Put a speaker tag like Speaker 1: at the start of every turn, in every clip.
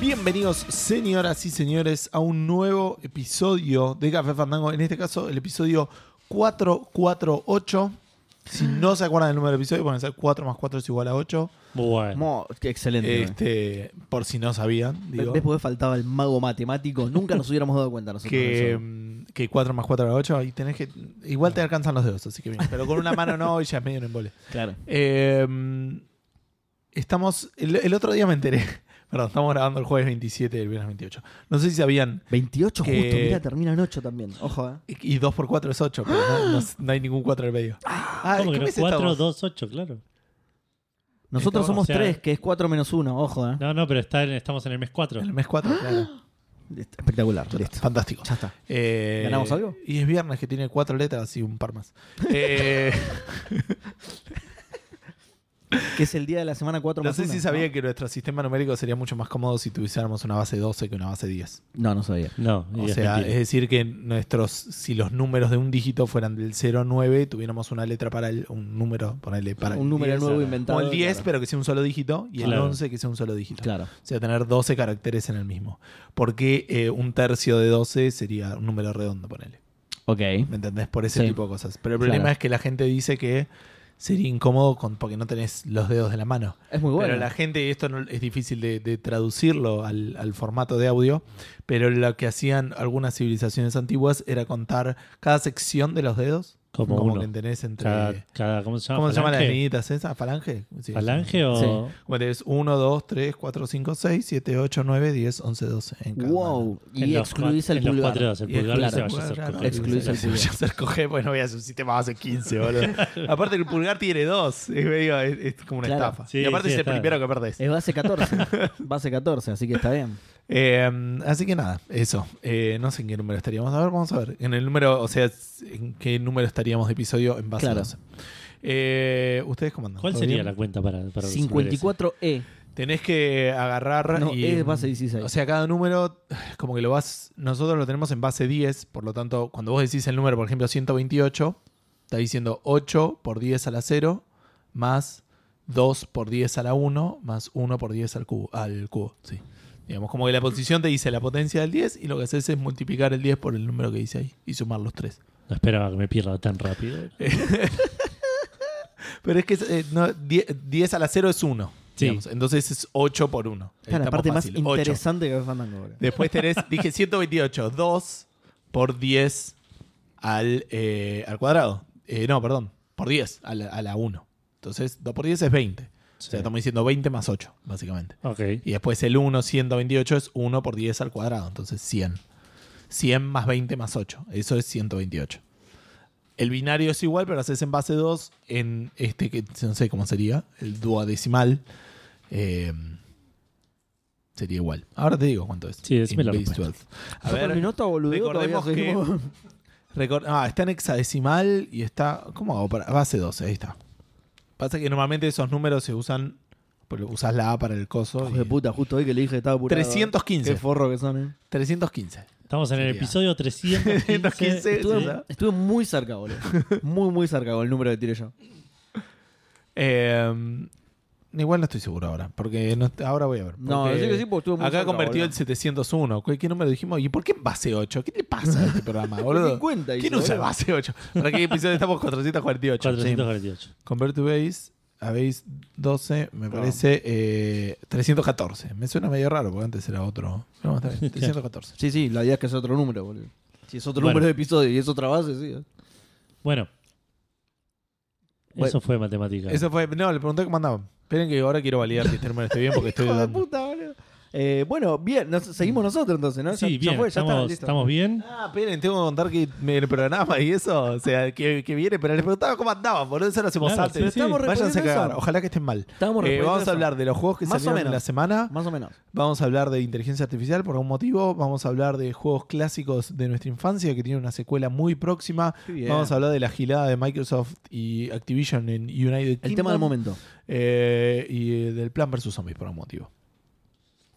Speaker 1: Bienvenidos, señoras y señores, a un nuevo episodio de Café Fandango. En este caso, el episodio 448. Si no se acuerdan del número del episodio, pueden ser 4 más 4 es igual a 8.
Speaker 2: Bueno.
Speaker 3: Mo- qué excelente.
Speaker 1: Este, por si no sabían,
Speaker 3: Ve-
Speaker 1: digo.
Speaker 3: ¿Ves por qué faltaba el mago matemático? Nunca nos hubiéramos dado cuenta nosotros. de
Speaker 1: Que,
Speaker 3: eso.
Speaker 1: mm, que 4 más 4 es 8. Y tenés que. Igual te alcanzan los dedos, así que bien. Pero con una mano no, y ya es medio un embole.
Speaker 3: Claro.
Speaker 1: Eh, estamos. El, el otro día me enteré. Perdón, estamos grabando el jueves 27 y el viernes 28. No sé si sabían.
Speaker 3: 28
Speaker 1: Que-
Speaker 3: justo, mira, termina en 8 también. Ojo, eh.
Speaker 1: Y 2 por 4 es 8, pero no, no- no hay ningún 4 en el medio. Ah,
Speaker 2: ¿Cómo que no?
Speaker 1: mes
Speaker 2: 4,
Speaker 1: estamos?
Speaker 2: 2, 8, claro.
Speaker 3: Nosotros
Speaker 1: Estamos,
Speaker 3: somos
Speaker 2: o sea-
Speaker 3: 3, que es 4 menos 1, ojo, eh.
Speaker 2: No, no, pero está en- estamos en el mes 4.
Speaker 1: El mes 4, claro.
Speaker 3: Ah, Listo, Espectacular, listo.
Speaker 1: Fantástico.
Speaker 3: Ya está.
Speaker 1: Eh,
Speaker 3: ¿Ganamos algo?
Speaker 1: Y es viernes que tiene 4 letras y un par más. Eh,
Speaker 3: Que es el día de la semana 4
Speaker 1: no
Speaker 3: más
Speaker 1: sé
Speaker 3: uno,
Speaker 1: si sabía que nuestro sistema numérico sería mucho más cómodo si tuviésemos una base 12 que una base 10.
Speaker 3: No, no sabía.
Speaker 2: No, y
Speaker 1: O
Speaker 2: es
Speaker 1: sea,
Speaker 2: mentira.
Speaker 1: es decir, que nuestros, si los números de un dígito fueran del 0 al 9, tuviéramos una letra para el, un número, ponele para
Speaker 3: Un número
Speaker 1: el 10,
Speaker 3: nuevo
Speaker 2: claro.
Speaker 3: inventado.
Speaker 1: O el 10,
Speaker 3: claro.
Speaker 1: pero que sea un solo dígito, y el
Speaker 2: Claro.
Speaker 1: 11 que sea un solo dígito.
Speaker 3: Claro.
Speaker 1: O sea, tener 12 caracteres en el mismo. Porque eh, un tercio de 12 sería un número redondo, ponele.
Speaker 3: Ok.
Speaker 1: ¿Me entendés? Por ese
Speaker 3: Sí.
Speaker 1: tipo de cosas. Pero el problema
Speaker 3: Claro.
Speaker 1: es que la gente dice que sería incómodo con, porque no tenés los dedos de la mano.
Speaker 3: Es muy bueno.
Speaker 1: Pero la gente, y esto no, es difícil de, de traducirlo al, al formato de audio, pero lo que hacían algunas civilizaciones antiguas era contar cada sección de los dedos.
Speaker 2: Como uno.
Speaker 1: que tenés entre...
Speaker 2: cada, cada- ¿Cómo se llama?
Speaker 1: ¿Cómo se llaman las
Speaker 2: ¿Falange?
Speaker 1: niñitas esas? ¿Falange? Sí,
Speaker 2: ¿Falange o...?
Speaker 3: Sí.
Speaker 1: Como tenés 1, 2, 3, 4, 5, 6, 7, 8, 9, 10, 11, 12 en cada mano.
Speaker 3: Wow.
Speaker 2: en
Speaker 3: Y
Speaker 2: los
Speaker 3: excluís
Speaker 2: cuatro-
Speaker 3: el
Speaker 2: en los
Speaker 3: pulgar.
Speaker 2: cuatro dedos, el
Speaker 1: Y
Speaker 2: pulgar
Speaker 1: claro,
Speaker 2: se vaya a
Speaker 1: pulgar,
Speaker 2: hacer
Speaker 1: claro,
Speaker 2: coger.
Speaker 3: excluís
Speaker 1: se
Speaker 3: el
Speaker 1: vaya a
Speaker 3: pulgar.
Speaker 1: hacer coger, pues no voy a hacer un sistema base 15, boludo. aparte el pulgar tiene dos, es, medio- es- es como una
Speaker 3: Claro. Eh.
Speaker 1: estafa.
Speaker 2: Sí,
Speaker 1: y aparte
Speaker 2: sí,
Speaker 1: es el
Speaker 2: está.
Speaker 1: primero que perdés.
Speaker 3: Es base 14. base 14, así que está bien.
Speaker 1: Eh, así que nada, eso. Eh, no sé en qué número estaríamos. A ver, vamos a ver. En el número, o sea, en qué número estaríamos de episodio en base
Speaker 3: Claro.
Speaker 1: a 12. Eh, ¿Ustedes cómo andan?
Speaker 2: ¿Cuál
Speaker 1: ¿Todo
Speaker 2: sería
Speaker 1: bien?
Speaker 2: la cuenta para, para resolver
Speaker 3: 54E.
Speaker 1: Tenés que agarrar
Speaker 3: No,
Speaker 1: y...
Speaker 3: es base 16.
Speaker 1: O sea, cada número, como que lo vas... Nosotros lo tenemos en base 10, por lo tanto, cuando vos decís el número, por ejemplo, 128, está diciendo 8 por 10 a la 0, más 2 por 10 a la 1, más 1 por 10 al cubo. Al cubo sí. Digamos, como que la posición te dice la potencia del 10 y lo que haces es multiplicar el 10 por el número que dice ahí y sumar los 3.
Speaker 2: eso? No esperaba que me pierda tan rápido.
Speaker 1: Pero es que eh, no, 10, 10 a la 0 es 1.
Speaker 2: Sí.
Speaker 1: digamos. Entonces es 8 por 1.
Speaker 3: Está la parte más
Speaker 1: interesante.
Speaker 3: interesante que me Fandango. boludo.
Speaker 1: Después tenés, dije 128, 2 por 10 al, eh, al cuadrado. Eh, no, perdón, por 10 a la, a la 1. Entonces, 2 por 10 es 20. O
Speaker 2: Sí.
Speaker 1: sea, estamos diciendo 20 más 8, básicamente.
Speaker 2: Ok.
Speaker 1: Y después el 1, 128 es 1 por 10 al cuadrado, entonces 100. 100 más 20 más 8, eso es 128. El binario es igual, pero haces en base 2 en este que no sé cómo sería, el duodecimal. eh, sería igual. Ahora te digo cuánto es.
Speaker 2: Sí, decime
Speaker 1: In
Speaker 2: la
Speaker 1: base
Speaker 2: respuesta.
Speaker 1: 12. A
Speaker 3: Yo por mi
Speaker 1: ver,
Speaker 3: nota, boludo, todavía
Speaker 1: recordemos que-
Speaker 3: seguimos-
Speaker 1: recor- ah, está en hexadecimal y está. ¿Cómo hago? Para, base 12, ahí está. Pasa que normalmente esos números se usan. pues, Usás la A para el coso.
Speaker 3: Hijo de
Speaker 1: y-
Speaker 3: puta, justo hoy que le dije que estaba apurado.
Speaker 1: 315.
Speaker 3: Qué forro que son, eh.
Speaker 1: 315.
Speaker 2: Estamos en el
Speaker 1: Sería.
Speaker 2: episodio 315.
Speaker 1: 315.
Speaker 3: Estuve,
Speaker 1: Sí.
Speaker 3: estuve muy cerca, boludo. Muy, muy cerca con el número que tiré yo. Em,
Speaker 1: Eh, igual no estoy seguro ahora, porque no- ahora voy a ver.
Speaker 3: No,
Speaker 1: porque
Speaker 3: decí que sí, porque estuvo muy
Speaker 1: Acá
Speaker 3: cerca,
Speaker 1: convertido
Speaker 3: boludo.
Speaker 1: el 701. ¿Qué, qué número dijimos? ¿Y por qué en base 8? ¿Qué le pasa a este programa, boludo?
Speaker 3: 50 hizo,
Speaker 1: ¿Quién usa
Speaker 3: boludo.
Speaker 1: base 8? ¿Para qué episodio estamos? 448.
Speaker 2: 448.
Speaker 1: Sí. Convert to base, a base 12, me parece eh, 314. Me suena medio raro, porque antes era otro. No, está bien, 314.
Speaker 3: Sí, sí, la idea es que es otro número, boludo. Si es otro
Speaker 2: Bueno.
Speaker 3: número de episodio y es otra base, sí. eh.
Speaker 2: Bueno.
Speaker 3: Bueno.
Speaker 2: Eso fue matemática.
Speaker 1: Eso fue. No, le pregunté cómo andaban. Esperen que ahora quiero validar que este número esté bien porque estoy
Speaker 3: Hijo de
Speaker 1: dudando.
Speaker 3: puta, boludo. Eh, bueno, bien, nos- seguimos nosotros entonces, ¿no?
Speaker 2: sí,
Speaker 3: ya,
Speaker 2: bien.
Speaker 3: ya fue, ya
Speaker 2: estamos,
Speaker 3: está, listo.
Speaker 2: estamos bien.
Speaker 1: Ah, esperen, tengo que contar que me- el programa y eso, o sea, que, que viene, pero les preguntaba cómo andaban, por eso lo hacemos
Speaker 2: Claro,
Speaker 1: antes.
Speaker 2: pero estamos
Speaker 1: Váyanse a
Speaker 3: respondiendo
Speaker 1: cagar,
Speaker 3: eso.
Speaker 1: ojalá que estén mal.
Speaker 3: Estamos
Speaker 1: Eh,
Speaker 3: respondiendo
Speaker 1: vamos a
Speaker 3: eso.
Speaker 1: hablar de los juegos que
Speaker 3: Más o
Speaker 1: salieron en
Speaker 3: menos.
Speaker 1: la semana,
Speaker 3: Más o menos.
Speaker 1: vamos a hablar de inteligencia artificial por algún motivo, vamos a hablar de juegos clásicos de nuestra infancia que tiene una secuela muy próxima,
Speaker 3: Qué bien.
Speaker 1: vamos a hablar de la gilada de Microsoft y Activision en United Kingdom.
Speaker 3: El tema del momento.
Speaker 1: eh, y eh, del plan versus zombies por algún motivo.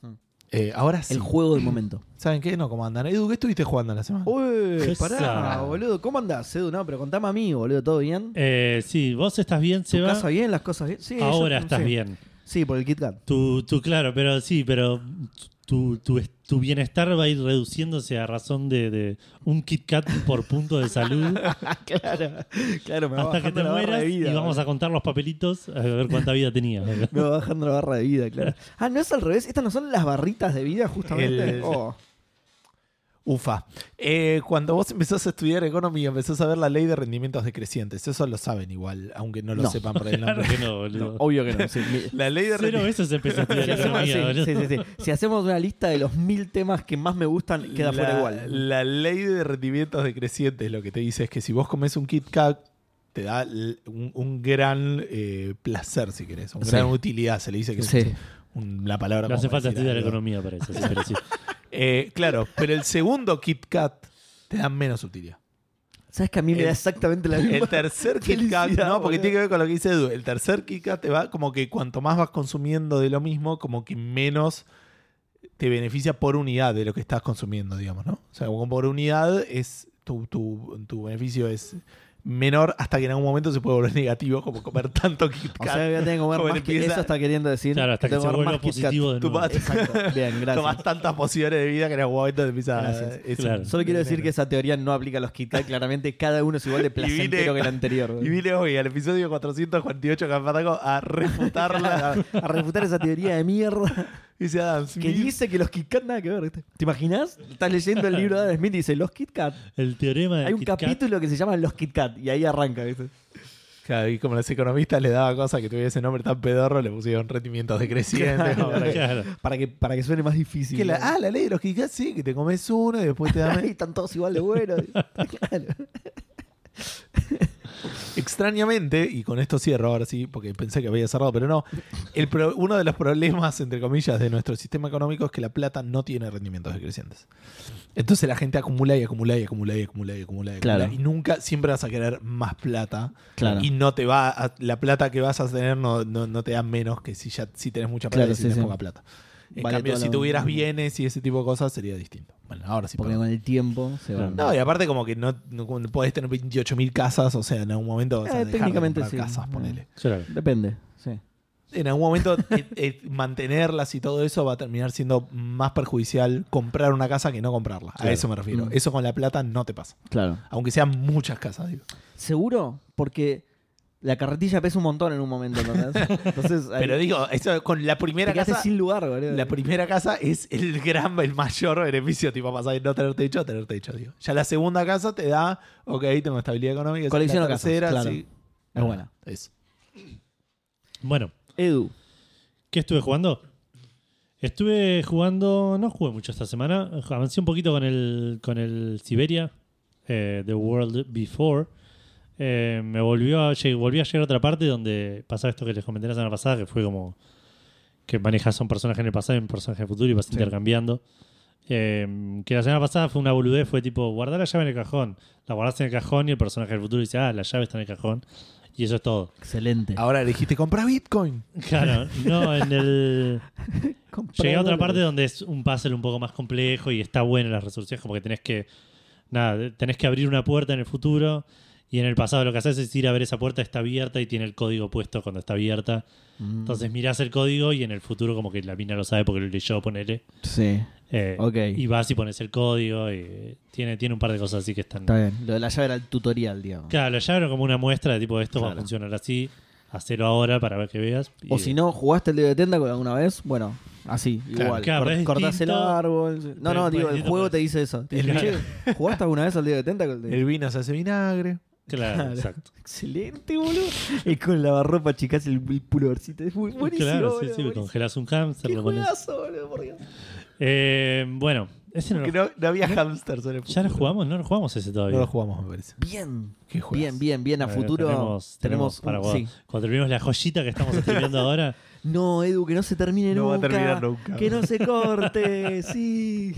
Speaker 3: Hmm.
Speaker 1: Eh, ahora sí.
Speaker 3: El juego del momento.
Speaker 1: ¿Saben qué? No, ¿cómo andan? Edu, ¿qué estuviste jugando la semana?
Speaker 3: Uy,
Speaker 2: Qué
Speaker 3: pará,
Speaker 2: zarado.
Speaker 3: boludo. ¿Cómo andás, Edu? No, pero contame a mí, boludo. ¿Todo bien?
Speaker 2: Eh, sí, vos estás bien,
Speaker 3: ¿Tu
Speaker 2: Seba.
Speaker 3: casa bien? ¿Las cosas bien? Sí,
Speaker 2: Ahora
Speaker 3: yo-
Speaker 2: estás
Speaker 3: sí.
Speaker 2: bien.
Speaker 3: Sí, por el Kit Kat.
Speaker 2: Tu, tu- claro, pero sí, pero tu, tu, tu bienestar va a ir reduciéndose a razón de, de un Kit Kat por punto de salud
Speaker 3: claro, claro, me va
Speaker 2: hasta que
Speaker 3: bajando
Speaker 2: te
Speaker 3: la barra
Speaker 2: mueras
Speaker 3: de vida. eh.
Speaker 2: y vamos a contar los papelitos a ver cuánta vida tenías.
Speaker 3: Me va bajando la barra de vida, claro. Ah, no es al revés. Estas no son las barritas de vida, justamente.
Speaker 1: El-
Speaker 3: Oh.
Speaker 1: Ufa. Eh, cuando vos empezás a estudiar economía, empezás a ver la ley de rendimientos decrecientes. Eso lo saben igual, aunque no lo
Speaker 3: No,
Speaker 1: sepan por el
Speaker 2: Claro
Speaker 1: nombre.
Speaker 2: que no, boludo.
Speaker 3: Obvio que no. sí, mi-
Speaker 1: La ley de
Speaker 2: Cero
Speaker 1: rendimientos.
Speaker 2: veces empezó a estudiar
Speaker 3: Si hacemos,
Speaker 2: economía,
Speaker 3: sí,
Speaker 2: boludo.
Speaker 3: sí, sí, sí. Si hacemos una lista de los mil temas que más me gustan, queda fuera igual.
Speaker 1: La ley de rendimientos decrecientes lo que te dice es que si vos comes un Kit Kat, te da l- un, un gran eh, placer, si querés, una
Speaker 3: Sí.
Speaker 1: gran utilidad. Se le dice que es
Speaker 3: Sí.
Speaker 1: un- la palabra.
Speaker 2: No hace
Speaker 1: como
Speaker 2: falta
Speaker 1: para
Speaker 2: estudiar
Speaker 1: decir algo.
Speaker 2: economía para eso, sí, pero sí.
Speaker 1: Eh, claro, pero el segundo Kit Kat te da menos utilidad.
Speaker 3: ¿Sabes que a mí me
Speaker 1: El-
Speaker 3: da exactamente la misma?
Speaker 1: El tercer Kit
Speaker 3: Felicidad,
Speaker 1: Kat, no, porque
Speaker 3: boludo.
Speaker 1: tiene que ver con lo que dice Edu. El tercer Kit Kat te va como que cuanto más vas consumiendo de lo mismo, como que menos te beneficia por unidad de lo que estás consumiendo, digamos, ¿no? O sea, como por unidad es tu, tu- tu beneficio es menor hasta que en algún momento se puede volver negativo, como comer tanto Kit
Speaker 3: O
Speaker 1: Kat.
Speaker 3: sea, voy a tener que comer
Speaker 1: Joven,
Speaker 3: más que
Speaker 1: empieza-
Speaker 3: eso está queriendo decir.
Speaker 2: Claro, hasta que
Speaker 3: tengo
Speaker 2: se
Speaker 3: comer
Speaker 2: vuelva
Speaker 3: más Kit Kat.
Speaker 2: positivo de
Speaker 1: Tu
Speaker 2: nuevo.
Speaker 1: pat-
Speaker 3: Exacto. Bien,
Speaker 1: Tomás
Speaker 3: gracias.
Speaker 1: tantas posiciones de vida que en algún momento te empieza
Speaker 3: Gracias.
Speaker 1: es-
Speaker 2: Claro.
Speaker 3: Solo quiero decir que esa teoría no aplica a los Kit Kat. Claramente, cada uno es igual de
Speaker 1: vine-
Speaker 3: placentero que el anterior.
Speaker 1: Y vine hoy al episodio 448 de Campanaco a refutarla.
Speaker 3: Claro, a refutar esa teoría de mierda
Speaker 1: dice Adam Smith.
Speaker 3: que dice que los Kit Kat nada que ver. ¿viste? ¿Te imaginas? Estás leyendo el libro de Adam Smith y dice los Kit Kat.
Speaker 2: El teorema de
Speaker 3: Hay un
Speaker 2: Kit Kat,
Speaker 3: capítulo que se llama Los Kit Kat y ahí arranca. ¿viste?
Speaker 1: Claro, y como los economistas les daba cosa que tuviese nombre tan pedorro, le pusieron rendimientos decrecientes. como para que-
Speaker 2: claro.
Speaker 3: Para que, para que suene más difícil.
Speaker 1: Que la-
Speaker 3: ¿no?
Speaker 1: ah, la ley de los Kikats, sí, que te comes uno y después te
Speaker 3: Ay,
Speaker 1: dan.
Speaker 3: están todos igual de buenos. Claro.
Speaker 1: Extrañamente, y con esto cierro ahora sí, porque pensé que había cerrado, pero no. El pro- uno de los problemas, entre comillas, de nuestro sistema económico es que la plata no tiene rendimientos decrecientes. Entonces la gente acumula y acumula y acumula y acumula y acumula. Y,
Speaker 3: Claro.
Speaker 1: acumula, y nunca, siempre vas a querer más plata.
Speaker 3: Claro.
Speaker 1: Y no te va, a- la plata que vas a tener no, no- no te da menos que si ya si tenés mucha plata
Speaker 3: Claro,
Speaker 1: y si
Speaker 3: sí,
Speaker 1: tenés
Speaker 3: sí.
Speaker 1: poca plata. En
Speaker 3: Vale
Speaker 1: cambio,
Speaker 3: toda
Speaker 1: si
Speaker 3: la-
Speaker 1: tuvieras bienes y ese tipo de cosas sería distinto. Bueno, ahora sí.
Speaker 3: Porque
Speaker 1: perdón.
Speaker 3: con el tiempo se van.
Speaker 1: No, y aparte como que no, no- como podés tener 28.000 casas, o sea, en algún momento vas a
Speaker 3: Eh,
Speaker 1: dejar de
Speaker 3: técnicamente
Speaker 1: comprar
Speaker 3: sí. Mm.
Speaker 1: casas, ponele.
Speaker 2: Claro.
Speaker 3: Depende. Sí.
Speaker 1: En algún momento eh, eh, mantenerlas y todo eso va a terminar siendo más perjudicial comprar una casa que no comprarla. A
Speaker 2: Claro.
Speaker 1: eso me refiero.
Speaker 3: Mm.
Speaker 1: Eso con la plata no te pasa.
Speaker 3: Claro.
Speaker 1: Aunque sean muchas casas, digo.
Speaker 3: Seguro, porque la carretilla pesa un montón en un momento. ¿entendés? Entonces, ahí
Speaker 1: Pero digo, eso con la
Speaker 3: te
Speaker 1: primera
Speaker 3: quedaste
Speaker 1: casa...
Speaker 3: sin lugar, boludo.
Speaker 1: La primera casa es el gran, el mayor beneficio, tipo, pasar de no tener techo a tener techo, digo. Ya la segunda casa te da, ok, tengo estabilidad económica. la
Speaker 3: Colecciono casas,
Speaker 1: tercera,
Speaker 3: claro.
Speaker 1: sí.
Speaker 3: Es buena.
Speaker 1: Eso.
Speaker 2: Bueno,
Speaker 3: Edu.
Speaker 2: ¿qué estuve jugando? Estuve jugando, no jugué mucho esta semana, avancé un poquito con el, con el Siberia, eh, The World Before. Eh, me volvió a, lleg- volví a llegar a otra parte donde pasaba esto que les comenté la semana pasada, que fue como que manejas a un personaje en el pasado y un personaje en el futuro y vas intercambiando. Eh, que la semana pasada fue una boludez, fue tipo, guardar la llave en el cajón. La guardaste en el cajón y el personaje del futuro dice, ah, la llave está en el cajón. Y eso es todo.
Speaker 3: Excelente.
Speaker 1: Ahora le dijiste, compra Bitcoin.
Speaker 2: Claro, no, en el... Llegué a otra parte donde es un puzzle un poco más complejo y está bueno las resoluciones, como que tenés que. Nada, de- tenés que abrir una puerta en el futuro y en el pasado lo que haces es ir a ver esa puerta, está abierta y tiene el código puesto cuando está abierta.
Speaker 3: Mm.
Speaker 2: Entonces mirás el código y en el futuro, como que la mina lo sabe porque lo leyó, ponele.
Speaker 3: Sí,
Speaker 2: Eh,
Speaker 3: Ok.
Speaker 2: Y vas y pones el código y eh, tiene, tiene un par de cosas así que están.
Speaker 3: está bien. Lo de la llave era el tutorial, digamos.
Speaker 2: Claro, ya era como una muestra de tipo, esto va a
Speaker 3: Claro.
Speaker 2: funcionar así, hacelo ahora para ver que veas.
Speaker 3: O
Speaker 2: Y-
Speaker 3: si no, jugaste el dedo de Tentacle alguna vez, bueno, así,
Speaker 1: Claro,
Speaker 3: igual.
Speaker 2: claro, pero es
Speaker 3: cortás el
Speaker 2: distinto.
Speaker 3: árbol. sí. No,
Speaker 2: Pero
Speaker 3: no,
Speaker 2: es
Speaker 3: digo, el
Speaker 2: distinto,
Speaker 3: juego
Speaker 2: pero-
Speaker 3: te dice eso. Te dice,
Speaker 2: Claro.
Speaker 3: "Che, ¿jugaste alguna vez al dedo de Tentacle?
Speaker 1: El vino se hace vinagre.
Speaker 2: Claro, exacto.
Speaker 3: Excelente, boludo. Y con lavarropa, chicas, el, el pulgarcito. Es muy buenísimo.
Speaker 2: claro, sí,
Speaker 3: boludo,
Speaker 2: sí,
Speaker 3: buenísimo.
Speaker 2: congelas un hámster,
Speaker 3: Qué
Speaker 2: lo pones.
Speaker 3: juegazo, boludo, por Dios.
Speaker 2: Eh, bueno, ese no lo,
Speaker 1: Que no, no había hamsters en el
Speaker 2: ¿Ya lo
Speaker 1: futuro.
Speaker 2: jugamos? No lo jugamos ese todavía.
Speaker 1: No lo jugamos, me parece.
Speaker 3: Bien.
Speaker 1: Qué juegas.
Speaker 3: Bien, bien, bien. A
Speaker 2: Eh,
Speaker 3: futuro
Speaker 2: tenemos, tenemos para
Speaker 3: un-
Speaker 2: cuando,
Speaker 3: sí.
Speaker 2: cuando terminemos la joyita que estamos escribiendo ahora.
Speaker 3: No, Edu, que no se termine
Speaker 1: No va
Speaker 3: nunca.
Speaker 1: a terminar nunca.
Speaker 3: Que no se corte, sí.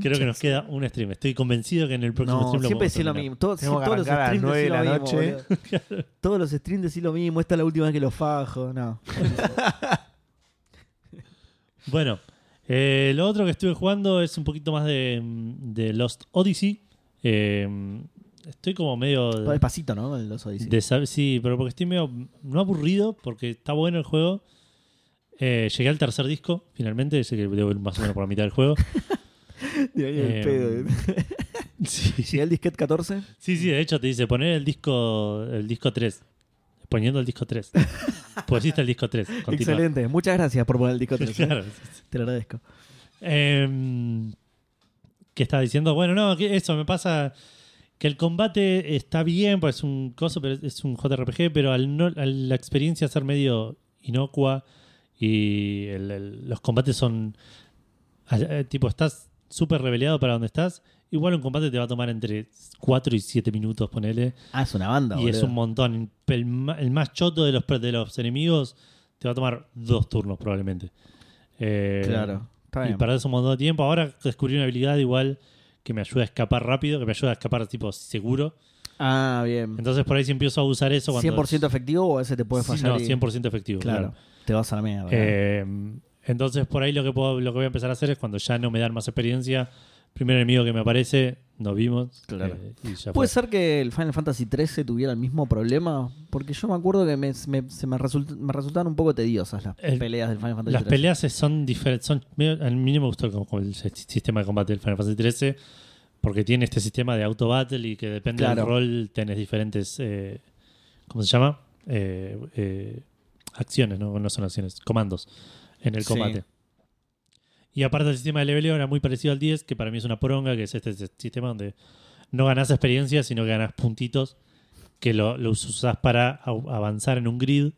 Speaker 2: Creo que nos queda un stream. Estoy convencido que en el próximo
Speaker 3: No,
Speaker 2: stream lo
Speaker 3: siempre
Speaker 2: podemos
Speaker 3: decís lo
Speaker 2: terminar.
Speaker 3: mismo. Todos,
Speaker 1: Tenemos que
Speaker 3: todos los
Speaker 1: arrancar a las
Speaker 3: streams decís lo
Speaker 1: 9 de la
Speaker 3: mismo,
Speaker 1: noche.
Speaker 3: boludo. todos los streams decís lo mismo. Esta es la última vez que lo fajo. No.
Speaker 2: Bueno, eh, lo otro que estuve jugando es un poquito más de, de Lost Odyssey. Eh, estoy como medio.
Speaker 3: Todo despacito, ¿no? Con Los Odyssey.
Speaker 2: De sab- sí, pero porque estoy medio. No aburrido, porque está bueno el juego. Eh, llegué al tercer disco, finalmente, sé que debo ir más o menos por la mitad del juego.
Speaker 3: De ahí el
Speaker 2: Eh,
Speaker 3: pedo.
Speaker 2: Sí,
Speaker 3: Llegué al disquete 14.
Speaker 2: sí, sí, de hecho te dice poner el disco el disco 3. Poniendo el disco 3. Pusiste el disco 3. Continúa.
Speaker 3: Excelente. Muchas gracias por poner el disco 13.
Speaker 2: Claro.
Speaker 3: Te lo agradezco.
Speaker 2: Em, que está diciendo, bueno, no, que eso me pasa que el combate está bien, pues es un coso, pero es- es un JRPG, pero al no, a la experiencia ser medio inocua y el- el- los combates son a- eh, tipo estás súper reveleado para donde estás, igual un combate te va a tomar entre 4 y 7 minutos, ponele,
Speaker 3: Ah, es una banda,
Speaker 2: y es
Speaker 3: boludo.
Speaker 2: un montón. El, ma- el más choto de los de los enemigos te va a tomar dos turnos probablemente. Eh,
Speaker 3: Claro. Está
Speaker 2: y
Speaker 3: bien.
Speaker 2: perdés un montón de tiempo. Ahora descubrí una habilidad igual que me ayuda a escapar rápido, que me ayuda a escapar tipo seguro.
Speaker 3: Ah, bien.
Speaker 2: Entonces por ahí si empiezo a usar eso cuando...
Speaker 3: 100% efectivo o ese te puede
Speaker 2: Sí,
Speaker 3: fallar.
Speaker 2: No,
Speaker 3: y-
Speaker 2: 100% efectivo. Claro.
Speaker 3: Claro. Te vas a la mierda.
Speaker 2: Eh, entonces por ahí lo que, puedo, lo que voy a empezar a hacer es cuando ya no me dan más experiencia, primer enemigo que me aparece, nos vimos.
Speaker 3: Claro.
Speaker 2: eh, y ya
Speaker 3: ¿Puede
Speaker 2: fue.
Speaker 3: ser que el Final Fantasy XIII tuviera el mismo problema? Porque yo me acuerdo que me, me- se me, result- me resultaron un poco tediosas las
Speaker 2: El-
Speaker 3: peleas del Final Fantasy
Speaker 2: Las
Speaker 3: XIII.
Speaker 2: peleas son diferentes. Son, medio- a mí no me gustó como- como el, si- sistema de combate del Final Fantasy XIII porque tiene este sistema de auto battle y que depende
Speaker 3: Claro.
Speaker 2: del rol tenés diferentes. eh, ¿Cómo se llama? Eh, eh, acciones, ¿no? No son acciones, comandos en el
Speaker 3: Sí.
Speaker 2: combate. Y aparte el sistema de leveleo era muy parecido al 10, que para mí es una poronga, que es este, este sistema donde no ganás experiencia, sino que ganás puntitos que lo- los usás para au- avanzar en un grid.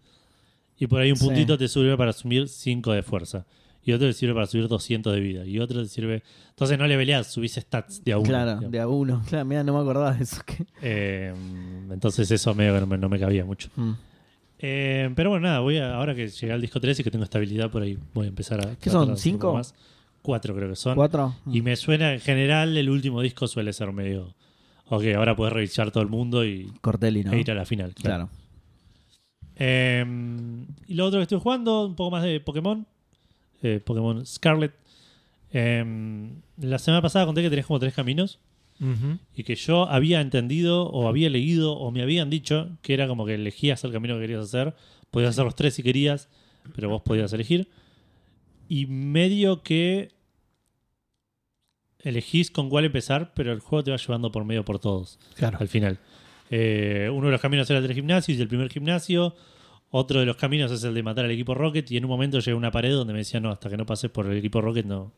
Speaker 2: Y por ahí un
Speaker 3: Sí.
Speaker 2: puntito te sirve para asumir 5 de fuerza. Y otro te sirve para subir 200 de vida. Y otro te sirve... Entonces no le peleas, subís stats de a uno.
Speaker 3: Claro,
Speaker 2: digamos.
Speaker 3: de a uno. Claro, mira, no me acordaba de eso. que-
Speaker 2: Eh, entonces eso medio que no me, no me cabía mucho.
Speaker 3: Mm.
Speaker 2: Eh, pero bueno, nada, voy a, ahora que llegué al disco 3 y que tengo estabilidad por ahí, voy a empezar a...
Speaker 3: ¿Qué
Speaker 2: tratar
Speaker 3: son,
Speaker 2: de hacer un
Speaker 3: cinco?
Speaker 2: poco Más. Cuatro creo que son.
Speaker 3: ¿Cuatro? Mm.
Speaker 2: Y me suena, en general, el último disco suele ser medio... Ok, ahora puedes revisar todo el mundo y
Speaker 3: Cortelli, ¿no?
Speaker 2: e ir a la final. claro.
Speaker 3: Claro.
Speaker 2: Eh, y lo otro que estoy jugando, un poco más de Pokémon. eh, Pokémon Scarlet. Eh, la semana pasada conté que tenés como tres caminos.
Speaker 1: Ujú.
Speaker 2: Y que yo había entendido, o había leído, o me habían dicho que era como que elegías el camino que querías hacer. Podías hacer los tres si querías, pero vos podías elegir. Y medio que elegís con cuál empezar, pero el juego te va llevando por medio por todos
Speaker 1: Claro.
Speaker 2: al final. Eh, uno de los caminos era el del gimnasio, y el primer gimnasio. Otro de los caminos es el de matar al equipo Rocket. Y en un momento llegué a una pared donde me decían, no, hasta que no pases por el equipo Rocket, no.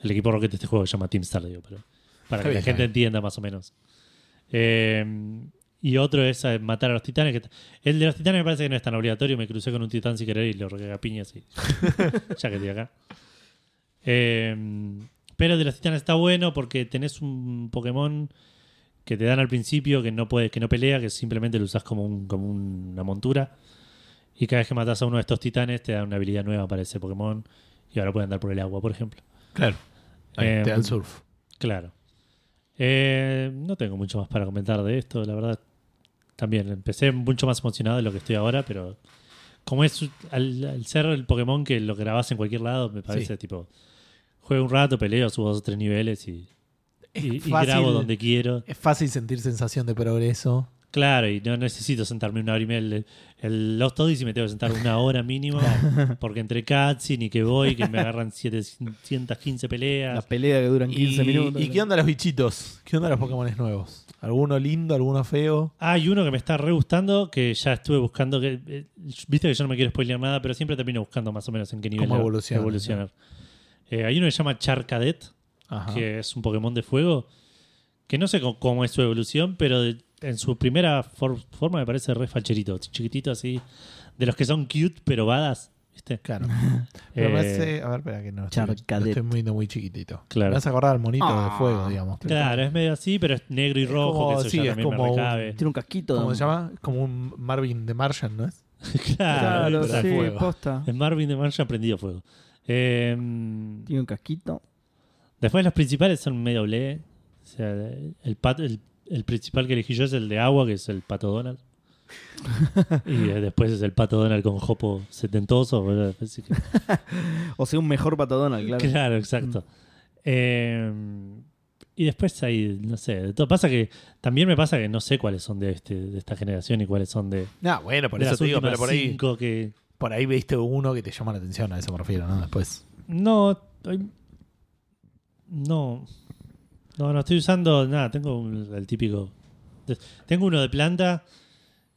Speaker 2: El equipo Rocket de este juego se llama Team Star, digo, pero
Speaker 1: Está
Speaker 2: para que la
Speaker 1: bien,
Speaker 2: gente
Speaker 1: está bien.
Speaker 2: entienda más o menos. Eh, y otro es eh, matar a los titanes. que t- el de los titanes me parece que no es tan obligatorio. Me crucé con un titán sin querer y lo regué a piñas y ya que estoy acá. Eh, pero el de los titanes está bueno porque tenés un Pokémon que te dan al principio que no puede, que no pelea, que simplemente lo usás como, un- como un- una montura. Y cada vez que matas a uno de estos titanes te dan una habilidad nueva para ese Pokémon. Y ahora puede andar por el agua, por ejemplo.
Speaker 1: Claro. Ahí,
Speaker 2: Eh,
Speaker 1: te da el surf.
Speaker 2: Claro. Eh, no tengo mucho más para comentar de esto, la verdad. También empecé mucho más emocionado de lo que estoy ahora, pero como es al, al ser el Pokémon que lo grabás en cualquier lado, me parece tipo, juego un rato, peleo, subo dos o tres niveles y, y- y
Speaker 1: fácil.
Speaker 2: grabo donde quiero.
Speaker 1: Es fácil sentir sensación de progreso.
Speaker 2: Claro, y no necesito sentarme una hora y media. El, el Lost Odyssey me tengo que sentar una hora mínimo, porque entre cutscene y que voy, que me agarran 715 peleas.
Speaker 3: La pelea que duran 15
Speaker 1: y,
Speaker 3: minutos.
Speaker 1: ¿Y qué onda los bichitos? ¿Qué onda los Pokémon nuevos? ¿Alguno lindo, alguno feo?
Speaker 2: Hay uno que me está re gustando, que ya estuve buscando, que eh, viste que yo no me quiero spoilear nada, pero siempre termino buscando más o menos en qué nivel
Speaker 1: Cómo
Speaker 2: va-
Speaker 1: evoluciona,
Speaker 2: evolucionar. Eh, hay uno que se llama Charcadet,
Speaker 1: Ajá.
Speaker 2: que es un Pokémon de fuego, que no sé cómo, cómo es su evolución, pero de- en su primera for- forma me parece re facherito, chiquitito así, de los que son cute pero badas, ¿viste?
Speaker 1: Claro. Pero me
Speaker 2: Eh,
Speaker 1: hace. A ver, espera, que no. Estoy,
Speaker 3: Charcadet.
Speaker 1: lo estoy moviendo muy chiquitito.
Speaker 2: Claro.
Speaker 1: Me hace acordar al monito
Speaker 3: Ah.
Speaker 1: de fuego, digamos.
Speaker 2: Claro, es medio así, pero es negro y
Speaker 1: Es
Speaker 2: rojo,
Speaker 1: como-
Speaker 2: que eso
Speaker 1: sí,
Speaker 2: ya
Speaker 1: es
Speaker 2: también me
Speaker 1: como un-
Speaker 2: recabe.
Speaker 3: Tiene un casquito.
Speaker 1: ¿Cómo
Speaker 3: ¿no?
Speaker 1: se llama? Como un Marvin de Martian, ¿no es?
Speaker 2: Claro,
Speaker 3: Claro,
Speaker 1: pero
Speaker 3: sí,
Speaker 1: al fuego.
Speaker 3: posta.
Speaker 2: es Marvin de Marcha prendido fuego. Eh,
Speaker 3: Tiene un casquito.
Speaker 2: Después los principales son medio ble. O sea, el, pat- el, el principal que elegí yo es el de agua, que es el Pato Donald. y eh, después es el Pato Donald con Jopo setentoso. boludo. Así que-
Speaker 3: O sea, un mejor patadona, claro.
Speaker 2: claro. exacto. Eh, y después hay, no sé, de todo. Pasa que también me pasa que no sé cuáles son de, este, de esta generación y cuáles son de,
Speaker 1: No, bueno, por
Speaker 2: de
Speaker 1: eso
Speaker 2: las
Speaker 1: te digo,
Speaker 2: últimas
Speaker 1: pero por ahí.
Speaker 2: cinco que...
Speaker 1: por ahí viste uno que te llama la atención, a eso me refiero, ¿no? Después.
Speaker 2: No, ay, no. No, no estoy usando nada. Tengo un- el típico. de- Tengo uno de planta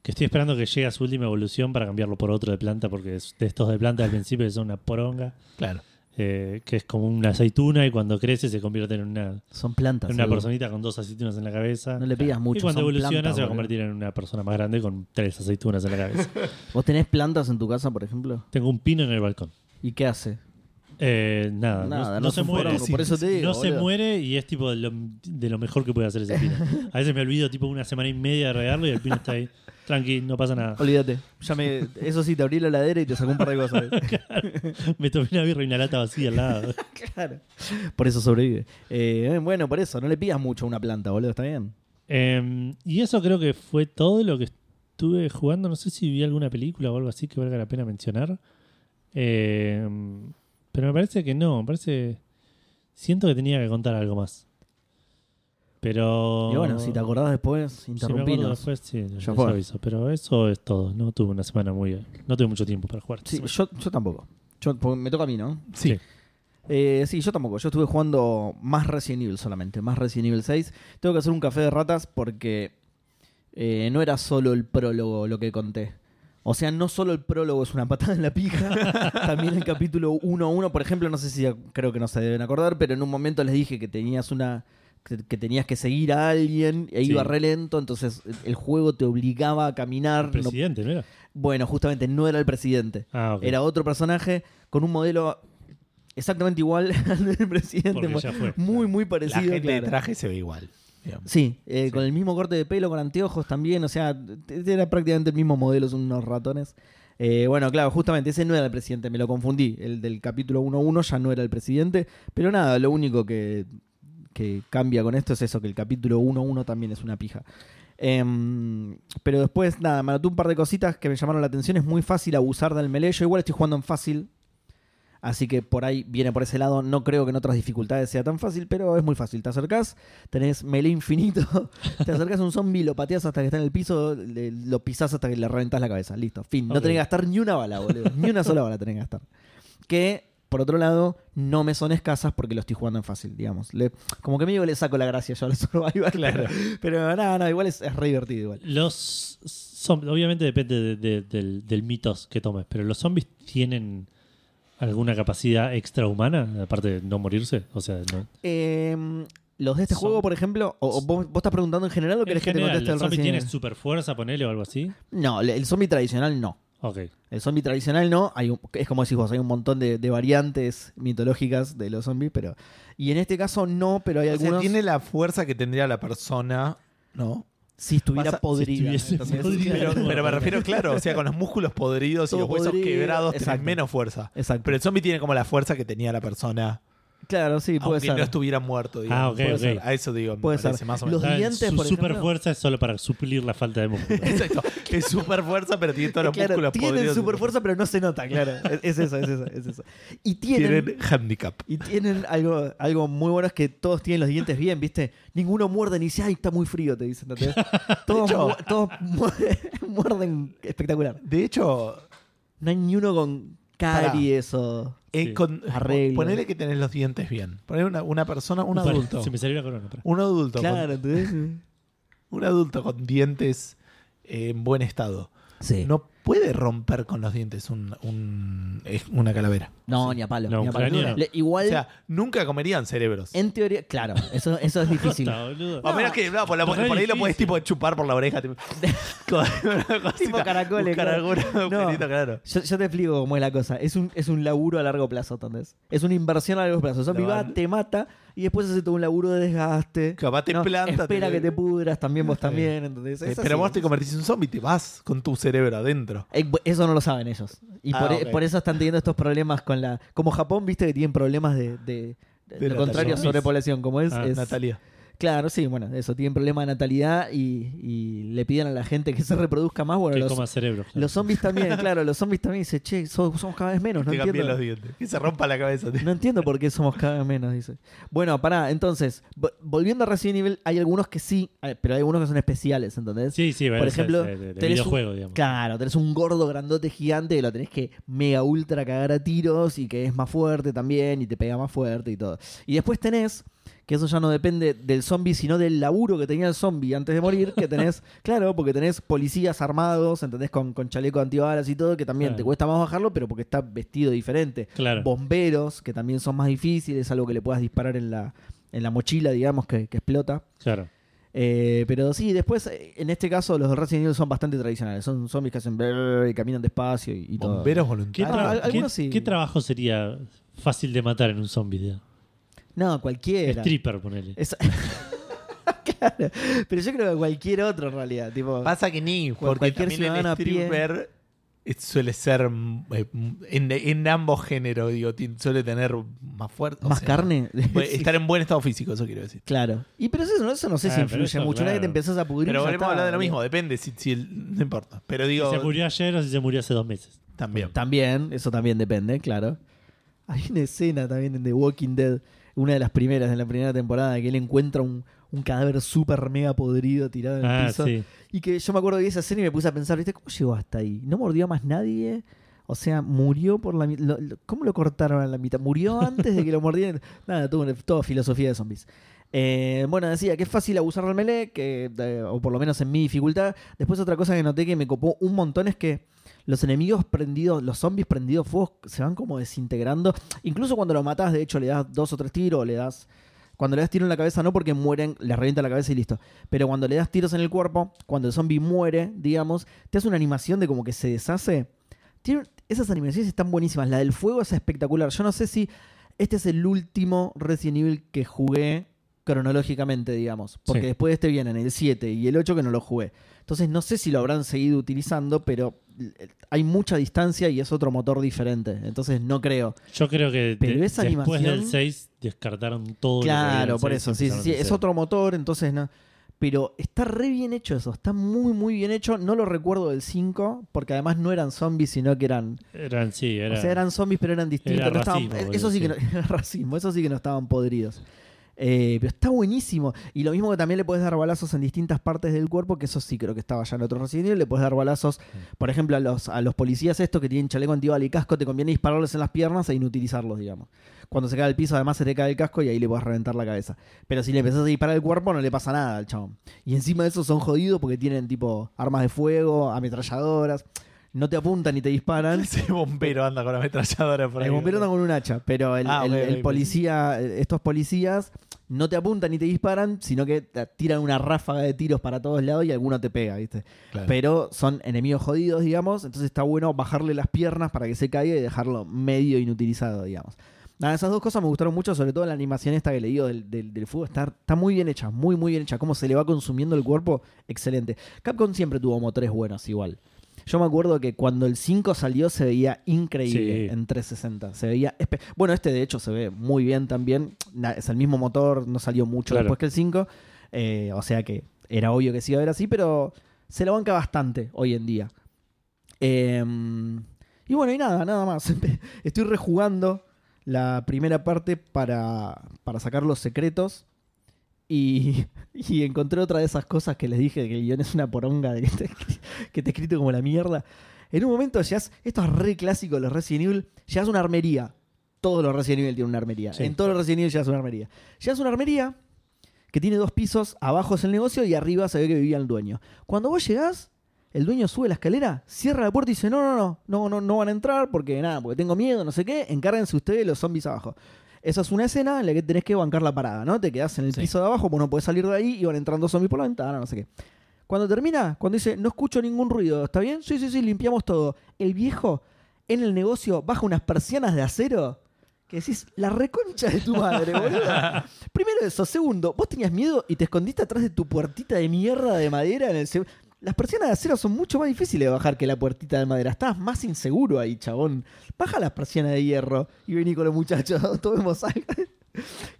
Speaker 2: que estoy esperando que llegue a su última evolución para cambiarlo por otro de planta, porque es de estos de planta al principio que son una poronga,
Speaker 1: Claro.
Speaker 2: eh, que es como una aceituna y cuando crece se convierte en una,
Speaker 3: Son plantas.
Speaker 2: en una
Speaker 3: Edu.
Speaker 2: personita con dos aceitunas en la cabeza.
Speaker 3: No le pidas mucho.
Speaker 2: y cuando
Speaker 3: son
Speaker 2: evoluciona
Speaker 3: plantas,
Speaker 2: se va a
Speaker 3: boludo.
Speaker 2: convertir en una persona más grande con tres aceitunas en la cabeza.
Speaker 3: ¿Vos tenés plantas en tu casa, por ejemplo?
Speaker 2: Tengo un pino en el balcón.
Speaker 3: ¿Y qué hace?
Speaker 2: Eh, nada,
Speaker 3: Nada,
Speaker 2: no,
Speaker 3: no
Speaker 2: no se
Speaker 3: son
Speaker 2: muere.
Speaker 3: porongo, por eso te digo,
Speaker 2: no se
Speaker 3: boludo.
Speaker 2: muere y es tipo de lo, de lo mejor que puede hacer ese pino. A veces me olvido tipo una semana y media de regarlo y el pino está ahí. Tranqui, no pasa nada.
Speaker 3: Olvídate. Ya me... Eso sí, te abrí la heladera y te sacó un par de cosas.
Speaker 2: Me tomé una birra y una lata vacía al lado.
Speaker 3: claro. Por eso sobrevive. Eh, bueno, por eso. No le pidas mucho a una planta, boludo. ¿Está bien?
Speaker 2: Em, y eso creo que fue todo lo que estuve jugando. No sé si vi alguna película o algo así que valga la pena mencionar. Em, pero me parece que no, me parece... Siento que tenía que contar algo más. Pero...
Speaker 3: Y bueno, si te acordás después,
Speaker 2: Si me acuerdo
Speaker 3: interrumpinos.
Speaker 2: después, sí, les
Speaker 3: fue.
Speaker 2: aviso. Pero eso es todo. No tuve una semana muy. No tuve mucho tiempo para jugar.
Speaker 3: Sí, yo, yo tampoco. Yo, porque me toca a mí, ¿no?
Speaker 1: Sí.
Speaker 2: Sí.
Speaker 3: Eh, sí, yo tampoco. Yo estuve jugando más Resident Evil solamente, más Resident Evil 6. Tengo que hacer un café de ratas porque eh, no era solo el prólogo lo que conté. O sea, no solo el prólogo es una patada en la pija, también el capítulo 1-1, por ejemplo, no sé si creo que no se deben acordar, pero en un momento les dije que tenías una que que tenías que seguir a alguien e
Speaker 2: Sí.
Speaker 3: iba re lento, entonces el juego te obligaba a caminar.
Speaker 2: El
Speaker 3: no-
Speaker 2: presidente, ¿no era?
Speaker 3: bueno, justamente no era el presidente.
Speaker 2: Ah, ok.
Speaker 3: Era otro personaje con un modelo exactamente igual al del presidente.
Speaker 2: Porque ya fue.
Speaker 3: Muy, muy parecido.
Speaker 1: la gente
Speaker 3: claro.
Speaker 1: de traje se ve igual. digamos.
Speaker 3: Sí, eh, con el mismo corte de pelo, con anteojos también. O sea, t- era prácticamente el mismo modelo, son unos ratones. Eh, bueno, claro, justamente ese no era el presidente, me lo confundí. El del capítulo 1.1 ya no era el presidente. Pero nada, lo único que, que cambia con esto es eso, que el capítulo 1.1 también es una pija. Em, pero después, nada, me anoté un par de cositas que me llamaron la atención. Es muy fácil abusar del melee. Yo igual estoy jugando en fácil. Así que por ahí viene por ese lado. No creo que en otras dificultades sea tan fácil, pero es muy fácil. Te acercás, tenés melee infinito, te acercás a un zombie, lo pateas hasta que está en el piso, le- lo pisás hasta que le reventás la cabeza. Listo, fin. No
Speaker 2: Ok.
Speaker 3: tenés que gastar ni una bala, boludo. Ni una sola bala tenés que gastar. Que, por otro lado, no me son escasas porque lo estoy jugando en fácil, digamos. Le- como que medio le saco la gracia yo al survival. Claro. Pero nada, nada, igual es, es re divertido igual.
Speaker 2: Los. zom- obviamente depende de- de- del, del mitos que tomes. Pero los zombies tienen alguna capacidad extrahumana, aparte de no morirse. O sea, no.
Speaker 3: Eh, los de este
Speaker 2: Son-
Speaker 3: juego, por ejemplo, o, o vos, vos estás preguntando en general o
Speaker 2: En
Speaker 3: querés que
Speaker 2: general,
Speaker 3: te conteste el
Speaker 2: ¿los zombies
Speaker 3: Resident
Speaker 2: tienen
Speaker 3: Evil?
Speaker 2: super fuerza, ponele o algo así?
Speaker 3: No, le- el zombie tradicional no.
Speaker 2: Ok.
Speaker 3: El zombie tradicional no, hay un- es como decís vos, hay un montón de, de variantes mitológicas de los zombies, pero... Y en este caso no, pero hay
Speaker 1: O sea,
Speaker 3: algunos...
Speaker 1: tiene la fuerza que tendría la persona, ¿no?
Speaker 3: Si estuviera
Speaker 1: pasa- si
Speaker 3: podrida.
Speaker 2: estuviese
Speaker 3: ¿entendés?
Speaker 2: podrida.
Speaker 1: Pero, pero me refiero, claro, o sea, con los músculos podridos
Speaker 3: Todo
Speaker 1: y los huesos
Speaker 3: podrido,
Speaker 1: quebrados
Speaker 3: exacto.
Speaker 1: tenés menos fuerza.
Speaker 3: Exacto.
Speaker 1: Pero el zombie tiene como la fuerza que tenía la persona,
Speaker 3: claro, sí, puede
Speaker 1: aunque
Speaker 3: ser.
Speaker 1: no estuviera muerto. digamos.
Speaker 2: Ah, ok,
Speaker 1: Puede
Speaker 2: ok.
Speaker 1: ser. A eso digo, me
Speaker 3: Puede
Speaker 1: parece
Speaker 3: ser.
Speaker 1: más o
Speaker 3: Los
Speaker 1: menos.
Speaker 2: Ah,
Speaker 3: dientes,
Speaker 2: Su
Speaker 3: por ejemplo.
Speaker 2: super fuerza es solo para suplir la falta de músculo.
Speaker 1: Exacto. Es super fuerza, pero tiene todos los
Speaker 3: Claro,
Speaker 1: músculos
Speaker 3: tienen
Speaker 1: podridos.
Speaker 3: super fuerza, pero no se nota, claro. Es, es eso, es eso, es eso. Y tienen...
Speaker 1: Tienen handicap.
Speaker 3: Y tienen algo, algo muy bueno, es que todos tienen los dientes bien, ¿viste? Ninguno muerde ni dice, ay, está muy frío, te dicen. ¿entendés? Todos, mu- todos mu- muerden espectacular.
Speaker 1: De hecho,
Speaker 3: No hay ni uno con caries o...
Speaker 1: eh,
Speaker 2: Sí.
Speaker 1: con-
Speaker 3: Arreglo.
Speaker 1: ponele que tenés los dientes bien. Ponele una, una persona, un
Speaker 2: Para-
Speaker 1: adulto.
Speaker 2: Se me salió la corona. pará.
Speaker 1: Un adulto. con-
Speaker 3: Claro, ¿entendés?
Speaker 1: un adulto con dientes eh, en buen estado.
Speaker 3: Sí. No,
Speaker 1: No puede romper con los dientes un- un- eh, una calavera.
Speaker 3: ni a palo.
Speaker 2: No,
Speaker 3: ni a palo.
Speaker 2: ucraniano.
Speaker 3: Le-
Speaker 1: O
Speaker 3: igual,
Speaker 1: sea, nunca comerían cerebros.
Speaker 3: en teoría, claro, eso, eso es difícil.
Speaker 2: Posta, boludo.
Speaker 1: A menos que no, por, la-
Speaker 2: Re
Speaker 1: por ahí lo
Speaker 2: difícil.
Speaker 1: podés tipo chupar por la oreja. Tipo, con una cosita,
Speaker 3: Tipo caracoles,
Speaker 1: un caracol, un
Speaker 3: No.
Speaker 1: agujerito, claro.
Speaker 3: Yo, yo te explico cómo es la cosa. Es un, es un laburo a largo plazo, ¿entendés? Es una inversión a largo plazo. El zombie
Speaker 1: Lo
Speaker 3: va,
Speaker 1: van-
Speaker 3: te mata y después hace todo un laburo de desgaste.
Speaker 1: Capaz te
Speaker 3: No,
Speaker 1: planta,
Speaker 3: Espera
Speaker 1: te-
Speaker 3: que te pudras también, vos también, ¿entendés? Es
Speaker 1: Eh, Pero
Speaker 3: así.
Speaker 1: vos te convertís en un zombie, te vas con tu cerebro adentro.
Speaker 3: Eh, bu- Eso no lo saben ellos. Y
Speaker 1: Ah,
Speaker 3: por, e,
Speaker 1: ok.
Speaker 3: por eso están teniendo estos problemas con la. Como Japón, viste que tienen problemas de. de, de-
Speaker 1: De
Speaker 3: lo contrario,
Speaker 1: natalidad.
Speaker 3: sobrepoblación, como es.
Speaker 2: Ah,
Speaker 3: es-
Speaker 1: Natalia.
Speaker 3: Claro, sí, bueno, eso, tienen problema de natalidad y, y le piden a la gente que se reproduzca más. Bueno,
Speaker 2: que
Speaker 3: los,
Speaker 2: coma cerebro. claro.
Speaker 3: los zombies también, claro, los zombies también dicen, che, so- somos cada vez menos, no
Speaker 1: te cambié los
Speaker 3: entiendo.
Speaker 1: dientes. Que se rompa la cabeza. tío.
Speaker 3: No entiendo por qué somos cada vez menos, dice. Bueno, pará, entonces, vo- volviendo a Resident Evil, hay algunos que sí, eh, pero hay algunos que son especiales, ¿entendés?
Speaker 2: Sí, sí, bueno,
Speaker 3: Por
Speaker 2: es-
Speaker 3: ejemplo,
Speaker 2: es de- de
Speaker 3: tenés un-
Speaker 2: videojuego, digamos.
Speaker 3: Claro, tenés un gordo grandote gigante que lo tenés que mega ultra cagar a tiros y que es más fuerte también y te pega más fuerte y todo. Y después tenés, que eso ya no depende del zombie, sino del laburo que tenía el zombie antes de morir, que tenés, claro, porque tenés policías armados, ¿entendés? Con, con chaleco antibalas y todo, que también
Speaker 2: Claro.
Speaker 3: te cuesta más bajarlo, pero porque está vestido diferente.
Speaker 2: Claro.
Speaker 3: Bomberos, que también son más difíciles, algo que le puedas disparar en la, en la mochila, digamos, que- que explota.
Speaker 2: Claro.
Speaker 3: Eh, pero sí, después, eh, en este caso, los de Resident Evil son bastante tradicionales. Son zombies que hacen brrr y caminan despacio y, y todo.
Speaker 1: Bomberos
Speaker 2: ¿Qué,
Speaker 1: voluntarios.
Speaker 3: Ah,
Speaker 2: tra-
Speaker 3: al-
Speaker 2: qué-
Speaker 3: algunos sí.
Speaker 2: qué trabajo sería fácil de matar en un zombie? digamos?
Speaker 3: No, cualquiera.
Speaker 2: Stripper, ponele.
Speaker 3: Es- claro. Pero yo creo que cualquier otro en realidad. Tipo,
Speaker 1: Pasa que ni, porque
Speaker 3: cualquier
Speaker 1: también
Speaker 3: ciudadano
Speaker 1: el
Speaker 3: a pie.
Speaker 1: stripper eh, suele ser mm, eh, mm, en, en ambos géneros, digo, ti- suele tener más fuerte. o
Speaker 3: más
Speaker 1: sea,
Speaker 3: carne.
Speaker 1: puede
Speaker 3: Sí,
Speaker 1: Estar en buen estado físico, eso quiero decir.
Speaker 3: Claro. Y pero eso, eso no sé
Speaker 2: Ah,
Speaker 3: si
Speaker 2: pero
Speaker 3: influye
Speaker 2: eso,
Speaker 3: mucho. Una vez que te
Speaker 2: claro.
Speaker 3: empezás a pudrir.
Speaker 1: Pero
Speaker 3: ya
Speaker 1: volvemos a
Speaker 3: está,
Speaker 1: hablar de lo
Speaker 3: boludo.
Speaker 1: mismo, depende, si, si el- no importa. Pero
Speaker 2: Si
Speaker 1: digo,
Speaker 2: se murió ayer o si se murió hace dos meses.
Speaker 1: también.
Speaker 3: También, eso también depende, claro. Hay una escena también en The Walking Dead, una de las primeras, en la primera temporada, que él encuentra un, un cadáver súper mega podrido tirado en el
Speaker 2: Ah,
Speaker 3: piso.
Speaker 2: sí.
Speaker 3: Y que yo me acuerdo de esa escena y me puse a pensar, ¿viste? ¿Cómo llegó hasta ahí? ¿No mordió a más nadie? O sea, murió por la mitad. ¿Cómo lo cortaron a la mitad? ¿Murió antes de que lo mordieran? Nada, tuvo una- toda filosofía de zombies. Eh, bueno, decía que es fácil abusar del melee, que, eh, o por lo menos en mi dificultad. Después otra cosa que noté que me copó un montón es que los enemigos prendidos, los zombies prendidos fuego se van como desintegrando. Incluso cuando lo matas, de hecho, le das dos o tres tiros, o le das. Cuando le das tiro en la cabeza, no porque mueren, le revienta la cabeza y listo. Pero cuando le das tiros en el cuerpo, cuando el zombie muere, digamos, te hace una animación de como que se deshace. Tiene- esas animaciones están buenísimas. La del fuego es espectacular. Yo no sé si este es el último Resident Evil que jugué cronológicamente, digamos. Porque
Speaker 2: Sí.
Speaker 3: después de este vienen el 7 y el 8 que no lo jugué. Entonces no sé si lo habrán seguido utilizando, pero eh, hay mucha distancia y es otro motor diferente. Entonces no creo.
Speaker 2: Yo creo que
Speaker 3: Pero
Speaker 2: de-
Speaker 3: esa
Speaker 2: después
Speaker 3: animación-
Speaker 2: del 6 descartaron todo. lo que había en
Speaker 3: Claro,
Speaker 2: el
Speaker 3: por
Speaker 2: 6 y
Speaker 3: eso, sí, sí,
Speaker 2: empezaron
Speaker 3: sí,
Speaker 2: de
Speaker 3: es
Speaker 2: cero.
Speaker 3: otro motor, entonces no. Pero está re bien hecho eso, está muy, muy bien hecho. No lo recuerdo del 5, porque además no eran zombies, sino que eran.
Speaker 2: Eran, sí, era,
Speaker 3: o sea, eran zombies, pero eran distintos.
Speaker 2: era
Speaker 3: no estaban- eh,
Speaker 2: racismo, boludo,
Speaker 3: eso sí que no,
Speaker 2: sí.
Speaker 3: era racismo, eso sí que no estaban podridos. Eh, pero está buenísimo. Y lo mismo que también le puedes dar balazos en distintas partes del cuerpo, que eso sí creo que estaba ya en otro Resident Evil. Le puedes dar balazos,
Speaker 2: Mm.
Speaker 3: por ejemplo, a los, a los policías estos que tienen chaleco antibal y casco, te conviene dispararles en las piernas e inutilizarlos, digamos. Cuando se cae al piso, además se te cae el casco y ahí le puedes reventar la cabeza. Pero si le empezás a disparar el cuerpo, no le pasa nada al chabón. Y encima de eso son jodidos porque tienen tipo armas de fuego, ametralladoras. No te apuntan y te disparan.
Speaker 1: Ese bombero anda con la ametralladora por ahí.
Speaker 3: El bombero anda con un hacha, pero el,
Speaker 1: Ah,
Speaker 3: el-
Speaker 1: ok,
Speaker 3: el
Speaker 1: ok.
Speaker 3: policía, estos policías no te apuntan ni te disparan, sino que te tiran una ráfaga de tiros para todos lados y alguno te pega, ¿viste?
Speaker 1: Claro.
Speaker 3: Pero son enemigos jodidos, digamos, entonces está bueno bajarle las piernas para que se caiga y dejarlo medio inutilizado, digamos. Nada, esas dos cosas me gustaron mucho, sobre todo la animación esta que le digo del, del, del fuego, está, está muy bien hecha, muy muy bien hecha, cómo se le va consumiendo el cuerpo, excelente. Capcom siempre tuvo motores buenos igual. Yo me acuerdo que cuando el 5 salió se veía increíble
Speaker 2: Sí.
Speaker 3: en 360. Se veía. espe- Bueno, este de hecho se ve muy bien también. Na- Es el mismo motor, no salió mucho
Speaker 2: Claro.
Speaker 3: después que el 5. eh, o sea que era obvio que sí iba a ver así, pero se la banca bastante hoy en día. Eh, y bueno, y nada, nada más. Estoy rejugando la primera parte para, para sacar los secretos. Y, y encontré otra de esas cosas que les dije, que el guión es una poronga, de que está, que está escrito como la mierda. En un momento llegas, esto es re clásico de los Resident Evil, llegas a una armería. Todos los Resident Evil tienen una armería.
Speaker 2: Sí.
Speaker 3: En todos los Resident Evil llegas a una armería. Llegas a una armería que tiene dos pisos, abajo es el negocio y arriba se ve que vivía el dueño. Cuando vos llegás, el dueño sube la escalera, cierra la puerta y dice, no, no, no, no, no, no van a entrar porque nada, porque tengo miedo, no sé qué, encárguense ustedes de los zombies abajo. Esa es una escena en la que tenés que bancar la parada, ¿no? Te quedás en el
Speaker 2: Sí.
Speaker 3: piso de abajo, pues no podés salir de ahí y van entrando zombies por la ventana, no sé qué. Cuando termina, cuando dice, no escucho ningún ruido, ¿está bien? Sí, sí, sí, limpiamos todo. El viejo en el negocio baja unas persianas de acero que decís, la reconcha de tu madre, boludo. Primero eso. Segundo, vos tenías miedo y te escondiste atrás de tu puertita de mierda de madera en el... se- Las persianas de acero son mucho más difíciles de bajar que la puertita de madera. Estabas más inseguro ahí, chabón. Baja las persianas de hierro y vení con los muchachos, tomemos algo.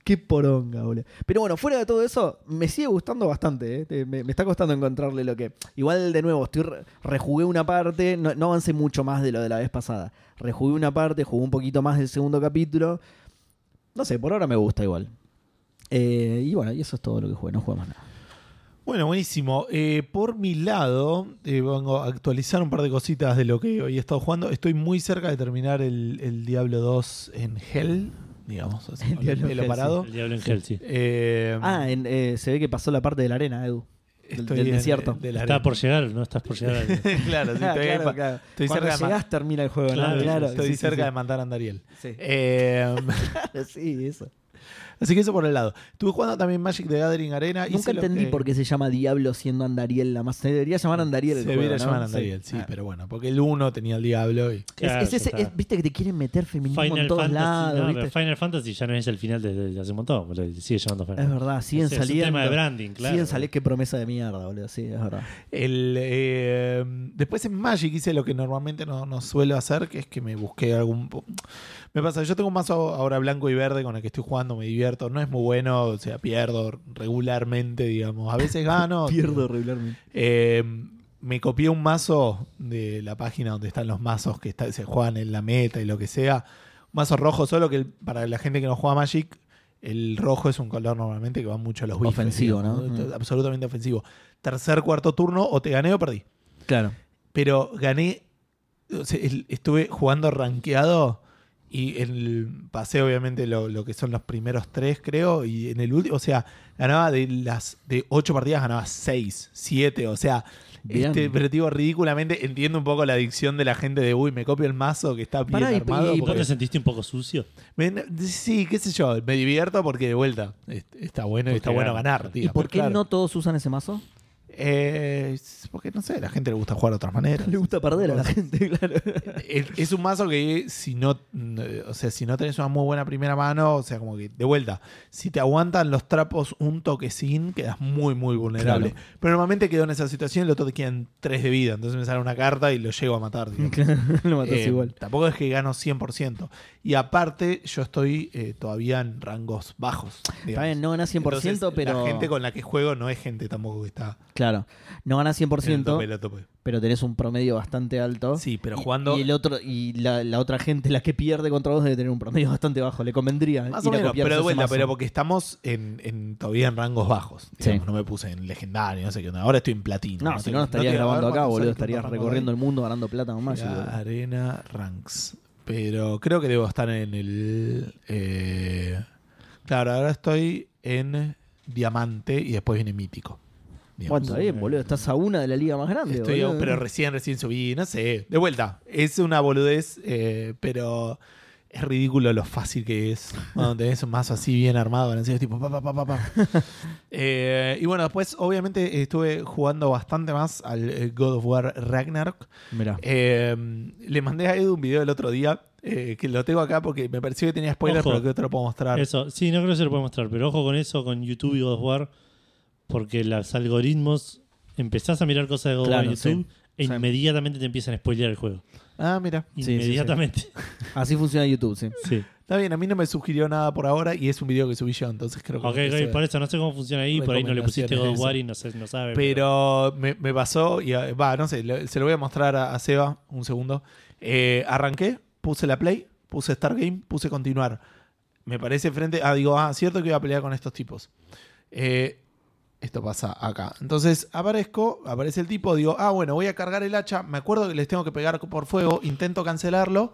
Speaker 3: Qué poronga, boludo. Pero bueno, fuera de todo eso, me sigue gustando bastante. ¿eh? Te- Me, me está costando encontrarle lo que. Igual, de nuevo, estoy re- rejugué una parte. No, no avancé mucho más de lo de la vez pasada. Rejugué una parte, jugué un poquito más del segundo capítulo. No sé, por ahora me gusta igual. Eh, y bueno, y eso es todo lo que jugué. No jugué más nada.
Speaker 1: Bueno, buenísimo. Eh, por mi lado, eh, vengo a actualizar un par de cositas de lo que hoy he estado jugando. Estoy muy cerca de terminar el, el Diablo 2 en Hell, digamos, así,
Speaker 3: El
Speaker 1: con el
Speaker 3: Diablo
Speaker 1: pelo
Speaker 3: Hell, sí.
Speaker 1: parado.
Speaker 2: El diablo en Hell, sí.
Speaker 1: Eh,
Speaker 3: Ah, en- eh, se ve que pasó la parte de la arena, Edu. Del,
Speaker 1: estoy
Speaker 3: del
Speaker 1: en-
Speaker 3: desierto.
Speaker 1: de la
Speaker 2: Está
Speaker 1: arena.
Speaker 2: por llegar, no estás por llegar. al-
Speaker 1: claro, sí,
Speaker 3: Ah,
Speaker 1: estoy,
Speaker 3: claro,
Speaker 1: pa-
Speaker 3: claro.
Speaker 1: estoy
Speaker 3: Cuando
Speaker 1: cerca de ma-
Speaker 3: llegás, termina el juego. ¿no?
Speaker 2: Claro,
Speaker 3: Claro,
Speaker 1: estoy
Speaker 3: sí, sí,
Speaker 1: cerca
Speaker 3: sí.
Speaker 1: de matar a Andariel.
Speaker 3: Sí.
Speaker 1: Eh,
Speaker 3: Sí, eso.
Speaker 1: así que eso por el lado. Estuve jugando también Magic the Gathering Arena.
Speaker 3: Nunca
Speaker 1: Ah, hice lo
Speaker 3: entendí
Speaker 1: que-
Speaker 3: por qué se llama Diablo siendo Andariel la más. Se debería llamar Andariel el
Speaker 1: Se
Speaker 3: juego,
Speaker 1: debiera
Speaker 3: ¿no?
Speaker 1: llamar
Speaker 3: Sí.
Speaker 1: Andariel, sí,
Speaker 3: Ah.
Speaker 1: pero bueno, porque el 1 tenía el diablo y.
Speaker 3: Es-
Speaker 2: Claro,
Speaker 3: es
Speaker 2: ya
Speaker 3: ese-
Speaker 2: está.
Speaker 3: es- viste que te quieren meter feminismo en
Speaker 2: Final
Speaker 3: todos
Speaker 2: Fantasy, no,
Speaker 3: lados.
Speaker 2: pero
Speaker 3: ¿viste?
Speaker 2: Final Fantasy ya no es el final desde desde hace un montón, boludo, sigue llamando Final
Speaker 3: Es verdad, siguen
Speaker 2: Es- es un
Speaker 3: saliendo.
Speaker 2: tema de branding, claro.
Speaker 3: Siguen saliendo, qué promesa de mierda, boludo. Sí, es verdad.
Speaker 1: El, eh, después en Magic hice lo que normalmente no, no suelo hacer, que es que me busqué algún... po- Me pasa, yo tengo un mazo ahora blanco y verde con el que estoy jugando, me divierto, no es muy bueno, o sea, pierdo regularmente, digamos. A veces gano.
Speaker 3: Pierdo regularmente.
Speaker 1: Eh, me copié un mazo de la página donde están los mazos que está- se juegan en la meta y lo que sea. Un mazo rojo, solo que el- para la gente que no juega Magic, el rojo es un color normalmente que va mucho a los bifes,
Speaker 3: Ofensivo,
Speaker 1: digamos,
Speaker 3: ¿no?
Speaker 1: Esto- Absolutamente ofensivo. Tercer, cuarto turno, o te gané o perdí.
Speaker 3: Claro.
Speaker 1: Pero gané. o sea, el- estuve jugando rankeado. Y en el- pasé, obviamente, lo, lo que son los primeros tres, creo. Y en el último, o sea, ganaba de las de ocho partidas, ganaba seis, siete. O sea,
Speaker 3: Bien.
Speaker 1: este, pero digo, ridículamente entiendo un poco la adicción de la gente de uy, me copio el mazo que está bien
Speaker 3: Pará, y-
Speaker 1: armado.
Speaker 3: y-
Speaker 2: ¿No
Speaker 1: porque-
Speaker 2: te sentiste un poco sucio?
Speaker 1: me- sí, qué sé yo, me divierto porque de vuelta est- está bueno y
Speaker 2: Porque
Speaker 1: está bueno
Speaker 2: gana.
Speaker 1: ganar.
Speaker 3: ¿Y
Speaker 1: digamos,
Speaker 3: por qué
Speaker 1: claro.
Speaker 3: no todos usan ese mazo?
Speaker 1: Eh, es porque no sé, a la gente le gusta jugar de otras maneras.
Speaker 3: Le gusta perder a la gente, claro.
Speaker 1: es, es un mazo que si no, mm, o sea, si no tenés una muy buena primera mano, o sea, como que de vuelta, si te aguantan los trapos un toquecín, quedas muy, muy vulnerable. Pero normalmente quedo en esa situación y el otro te quedan tres de vida, entonces me sale una carta y lo llego a matar. digamos.
Speaker 3: Claro, Lo matas
Speaker 1: Eh,
Speaker 3: igual.
Speaker 1: Tampoco es que gano 100%. Y aparte, yo estoy eh, todavía en rangos bajos.
Speaker 3: Está
Speaker 1: digamos.
Speaker 3: bien, no ganas 100%,
Speaker 1: Entonces,
Speaker 3: pero.
Speaker 1: La gente con la que juego no es gente tampoco que está
Speaker 3: Claro. No ganas
Speaker 1: en el
Speaker 3: 100%,
Speaker 1: tope, la tope.
Speaker 3: pero tenés un promedio bastante alto.
Speaker 1: Sí, pero
Speaker 3: Y-
Speaker 1: jugando.
Speaker 3: Y, el otro, y la, la otra gente, la que pierde contra vos, debe tener un promedio bastante bajo. Le convendría.
Speaker 1: Más
Speaker 3: ir
Speaker 1: o
Speaker 3: a
Speaker 1: menos,
Speaker 3: copiarse
Speaker 1: pero de
Speaker 3: ese
Speaker 1: vuelta,
Speaker 3: mazo.
Speaker 1: pero porque estamos en, en- todavía en rangos bajos. digamos,
Speaker 3: Sí.
Speaker 1: No me puse en legendario, no sé qué onda. Ahora estoy en platino.
Speaker 3: No, si
Speaker 1: sé,
Speaker 3: no, no estarías
Speaker 1: te- a ver
Speaker 3: grabando acá,
Speaker 1: cuánto
Speaker 3: boludo.
Speaker 1: sale,
Speaker 3: Estarías
Speaker 1: cuántos
Speaker 3: recorriendo
Speaker 1: rangos
Speaker 3: el mundo ganando plata con
Speaker 1: hay.
Speaker 3: Magic.
Speaker 1: La
Speaker 3: boludo.
Speaker 1: Arena Ranks. Pero creo que debo estar en el. eh, claro, ahora estoy en Diamante y después viene Mítico. digamos.
Speaker 3: Bueno, está bien, boludo. Estás a una de la liga más grande.
Speaker 1: Estoy,
Speaker 3: boludo.
Speaker 1: pero recién, recién subí, no sé. De vuelta, es una boludez, eh, pero es ridículo lo fácil que es. Cuando tenés un mazo así bien armado, balanceado, es tipo pa, pa, pa, pa, pa. Eh, y bueno, después, obviamente, estuve jugando bastante más al eh, God of War Ragnarok.
Speaker 3: Mirá.
Speaker 1: Eh, le mandé a Edu un video el otro día, eh, que lo tengo acá porque me pareció que tenía spoilers,
Speaker 2: Ojo.
Speaker 1: pero que te lo puedo mostrar.
Speaker 2: Eso, sí, no creo que se lo pueda mostrar, pero ojo con eso, con YouTube y God of War, porque los algoritmos, empezás a mirar cosas de God of War
Speaker 3: Claro,
Speaker 2: en YouTube e
Speaker 3: Sí.
Speaker 2: inmediatamente te empiezan a spoilear el juego.
Speaker 1: Ah, mira.
Speaker 3: Sí, sí, sí.
Speaker 2: Inmediatamente.
Speaker 3: Así funciona YouTube, sí.
Speaker 2: Sí.
Speaker 1: Está bien, a mí no me sugirió nada por ahora y es un video que subí yo, entonces creo que...
Speaker 2: Ok,
Speaker 1: eso
Speaker 2: ok,
Speaker 1: es.
Speaker 2: por eso no sé cómo funciona ahí, por ahí no le pusiste God of War y no, sé, no sabe.
Speaker 1: Pero me, me pasó, y eh, va, no sé, lo- se lo voy a mostrar a, a Seba, un segundo. Eh, arranqué, puse la play, puse Star Game, puse continuar. Me parece frente, ah, digo, ah, cierto que iba a pelear con estos tipos. Eh, esto pasa acá. Entonces aparezco, aparece el tipo, digo, ah, bueno, voy a cargar el hacha, me acuerdo que les tengo que pegar por fuego, intento cancelarlo,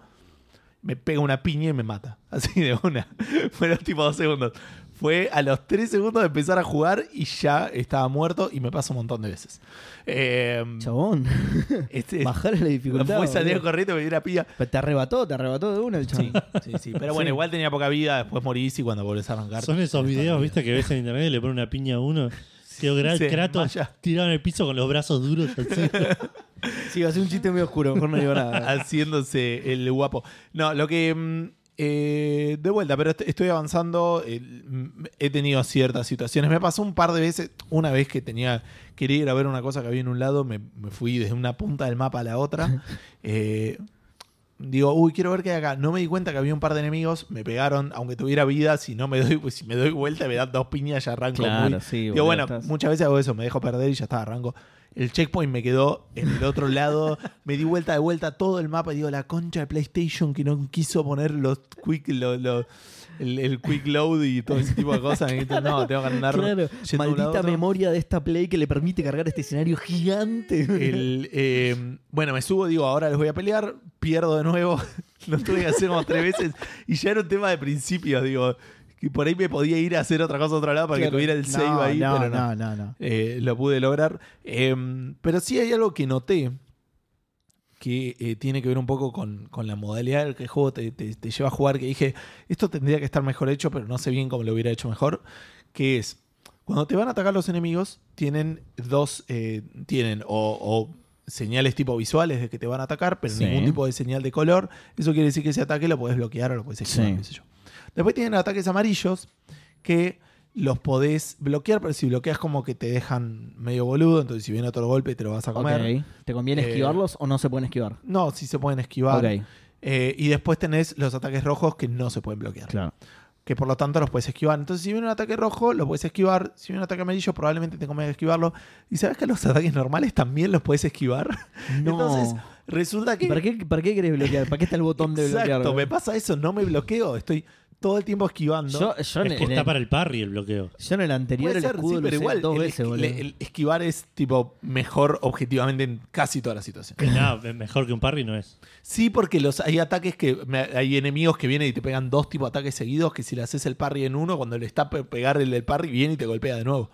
Speaker 1: me pega una piña y me mata. Así de una. Fueron tipo dos segundos. Fue a los tres segundos de empezar a jugar y ya estaba muerto y me pasa un montón de veces. Eh,
Speaker 3: Chabón,
Speaker 1: este-
Speaker 3: bajar la dificultad.
Speaker 1: fue salir
Speaker 3: boludo.
Speaker 1: corriendo y me dio una piña.
Speaker 3: Pero te arrebató, te arrebató de una el chabón.
Speaker 1: Sí, sí, sí. Pero bueno, igual tenía poca vida, después morís y cuando volvés a arrancar.
Speaker 2: Son esos
Speaker 1: tenés
Speaker 2: videos,
Speaker 1: toda la
Speaker 2: viste, que ves en internet y le ponen una piña a uno. Quedó gra-
Speaker 1: se
Speaker 2: Kratos
Speaker 1: desmaya.
Speaker 2: tirado en el piso con los brazos duros. así.
Speaker 3: Sí, va a ser un chiste medio oscuro, mejor no digo nada.
Speaker 1: haciéndose el guapo. No, lo que. mm, eh, de vuelta, pero est- estoy avanzando. el- mm, he tenido ciertas situaciones. Me pasó un par de veces. Una vez que tenía. Quería ir a ver una cosa que había en un lado. Me, me fui desde una punta del mapa a la otra. eh, digo, uy, quiero ver qué hay acá. No me di cuenta que había un par de enemigos, me pegaron, aunque tuviera vida, si no me doy, pues, si me doy vuelta, me dan dos piñas y arranco
Speaker 3: Claro,
Speaker 1: muy-
Speaker 3: sí,
Speaker 1: Digo,
Speaker 3: boludo,
Speaker 1: bueno,
Speaker 3: estás-
Speaker 1: muchas veces hago eso, me dejo perder y ya está, arranco. El checkpoint me quedó en el otro lado, me di vuelta de vuelta todo el mapa y digo, la concha de PlayStation que no quiso poner los quick, lo- lo- el, el quick load y todo ese tipo de cosas. Y entonces, no, tengo que andar
Speaker 3: Claro,
Speaker 1: yendo de un lado a
Speaker 3: maldita
Speaker 1: otro.
Speaker 3: memoria de esta Play que le permite cargar este escenario gigante.
Speaker 1: El, eh, bueno, me subo, digo, ahora los voy a pelear, pierdo de nuevo, lo tuve que hacer como tres veces y ya era un tema de principios, digo, que por ahí me podía ir a hacer otra cosa a otro lado para que
Speaker 3: Claro.
Speaker 1: tuviera el
Speaker 3: No,
Speaker 1: save ahí,
Speaker 3: no,
Speaker 1: pero no,
Speaker 3: no, no, no.
Speaker 1: Eh, lo pude lograr. Eh, pero sí hay algo que noté que eh, tiene que ver un poco con, con la modalidad del que el juego te, te- te lleva a jugar, que dije, esto tendría que estar mejor hecho, pero no sé bien cómo lo hubiera hecho mejor, que es, cuando te van a atacar los enemigos, tienen dos, eh, tienen o, o señales tipo visuales de que te van a atacar, pero
Speaker 3: Sí.
Speaker 1: ningún tipo de señal de color, eso quiere decir que ese ataque lo puedes bloquear o lo puedes esquivar,
Speaker 3: Sí.
Speaker 1: qué sé yo. Después tienen ataques amarillos, que los podés bloquear, pero si bloqueas como que te dejan medio boludo, entonces si viene otro golpe te lo vas a comer.
Speaker 3: Ok. ¿Te conviene
Speaker 1: Eh,
Speaker 3: esquivarlos o no se pueden esquivar?
Speaker 1: No, sí se pueden esquivar.
Speaker 3: Ok,
Speaker 1: Eh, y después tenés los ataques rojos que no se pueden bloquear.
Speaker 3: claro.
Speaker 1: Que por lo tanto los puedes esquivar. Entonces, si viene un ataque rojo, lo puedes esquivar. Si viene un ataque amarillo, probablemente te convenga esquivarlo. ¿Y sabes que los ataques normales también los puedes esquivar? Entonces, resulta que.
Speaker 3: ¿Para qué, ¿Para qué querés bloquear? ¿Para qué está el botón de bloquear?
Speaker 1: Exacto, me pasa eso, no me bloqueo. Estoy todo el tiempo esquivando.
Speaker 3: Yo, yo en,
Speaker 2: Es que
Speaker 3: en
Speaker 2: está
Speaker 3: el,
Speaker 2: para el parry el bloqueo.
Speaker 3: yo en el anterior
Speaker 1: Puede
Speaker 3: el
Speaker 1: ser,
Speaker 3: escudo
Speaker 1: sí,
Speaker 3: lo
Speaker 1: pero
Speaker 3: usé
Speaker 1: igual
Speaker 3: dos
Speaker 1: el
Speaker 3: veces,
Speaker 1: esqui-
Speaker 3: boludo.
Speaker 1: le- el esquivar es tipo mejor objetivamente en casi todas las situaciones.
Speaker 2: Que nada, es mejor que un parry no es.
Speaker 1: Sí, porque los hay ataques que me- hay enemigos que vienen y te pegan dos tipos de ataques seguidos que si le haces el parry en uno, cuando le está pe- pegar el del parry, viene y te golpea de nuevo.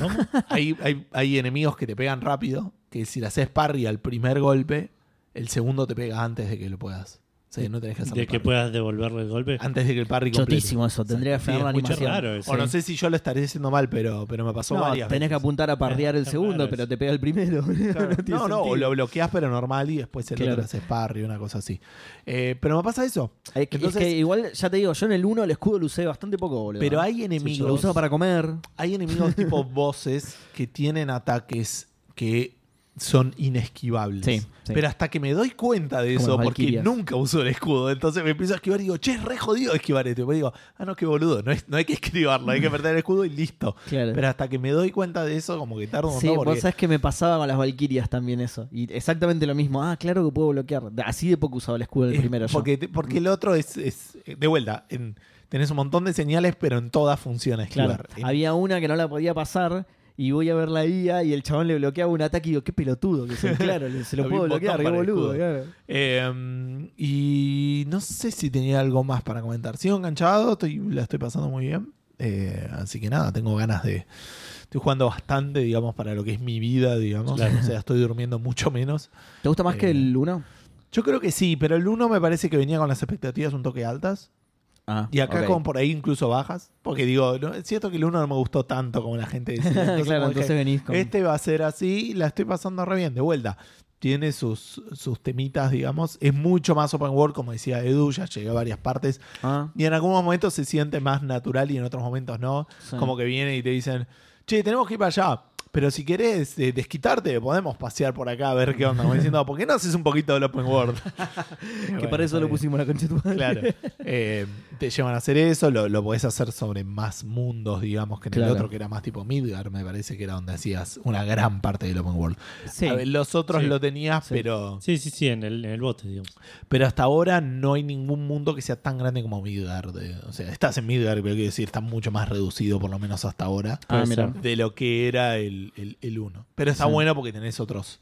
Speaker 2: ¿Cómo?
Speaker 1: Hay, hay, hay enemigos que te pegan rápido, que si le haces parry al primer golpe, el segundo te pega antes de que lo puedas. O sea, no tenés que hacer
Speaker 2: De que puedas devolverle el golpe.
Speaker 3: Ah,
Speaker 1: antes de que el parry complete.
Speaker 3: Chotísimo eso, tendría que
Speaker 1: Exacto.
Speaker 3: frenar la
Speaker 2: Sí, es mucho
Speaker 3: animación.
Speaker 2: raro eso.
Speaker 1: O no sé si yo lo estaré haciendo mal, pero, pero me pasó
Speaker 3: No,
Speaker 1: varias
Speaker 3: tenés que
Speaker 1: veces.
Speaker 3: apuntar a pardear el
Speaker 2: Claro,
Speaker 3: segundo,
Speaker 2: es-
Speaker 3: pero te pega el primero. boludo,
Speaker 1: Claro.
Speaker 3: no tiene
Speaker 1: No, no, o
Speaker 3: sentido.
Speaker 1: lo bloqueas pero normal y después el
Speaker 3: Claro.
Speaker 1: otro hace parry, una cosa así. Eh, pero me pasa eso.
Speaker 3: Es que, es
Speaker 1: Entonces-
Speaker 3: que igual, ya te digo, yo en el 1 el escudo lo usé bastante poco, boludo.
Speaker 1: Pero hay
Speaker 3: Lo
Speaker 1: enemigos.
Speaker 3: usaba para comer.
Speaker 1: Hay enemigos tipo bosses que tienen ataques que son inesquivables.
Speaker 3: Sí, sí.
Speaker 1: Pero hasta que me doy cuenta de
Speaker 3: Como
Speaker 1: eso,
Speaker 3: los
Speaker 1: porque
Speaker 3: valquirias.
Speaker 1: nunca uso el escudo, entonces me empiezo a esquivar y digo, che, es re jodido esquivar esto. Y después digo, ah, no, qué boludo, no, es- no hay que esquivarlo, hay que perder el escudo y listo.
Speaker 3: Claro.
Speaker 1: Pero hasta que me doy cuenta de eso, como que tardo un
Speaker 3: Sí,
Speaker 1: montón. porque-
Speaker 3: vos sabés que me pasaba con las Valkyrias también eso. Y exactamente lo mismo. Ah, claro que puedo bloquear. Así de poco usaba el escudo el
Speaker 1: Es
Speaker 3: primero yo.
Speaker 1: Porque, te- porque el otro es, es- de vuelta, en- tenés un montón de señales, pero en todas funciona este
Speaker 3: Claro,
Speaker 1: esquivar. En-
Speaker 3: había una que no la podía pasar y voy a ver la guía y el chabón le bloqueaba un ataque y digo, qué pelotudo que soy. Claro, le- se lo
Speaker 1: Había
Speaker 3: puedo
Speaker 1: un botón
Speaker 3: bloquear, qué
Speaker 1: para el
Speaker 3: boludo.
Speaker 1: escudo.
Speaker 3: claro.
Speaker 1: Eh, y no sé si tenía algo más para comentar. Sigo enganchado, estoy, la estoy pasando muy bien. Eh, así que nada, tengo ganas de. Estoy jugando bastante, digamos, para lo que es mi vida, digamos.
Speaker 2: Claro.
Speaker 1: O sea, estoy durmiendo mucho menos.
Speaker 3: ¿Te gusta más
Speaker 1: Eh,
Speaker 3: que el 1?
Speaker 1: Yo creo que sí, pero el 1 me parece que venía con las expectativas un toque altas.
Speaker 3: Ah,
Speaker 1: Y acá
Speaker 3: ok.
Speaker 1: con por ahí incluso bajas. Porque digo, no, es cierto que el 1 no me gustó tanto como la gente decía. Entonces,
Speaker 3: claro,
Speaker 1: como dije,
Speaker 3: entonces venís con...
Speaker 1: Este va a ser así, la estoy pasando re bien, de vuelta. Tiene sus, sus temitas, digamos. Es mucho más open world, como decía Edu, ya llegué a varias partes.
Speaker 3: Ah,
Speaker 1: Y en algunos momentos se siente más natural y en otros momentos no.
Speaker 3: Sí.
Speaker 1: Como que viene y te dicen, che, tenemos que ir para allá. Pero si querés eh, desquitarte, podemos pasear por acá a ver qué onda. Como diciendo, ¿por qué no haces un poquito del open world?
Speaker 3: que para eso lo pusimos la concha de tu madre.
Speaker 1: Claro. Eh, te llevan a hacer eso, lo, lo podés hacer sobre más mundos, digamos, que en
Speaker 3: Claro.
Speaker 1: el otro, que era más tipo Midgar, me parece que era donde hacías una gran parte del Open World.
Speaker 3: Sí.
Speaker 1: A ver, los otros
Speaker 2: Sí.
Speaker 1: lo tenías,
Speaker 3: Sí.
Speaker 1: pero,
Speaker 2: Sí, sí, sí, en el, en el bote, digamos.
Speaker 1: pero hasta ahora no hay ningún mundo que sea tan grande como Midgar. de- o sea, estás en Midgar, pero quiero decir, está mucho más reducido, por lo menos hasta ahora,
Speaker 3: Ah,
Speaker 2: Puede
Speaker 3: mira.
Speaker 2: ser.
Speaker 1: de lo que era el, el, el uno. Pero está
Speaker 3: Sí.
Speaker 1: bueno porque tenés otros,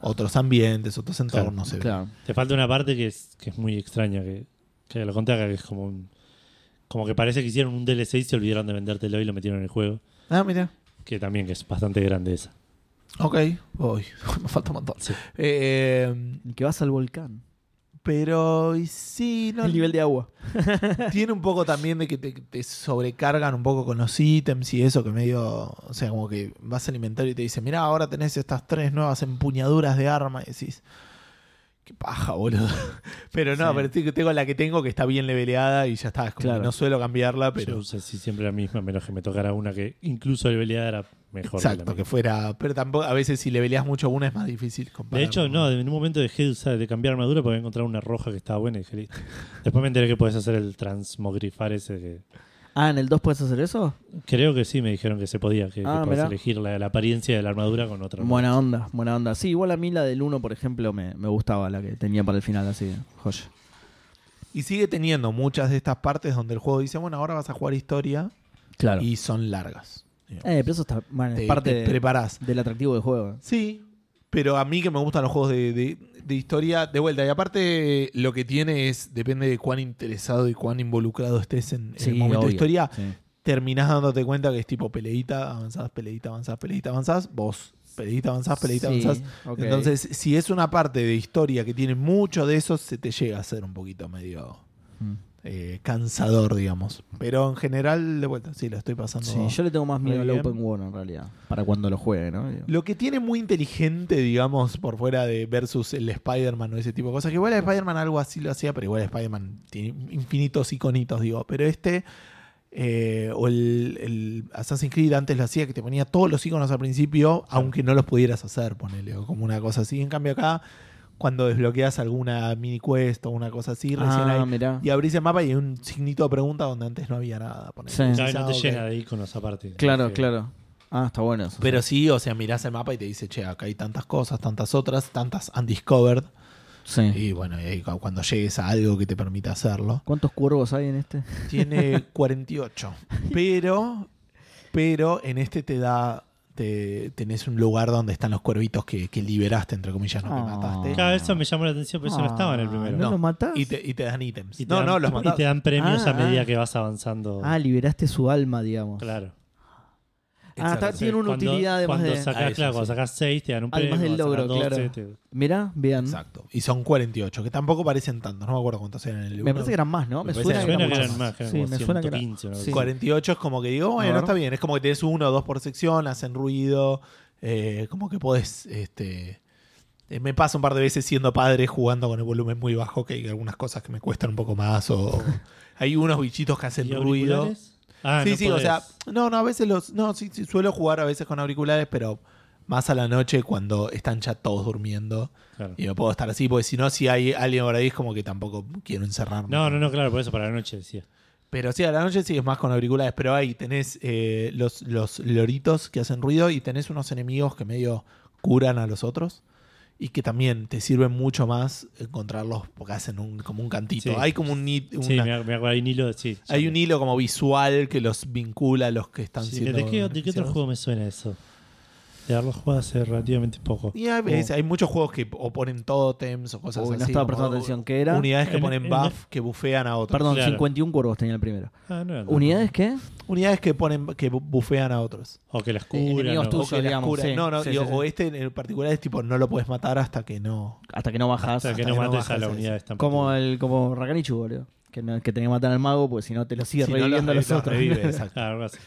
Speaker 1: otros ambientes, otros entornos. se ve.
Speaker 3: Claro.
Speaker 2: Te falta una parte que es, que es muy extraña, que, que lo conté acá, que es como un- Como que parece que hicieron un DLC y se olvidaron de vendértelo y lo metieron en el juego.
Speaker 1: Ah, mira.
Speaker 2: Que también que es bastante grande esa.
Speaker 1: Ok, voy. Me falta un montón.
Speaker 2: Sí.
Speaker 1: Eh,
Speaker 3: El que vas al volcán.
Speaker 1: Pero y sí, no,
Speaker 3: El nivel de agua.
Speaker 1: tiene un poco también de que te, te sobrecargan un poco con los ítems y eso, que medio, o sea, como que vas al inventario y te dicen, mirá, ahora tenés estas tres nuevas empuñaduras de arma y decís, Qué paja, boludo. Pero no,
Speaker 3: Sí.
Speaker 1: pero tengo- tengo la que tengo que está bien leveleada y ya está. Es como
Speaker 3: Claro.
Speaker 1: que no suelo cambiarla,
Speaker 2: Pero
Speaker 1: Ah, pero.
Speaker 2: usé sí, siempre la misma, menos que me tocara una que incluso de habilidad era mejor. que la
Speaker 1: Exacto, que
Speaker 2: mía.
Speaker 1: fuera. Pero tampoco, a veces si leveleas mucho una es más difícil comparar.
Speaker 2: De hecho,
Speaker 1: con-
Speaker 2: no, en un momento dejé de, usar- de cambiar armadura porque había encontrado una roja que estaba buena y dije, "Listo". Después me enteré que podés hacer el transmogrifar ese que...
Speaker 3: Ah, ¿en el 2 puedes hacer eso?
Speaker 2: Creo que sí, me dijeron que se podía, que, que
Speaker 3: Ah,
Speaker 2: podés
Speaker 3: mirá.
Speaker 2: elegir la, la apariencia de la armadura con otra. armadura.
Speaker 3: Buena onda, buena onda. Sí, igual a mí la del 1, por ejemplo, me, me gustaba la que tenía para el final, así, joya.
Speaker 1: Y sigue teniendo muchas de estas partes donde el juego dice, bueno, ahora vas a jugar historia
Speaker 3: Claro.
Speaker 1: y son largas.
Speaker 3: Eh, pero eso está, bueno, es
Speaker 1: Te,
Speaker 3: parte
Speaker 1: te
Speaker 3: de-
Speaker 1: preparás.
Speaker 3: del atractivo del juego.
Speaker 1: Sí, pero a mí que me gustan los juegos de, de- de historia, de vuelta. Y aparte, lo que tiene es, depende de cuán interesado y cuán involucrado estés en, en
Speaker 3: Sí,
Speaker 1: el momento
Speaker 3: obvio.
Speaker 1: de historia,
Speaker 3: Sí.
Speaker 1: terminás dándote cuenta que es tipo peleita, avanzás, peleita, avanzás, peleita, avanzás, vos, peleita, avanzás, peleita,
Speaker 3: Sí,
Speaker 1: avanzás.
Speaker 3: ok.
Speaker 1: Entonces, si es una parte de historia que tiene mucho de eso, se te llega a ser un poquito medio
Speaker 3: Mm.
Speaker 1: eh, cansador, digamos. Pero en general, de vuelta, sí, lo estoy pasando.
Speaker 3: Sí, yo le tengo más miedo
Speaker 1: Muy
Speaker 3: al
Speaker 1: bien.
Speaker 3: Open World en realidad. Para cuando lo juegue, ¿no? Digo.
Speaker 1: Lo que tiene muy inteligente, digamos, por fuera de versus el Spider-Man o ese tipo de cosas, que igual el Spider-Man algo así lo hacía, pero igual el Spider-Man tiene infinitos iconitos, digo, pero este, eh, o el, el Assassin's Creed antes lo hacía, que te ponía todos los iconos al principio, aunque no los pudieras hacer, ponele, o como una cosa así. En cambio acá, cuando desbloqueas alguna mini quest o una cosa así, recién
Speaker 3: ah,
Speaker 1: ahí...
Speaker 3: mirá.
Speaker 1: Y abrís el mapa y hay un signito de pregunta donde antes no había nada. ponele.
Speaker 3: Sí.
Speaker 1: Decís,
Speaker 2: Claro, no
Speaker 1: ah,
Speaker 2: te
Speaker 1: ok.
Speaker 2: llena de iconos aparte.
Speaker 3: Claro,
Speaker 2: Porque-
Speaker 3: claro. Ah, está bueno eso.
Speaker 1: Pero sí, o sea, mirás el mapa y te dice, che, acá hay tantas cosas, tantas otras, tantas undiscovered.
Speaker 3: Sí.
Speaker 1: Y bueno, y ahí cu- cuando llegues a algo que te permita hacerlo.
Speaker 3: ¿Cuántos cuervos hay en este?
Speaker 1: Tiene 48. Pero, pero en este te da, te, tenés un lugar donde están los cuervitos que, que liberaste, entre comillas, no que
Speaker 3: Ah.
Speaker 1: mataste.
Speaker 2: Claro, eso me llamó la atención, pero eso no estaba en el
Speaker 3: Ah,
Speaker 2: primero.
Speaker 3: ¿No,
Speaker 1: No.
Speaker 3: los matás?
Speaker 1: Y te, y te dan ítems.
Speaker 2: Y te
Speaker 1: no,
Speaker 2: dan-
Speaker 1: no, los
Speaker 2: Y
Speaker 1: matás.
Speaker 2: te dan premios
Speaker 3: Ah,
Speaker 2: a medida
Speaker 3: ah.
Speaker 2: que vas avanzando.
Speaker 3: Ah, liberaste su alma, digamos.
Speaker 2: claro.
Speaker 3: Ah, está,
Speaker 1: Exacto.
Speaker 3: tiene una
Speaker 2: Cuando-
Speaker 3: utilidad además
Speaker 2: cuando
Speaker 3: de.
Speaker 2: Sacás,
Speaker 1: Ah, eso, sí.
Speaker 2: claro, cuando sacás 6 te dan un premio.
Speaker 3: Además del
Speaker 2: cuando
Speaker 3: logro,
Speaker 2: sacás
Speaker 3: claro.
Speaker 2: 12 te-
Speaker 3: Mirá, bien.
Speaker 1: Exacto. Y son 48, que tampoco parecen tantos. No me acuerdo cuántos eran en el
Speaker 3: Me
Speaker 1: uno.
Speaker 3: parece que eran más, ¿no? Me,
Speaker 1: Me
Speaker 3: suena,
Speaker 1: parece
Speaker 2: Suena que
Speaker 1: mucho
Speaker 2: eran más, que eran
Speaker 3: Sí,
Speaker 2: como
Speaker 3: me suena que era-
Speaker 2: 115 o algo
Speaker 3: sí.
Speaker 2: así.
Speaker 1: 48 es como que digo,
Speaker 3: A
Speaker 1: bueno,
Speaker 3: ver.
Speaker 1: está bien. Es como que tenés uno o dos por sección, hacen ruido. eh, como que podés. Este, eh, me pasa un par de veces siendo padre jugando con el volumen muy bajo, que hay algunas cosas que me cuestan un poco más. O hay unos bichitos que hacen
Speaker 2: ¿Y
Speaker 1: ruido.
Speaker 2: auriculares? Ah,
Speaker 1: sí,
Speaker 2: no
Speaker 1: sí, o
Speaker 2: podés.
Speaker 1: sea, no, no, a veces los. No, sí, sí, suelo jugar a veces con auriculares, pero más a la noche cuando están ya todos durmiendo.
Speaker 2: Claro.
Speaker 1: Y no puedo estar así, porque si no, si hay alguien por ahí, es como que tampoco quiero encerrarme.
Speaker 2: No, no, no, claro, por eso para la noche decía.
Speaker 1: Pero sí, a la noche sigues más con auriculares, pero ahí tenés eh, los, los loritos que hacen ruido y tenés unos enemigos que medio curan a los otros y que también te sirven mucho más eh, encontrarlos porque hacen un, como un cantito.
Speaker 2: Sí.
Speaker 1: Hay como un, ni-
Speaker 2: Sí,
Speaker 1: una-
Speaker 2: me ac- me acuerdo, hay un hilo, sí. ya
Speaker 1: hay
Speaker 2: me-
Speaker 1: un hilo como visual que los vincula a los que están
Speaker 2: sí,
Speaker 1: siendo
Speaker 2: ¿De qué, de qué otro
Speaker 1: beneficiados.
Speaker 2: juego me suena eso? De haberlo jugado hace relativamente poco.
Speaker 1: Y hay,
Speaker 2: Oh.
Speaker 1: veces- hay muchos juegos que o ponen totems o cosas
Speaker 3: Uy,
Speaker 1: así.
Speaker 3: no estaba
Speaker 1: como
Speaker 3: prestando
Speaker 1: u-
Speaker 3: atención. ¿Qué era?
Speaker 1: Unidades que
Speaker 2: En-
Speaker 1: ponen
Speaker 2: en-
Speaker 1: buff que bufean a otros.
Speaker 3: Perdón,
Speaker 2: Claro.
Speaker 3: 51 cuervos tenía el primero.
Speaker 2: Ah, no era tanto.
Speaker 3: ¿Unidades qué?
Speaker 1: Unidades que ponen que bu- bufean a otros.
Speaker 2: O que las curan.
Speaker 3: Enemigos
Speaker 2: o-
Speaker 1: O
Speaker 3: tuyos,
Speaker 1: que las
Speaker 3: digamos.
Speaker 1: cura.
Speaker 3: sí.
Speaker 1: no, no,
Speaker 3: Sí,
Speaker 1: y
Speaker 3: sí,
Speaker 1: o-
Speaker 3: sí.
Speaker 1: o este en particular es tipo, no lo puedes matar hasta que no.
Speaker 3: Hasta que no
Speaker 2: O
Speaker 3: bajás.
Speaker 2: sea, que
Speaker 1: hasta
Speaker 2: no
Speaker 1: que no
Speaker 2: mates a
Speaker 1: bajas
Speaker 2: la
Speaker 1: ese.
Speaker 2: unidad esta.
Speaker 3: Como el como Rakanichu, boludo. Que, no, que tenés que matar al mago, pues si no te lo sigue
Speaker 1: Si no,
Speaker 3: reviviendo a
Speaker 1: lo-
Speaker 3: los
Speaker 1: lo
Speaker 3: otros.
Speaker 1: revive, exacto.
Speaker 2: Ah, algo así.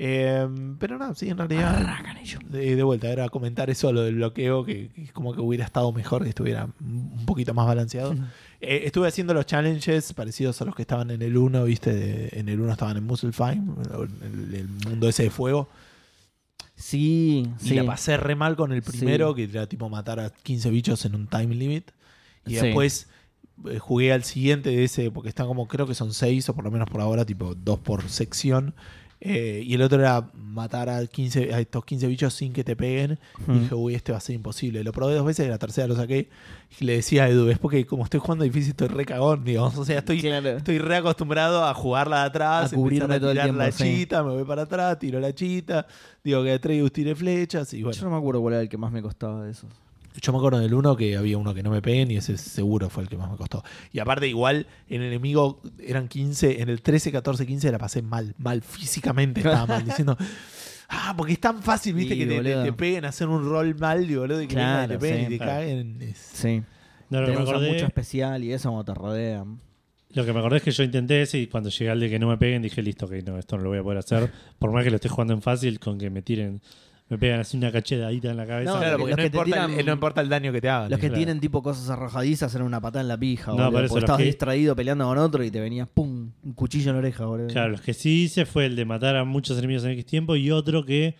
Speaker 1: Eh, pero no, sí, en realidad.
Speaker 3: Rakanichu.
Speaker 1: De, de vuelta, era comentar eso, lo del bloqueo, que, que es como que hubiera estado mejor que estuviera un poquito más balanceado. Eh, estuve haciendo los challenges parecidos a los que estaban en el 1, ¿viste? De- en el 1 estaban en Muselfheim, el, el mundo ese de fuego.
Speaker 3: Sí, sí.
Speaker 1: Y la pasé re mal con el
Speaker 3: Sí.
Speaker 1: primero, que era tipo matar a 15 bichos en un time limit. Y
Speaker 3: Sí.
Speaker 1: después eh, jugué al siguiente de ese, porque están como, creo que son 6 o por lo menos por ahora, tipo 2 por sección. Eh, y el otro era matar a, 15, a estos 15 bichos sin que te peguen. Y
Speaker 3: Mm.
Speaker 1: dije, uy, este va a ser imposible. Lo probé dos veces y la tercera lo saqué. Y le decía a Edu, es porque como estoy jugando difícil, estoy re cagón, digamos. O sea, estoy,
Speaker 3: Claro.
Speaker 1: Estoy reacostumbrado a jugarla de atrás,
Speaker 3: A cubrirme
Speaker 1: empezar
Speaker 3: todo el
Speaker 1: tirar
Speaker 3: tiempo,
Speaker 1: la
Speaker 3: sí.
Speaker 1: chita, me voy para atrás, tiro la chita, digo que Atreus tire flechas y
Speaker 3: Yo
Speaker 1: bueno.
Speaker 3: no me acuerdo cuál era el que más me costaba de esos.
Speaker 1: Yo me acuerdo del uno que había uno que no me peguen y ese seguro fue el que más me costó. Y aparte igual en el enemigo eran 15, en el 13, 14, 15 la pasé mal, mal físicamente estaba mal, diciendo... Ah, porque es tan fácil, viste,
Speaker 3: Sí,
Speaker 1: que te, te-
Speaker 3: boludo.
Speaker 1: te peguen, hacer un roll mal, y boludo, y que vengan y
Speaker 3: Claro,
Speaker 1: te peguen
Speaker 3: sí.
Speaker 1: y te
Speaker 2: Claro.
Speaker 1: caen. Es-
Speaker 3: Sí.
Speaker 2: No, lo que, me
Speaker 3: Tenemos a
Speaker 2: acordé,
Speaker 3: mucho especial y eso cuando te rodean.
Speaker 2: lo que me acordé es que yo intenté ese y cuando llegué al de que no me peguen dije, listo, que no, esto no lo voy a poder hacer. Por más que lo esté jugando en fácil, con que me tiren Me pegan así una cachedadita en la cabeza.
Speaker 3: No,
Speaker 1: claro,
Speaker 3: los
Speaker 1: porque no
Speaker 3: que te
Speaker 1: importa, el, eh,
Speaker 3: tiran-
Speaker 1: no importa el daño que te hagan.
Speaker 3: Los que
Speaker 2: Claro.
Speaker 3: tienen tipo cosas arrojadizas eran una patada en la pija,
Speaker 2: No,
Speaker 3: boludo.
Speaker 2: por eso
Speaker 3: porque
Speaker 2: los
Speaker 3: estabas
Speaker 2: que-
Speaker 3: distraído peleando con otro y te venías, pum, un cuchillo en la oreja, boludo.
Speaker 2: Claro, los que sí hice fue el de matar a muchos enemigos en X tiempo y otro que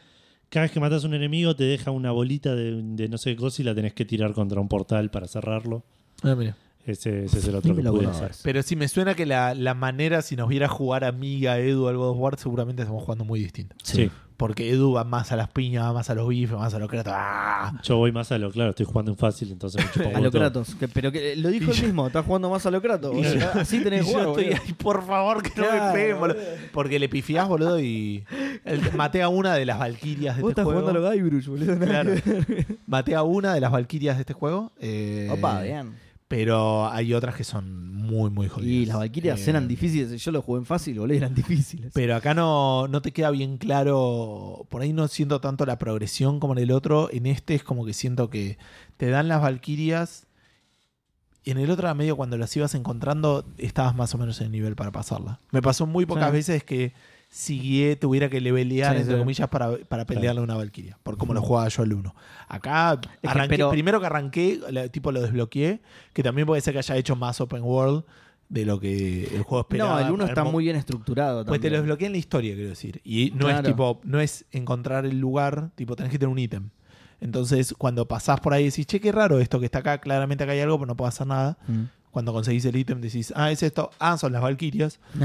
Speaker 2: cada vez que matas a un enemigo te deja una bolita de, de no sé qué cosa y la tenés que tirar contra un portal para cerrarlo.
Speaker 1: Ah, mira.
Speaker 2: Ese, ese es el otro
Speaker 3: Ni me
Speaker 2: que
Speaker 3: lo
Speaker 2: pude
Speaker 3: acuerdo.
Speaker 2: hacer.
Speaker 1: Pero sí, me suena que la, la manera, si nos viera jugar a mí, a Edu, al God of War, seguramente estamos jugando muy distinto.
Speaker 2: Sí.
Speaker 1: Porque Edu va más a las piñas, va más a los bifes, más a los kratos. ¡Ah!
Speaker 2: Yo voy más a lo claro, estoy jugando en fácil, entonces me chupa un
Speaker 3: A
Speaker 2: huevo todo.
Speaker 3: Locratos. Que, pero que eh, lo dijo él mismo, estás jugando más a Locratos. boludo.
Speaker 2: yo-
Speaker 3: Así tenés
Speaker 1: Y
Speaker 3: que jugar,
Speaker 1: yo estoy
Speaker 3: boludo.
Speaker 1: ahí, por favor, que no me
Speaker 3: Claro,
Speaker 1: peguen, boludo.
Speaker 3: boludo.
Speaker 1: Porque le pifiás, boludo, y el- maté a una de las valquirias de
Speaker 3: Vos
Speaker 1: este
Speaker 3: estás
Speaker 1: juego.
Speaker 3: jugando a los Guybrush, boludo. nada
Speaker 1: Claro.
Speaker 3: que ver.
Speaker 1: Maté a una de las valquirias de este juego. eh,
Speaker 3: Opa, vean.
Speaker 1: Pero hay otras que son muy, muy jodidas.
Speaker 3: Y las Valkyrias
Speaker 1: Eh,
Speaker 3: eran difíciles. Yo lo jugué en fácil, boludo, y eran difíciles.
Speaker 1: Pero acá no, no te queda bien claro. Por ahí no siento tanto la progresión como en el otro. En este es como que siento que te dan las Valquirias. Y en el otro, a medio, cuando las ibas encontrando, estabas más o menos en el nivel para pasarla. Me pasó muy pocas
Speaker 3: Sí.
Speaker 1: veces que siguié, tuviera que levelear,
Speaker 3: Sí,
Speaker 1: entre
Speaker 3: sí.
Speaker 1: comillas, para, para pelearle a una Valquiria. Por cómo lo jugaba yo al uno. Acá,
Speaker 3: que,
Speaker 1: arranqué-
Speaker 3: pero-
Speaker 1: primero que arranqué, la- tipo lo desbloqueé. Que también puede ser que haya hecho más open world de lo que el juego
Speaker 3: no,
Speaker 1: esperaba.
Speaker 3: el uno
Speaker 1: Al
Speaker 3: está
Speaker 1: mo-
Speaker 3: muy bien estructurado
Speaker 1: pues te
Speaker 3: también.
Speaker 1: lo desbloquean la historia, quiero decir. Y no es
Speaker 3: Claro.
Speaker 1: tipo, no es encontrar el lugar, tipo, tenés que tener un ítem. Entonces, cuando pasás por ahí decís, che, qué raro esto que está acá, claramente acá hay algo, pero no puedo hacer nada. Cuando conseguís el ítem decís, ah, es esto, ah, son las Valquirias.
Speaker 3: Mm.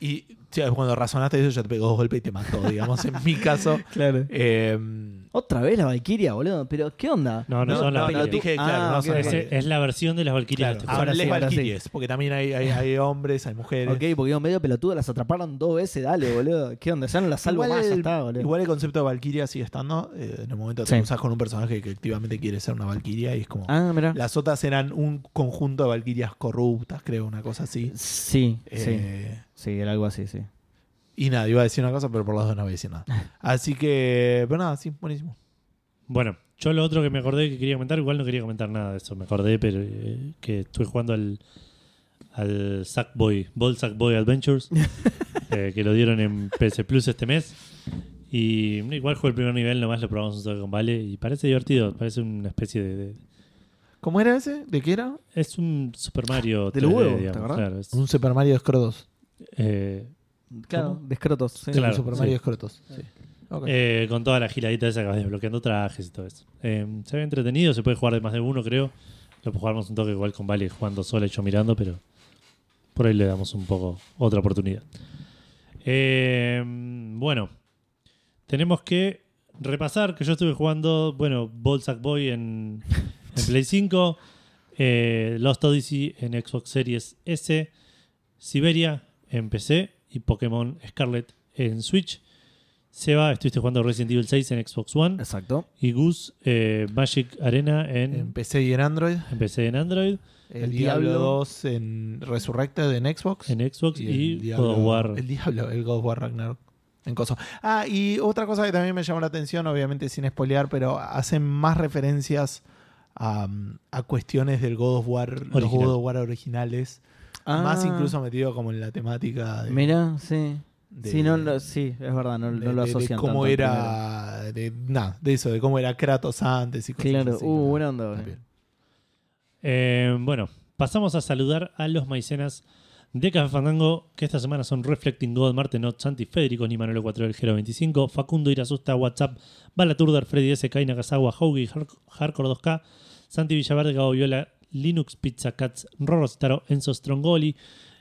Speaker 1: Y che, cuando razonaste eso, ya te pegó dos golpes y te mató, digamos, en mi caso.
Speaker 3: claro.
Speaker 1: Eh,
Speaker 3: Otra vez la Valkyria, boludo. Pero, ¿qué onda?
Speaker 2: No, no,
Speaker 1: No,
Speaker 2: son
Speaker 1: no,
Speaker 2: las
Speaker 1: no,
Speaker 2: Valkyrias.
Speaker 1: dije, claro,
Speaker 3: Ah,
Speaker 1: no
Speaker 3: ok,
Speaker 1: son las
Speaker 2: Ese-
Speaker 1: Valquirias.
Speaker 2: es la versión de las Valkyrias de
Speaker 1: Claro,
Speaker 2: este juego.
Speaker 1: ahora
Speaker 3: sí,
Speaker 1: les
Speaker 3: ahora sí.
Speaker 1: Valquirias, porque también hay, hay- hay hombres, hay mujeres.
Speaker 3: Ok, porque yo medio pelotudo las atraparon dos veces, dale, boludo. ¿Qué onda? Ya no las salvo
Speaker 1: igual,
Speaker 3: más, ya
Speaker 1: el,
Speaker 3: está, boludo.
Speaker 1: igual el concepto de Valkyria sigue estando. eh, en el momento te
Speaker 3: Sí.
Speaker 1: usas con un personaje que activamente quiere ser una Valkyria y es como.
Speaker 3: ah, mira.
Speaker 1: Las otras eran un conjunto de Valkyrias corruptas, creo, una cosa así.
Speaker 3: Sí, sí.
Speaker 1: Eh,
Speaker 3: Sí, era algo así, sí.
Speaker 1: y nada, iba a decir una cosa, pero por las dos no voy a decir nada. Así que, pero nada, sí, buenísimo.
Speaker 2: Bueno, yo lo otro que me acordé que quería comentar, igual no quería comentar nada de eso, me acordé pero eh, que estuve jugando al, al Sackboy, Ball Sackboy Adventures, eh, que lo dieron en PS Plus este mes. Y mm, igual jugué el primer nivel, nomás lo probamos un toque con Vale y parece divertido, parece una especie de... de-
Speaker 1: ¿Cómo era ese? ¿De qué era?
Speaker 2: es un Super Mario
Speaker 3: Del huevo, ¿te
Speaker 2: digamos,
Speaker 3: acordás?
Speaker 2: claro, es-
Speaker 1: Un Super Mario de Escrotos.
Speaker 2: eh,
Speaker 3: Claro, de escrotos. sí.
Speaker 2: Claro.
Speaker 1: un Super
Speaker 2: sí.
Speaker 1: Mario de Escrotos. Sí. Ok.
Speaker 2: Eh, con toda la giladita esa que vas desbloqueando trajes y todo eso. Eh, se ve entretenido, se puede jugar de más de uno, creo. Lo jugamos un toque igual con Vale jugando sola y yo mirando, pero por ahí le damos un poco otra oportunidad. Eh, bueno, tenemos que repasar que yo estuve jugando, bueno, Ball Sack Boy en, en Play 5, eh, Lost Odyssey en Xbox Series S, Siberia en PC y Pokémon Scarlet en Switch. Seba, estuviste jugando Resident Evil 6 en Xbox One
Speaker 3: Exacto.
Speaker 2: y Goose eh, Magic Arena en,
Speaker 1: en PC y en Android.
Speaker 2: en PC en Android,
Speaker 1: El,
Speaker 3: El
Speaker 1: Diablo
Speaker 3: Diablo.
Speaker 1: 2 en Resurrected en Xbox.
Speaker 2: en Xbox
Speaker 1: el
Speaker 2: y,
Speaker 1: Diablo-
Speaker 2: God of War.
Speaker 1: El Diablo, el God of War Ragnarok. En coso. Ah, y otra cosa que también me llamó la atención, obviamente sin spoilear, pero hacen más referencias a, a cuestiones del God of War, los
Speaker 2: Original.
Speaker 1: God of War originales.
Speaker 3: Ah,
Speaker 1: Más incluso metido como en la temática de,
Speaker 3: Mira, sí.
Speaker 1: de-
Speaker 3: sí, no, lo- sí, es verdad, no,
Speaker 1: de-
Speaker 3: no
Speaker 1: de-
Speaker 3: lo
Speaker 1: de
Speaker 3: asocian.
Speaker 1: cómo
Speaker 3: tanto al primero.
Speaker 1: era. De, nada, de eso, de cómo era Kratos antes y cosas
Speaker 3: Claro,
Speaker 1: así,
Speaker 3: uh,
Speaker 1: ¿no?
Speaker 3: buena onda, boludo.
Speaker 1: También.
Speaker 2: Eh, bueno, pasamos a saludar a los maicenas de Café Fandango, que esta semana son Reflecting God, Marte Not, Santi Federico, Ni Manuel 4 del Gero 25, Facundo Irasusta, WhatsApp, Balaturder, Freddy SK, Nakazawa, Hoagie, Har- Hardcore 2K, Santi Villaverde, Gabo Viola, Linux, Pizza Cats, Rorro Citaro, Enzo Strongoli,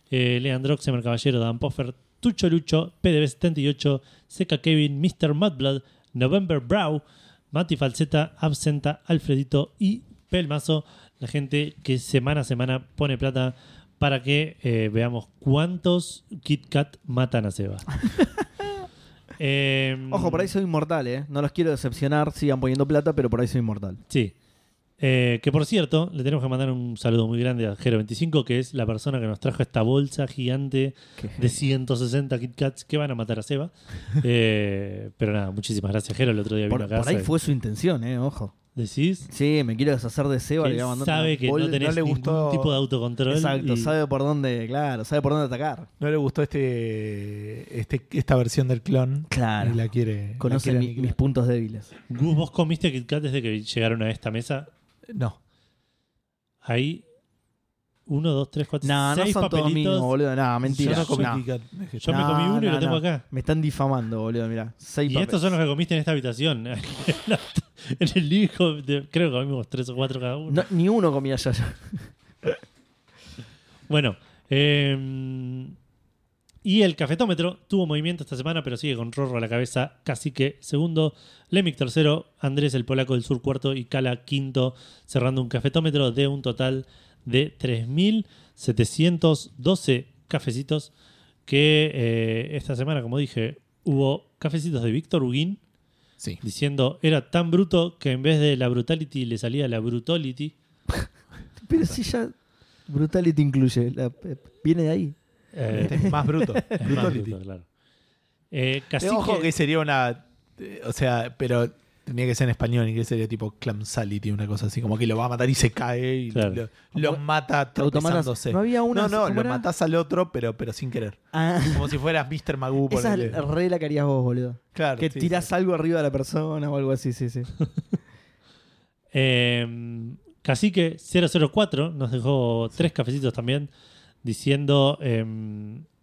Speaker 2: eh, Leandrox, Semer Caballero, Dan Poffer, Tucho Lucho, PDB78, Seca Kevin, Mr. Mudblood, November Brow, Mati Falseta, Absenta, Alfredito y Pelmazo, la gente que semana a semana pone plata para que eh, veamos cuántos Kit Kat matan a Seba. Em,
Speaker 3: Ojo, por ahí soy inmortal, ¿eh? No los quiero decepcionar, sigan poniendo plata, pero por ahí soy inmortal.
Speaker 2: Sí. Eh, que por cierto, le tenemos que mandar un saludo muy grande a Jero25, que es la persona que nos trajo esta bolsa gigante
Speaker 3: Qué
Speaker 2: de 160 Kit Kats que van a matar a Seba. Eh, pero nada, muchísimas gracias, Jero. El otro día vino
Speaker 3: Por,
Speaker 2: a casa.
Speaker 3: por ahí
Speaker 2: y-
Speaker 3: fue su intención, ¿eh? Ojo.
Speaker 2: Decís.
Speaker 3: Sí, me quiero deshacer de Seba.
Speaker 2: Que
Speaker 3: Le voy a mandar
Speaker 2: sabe
Speaker 3: una
Speaker 2: que
Speaker 1: bol-
Speaker 2: no
Speaker 1: no
Speaker 2: tenés
Speaker 1: le gustó-
Speaker 2: ningún tipo de autocontrol.
Speaker 3: Exacto,
Speaker 2: y-
Speaker 3: sabe por dónde, claro, sabe por dónde atacar.
Speaker 1: No le gustó este, este esta versión del clon.
Speaker 3: Claro.
Speaker 1: Y la quiere. la
Speaker 3: Conoce
Speaker 1: quiere
Speaker 3: mi-
Speaker 1: aniquilar.
Speaker 3: mis puntos débiles.
Speaker 2: Gus, vos comiste Kit Kat desde que llegaron a esta mesa.
Speaker 1: No.
Speaker 2: Hay uno, dos, tres, cuatro,
Speaker 3: No, no
Speaker 2: seis
Speaker 3: son todos
Speaker 2: papelitos.
Speaker 3: míos, boludo. No, mentira.
Speaker 1: Yo no comí
Speaker 3: No.
Speaker 1: Kit Kat, me dijiste.
Speaker 2: Yo me
Speaker 3: No,
Speaker 2: comí uno y
Speaker 3: no,
Speaker 2: lo tengo
Speaker 3: no.
Speaker 2: acá.
Speaker 3: Me están difamando, boludo, mirá. Seis
Speaker 2: Y estos son los
Speaker 3: papeles.
Speaker 2: que comiste en esta habitación. en el hijo, creo que comimos tres o cuatro cada uno.
Speaker 3: No, ni uno comía yo.
Speaker 2: Bueno, eh, y el cafetómetro tuvo movimiento esta semana, pero sigue con Rorro a la cabeza, Cacique segundo, Lemic tercero, Andrés el polaco del sur cuarto y Cala quinto, cerrando un cafetómetro de un total de 3.712 cafecitos que eh, esta semana, como dije, hubo cafecitos de Víctor Huguín
Speaker 1: Sí.
Speaker 2: diciendo era tan bruto que en vez de la brutality le salía la brutality.
Speaker 3: Pero si ya Brutality incluye, la- viene de ahí.
Speaker 2: Eh,
Speaker 1: Este es más bruto.
Speaker 2: Es más
Speaker 1: Brutality.
Speaker 2: bruto, claro. Eh,
Speaker 1: Eh,
Speaker 2: cacique-
Speaker 1: Ojo que sería una. eh, o sea, pero tenía que ser en español, en inglés sería tipo clamsality, una cosa así. Como que lo va a matar y se cae y
Speaker 2: Claro.
Speaker 1: lo, lo mata
Speaker 3: Te automatas-
Speaker 1: tropezándose.
Speaker 3: No había una.
Speaker 1: No, no,
Speaker 3: ¿cómo
Speaker 1: lo
Speaker 3: era?
Speaker 1: matás al otro, pero, pero sin querer.
Speaker 3: Ah,
Speaker 1: Como si fueras Mr. Magoo.
Speaker 3: esa
Speaker 1: ponele.
Speaker 3: es la re la que harías vos, boludo.
Speaker 1: Claro,
Speaker 3: Que
Speaker 1: sí,
Speaker 3: tirás
Speaker 1: sí.
Speaker 3: algo arriba de la persona o algo así, sí, sí.
Speaker 2: eh, Cacique 004 nos dejó tres cafecitos también diciendo: eh,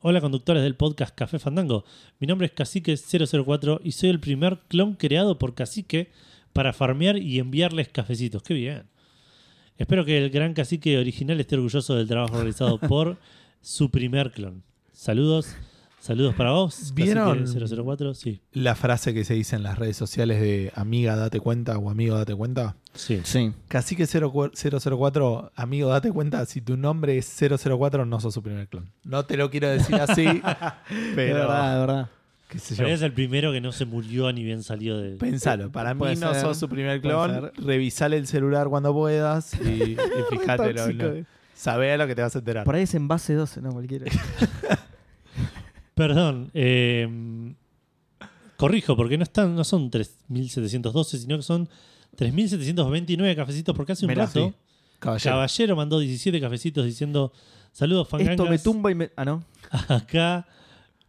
Speaker 2: Hola, conductores del podcast Café Fandango. Mi nombre es Cacique 004 y soy el primer clon creado por Cacique para farmear y enviarles cafecitos. ¡Qué bien! Espero que el gran cacique original esté orgulloso del trabajo realizado por su primer clon. Saludos, saludos para vos.
Speaker 1: ¿Vieron?
Speaker 2: Cacique 004, sí,
Speaker 1: La frase que se dice en las redes sociales de amiga date cuenta o amigo date cuenta.
Speaker 2: sí.
Speaker 3: Sí.
Speaker 1: Casi que 004, amigo, date cuenta, si tu nombre es 004, no sos su primer clon. No te lo quiero decir así,
Speaker 3: De verdad,
Speaker 1: pero
Speaker 3: de verdad.
Speaker 1: qué sé yo.
Speaker 2: Pero es el primero que no se murió ni bien salió de.
Speaker 1: Pensalo, para mí
Speaker 3: Puede
Speaker 1: no
Speaker 3: ser,
Speaker 1: sos su primer
Speaker 3: puede
Speaker 1: clon.
Speaker 3: ser.
Speaker 1: Revisale el celular cuando puedas y, y fijate. lo-
Speaker 3: Tóxico,
Speaker 1: lo-
Speaker 3: eh.
Speaker 1: sabé a lo que te vas a enterar.
Speaker 3: Por ahí es en base 12, no cualquiera.
Speaker 2: Perdón. eh, corrijo, porque no están, no son 3.712, sino que son 3.729 cafecitos, porque hace un
Speaker 1: Mirá,
Speaker 2: rato
Speaker 1: sí. Caballero.
Speaker 2: Caballero mandó 17 cafecitos diciendo saludos fangangas.
Speaker 3: Esto me tumba y me. Ah, no.
Speaker 2: Acá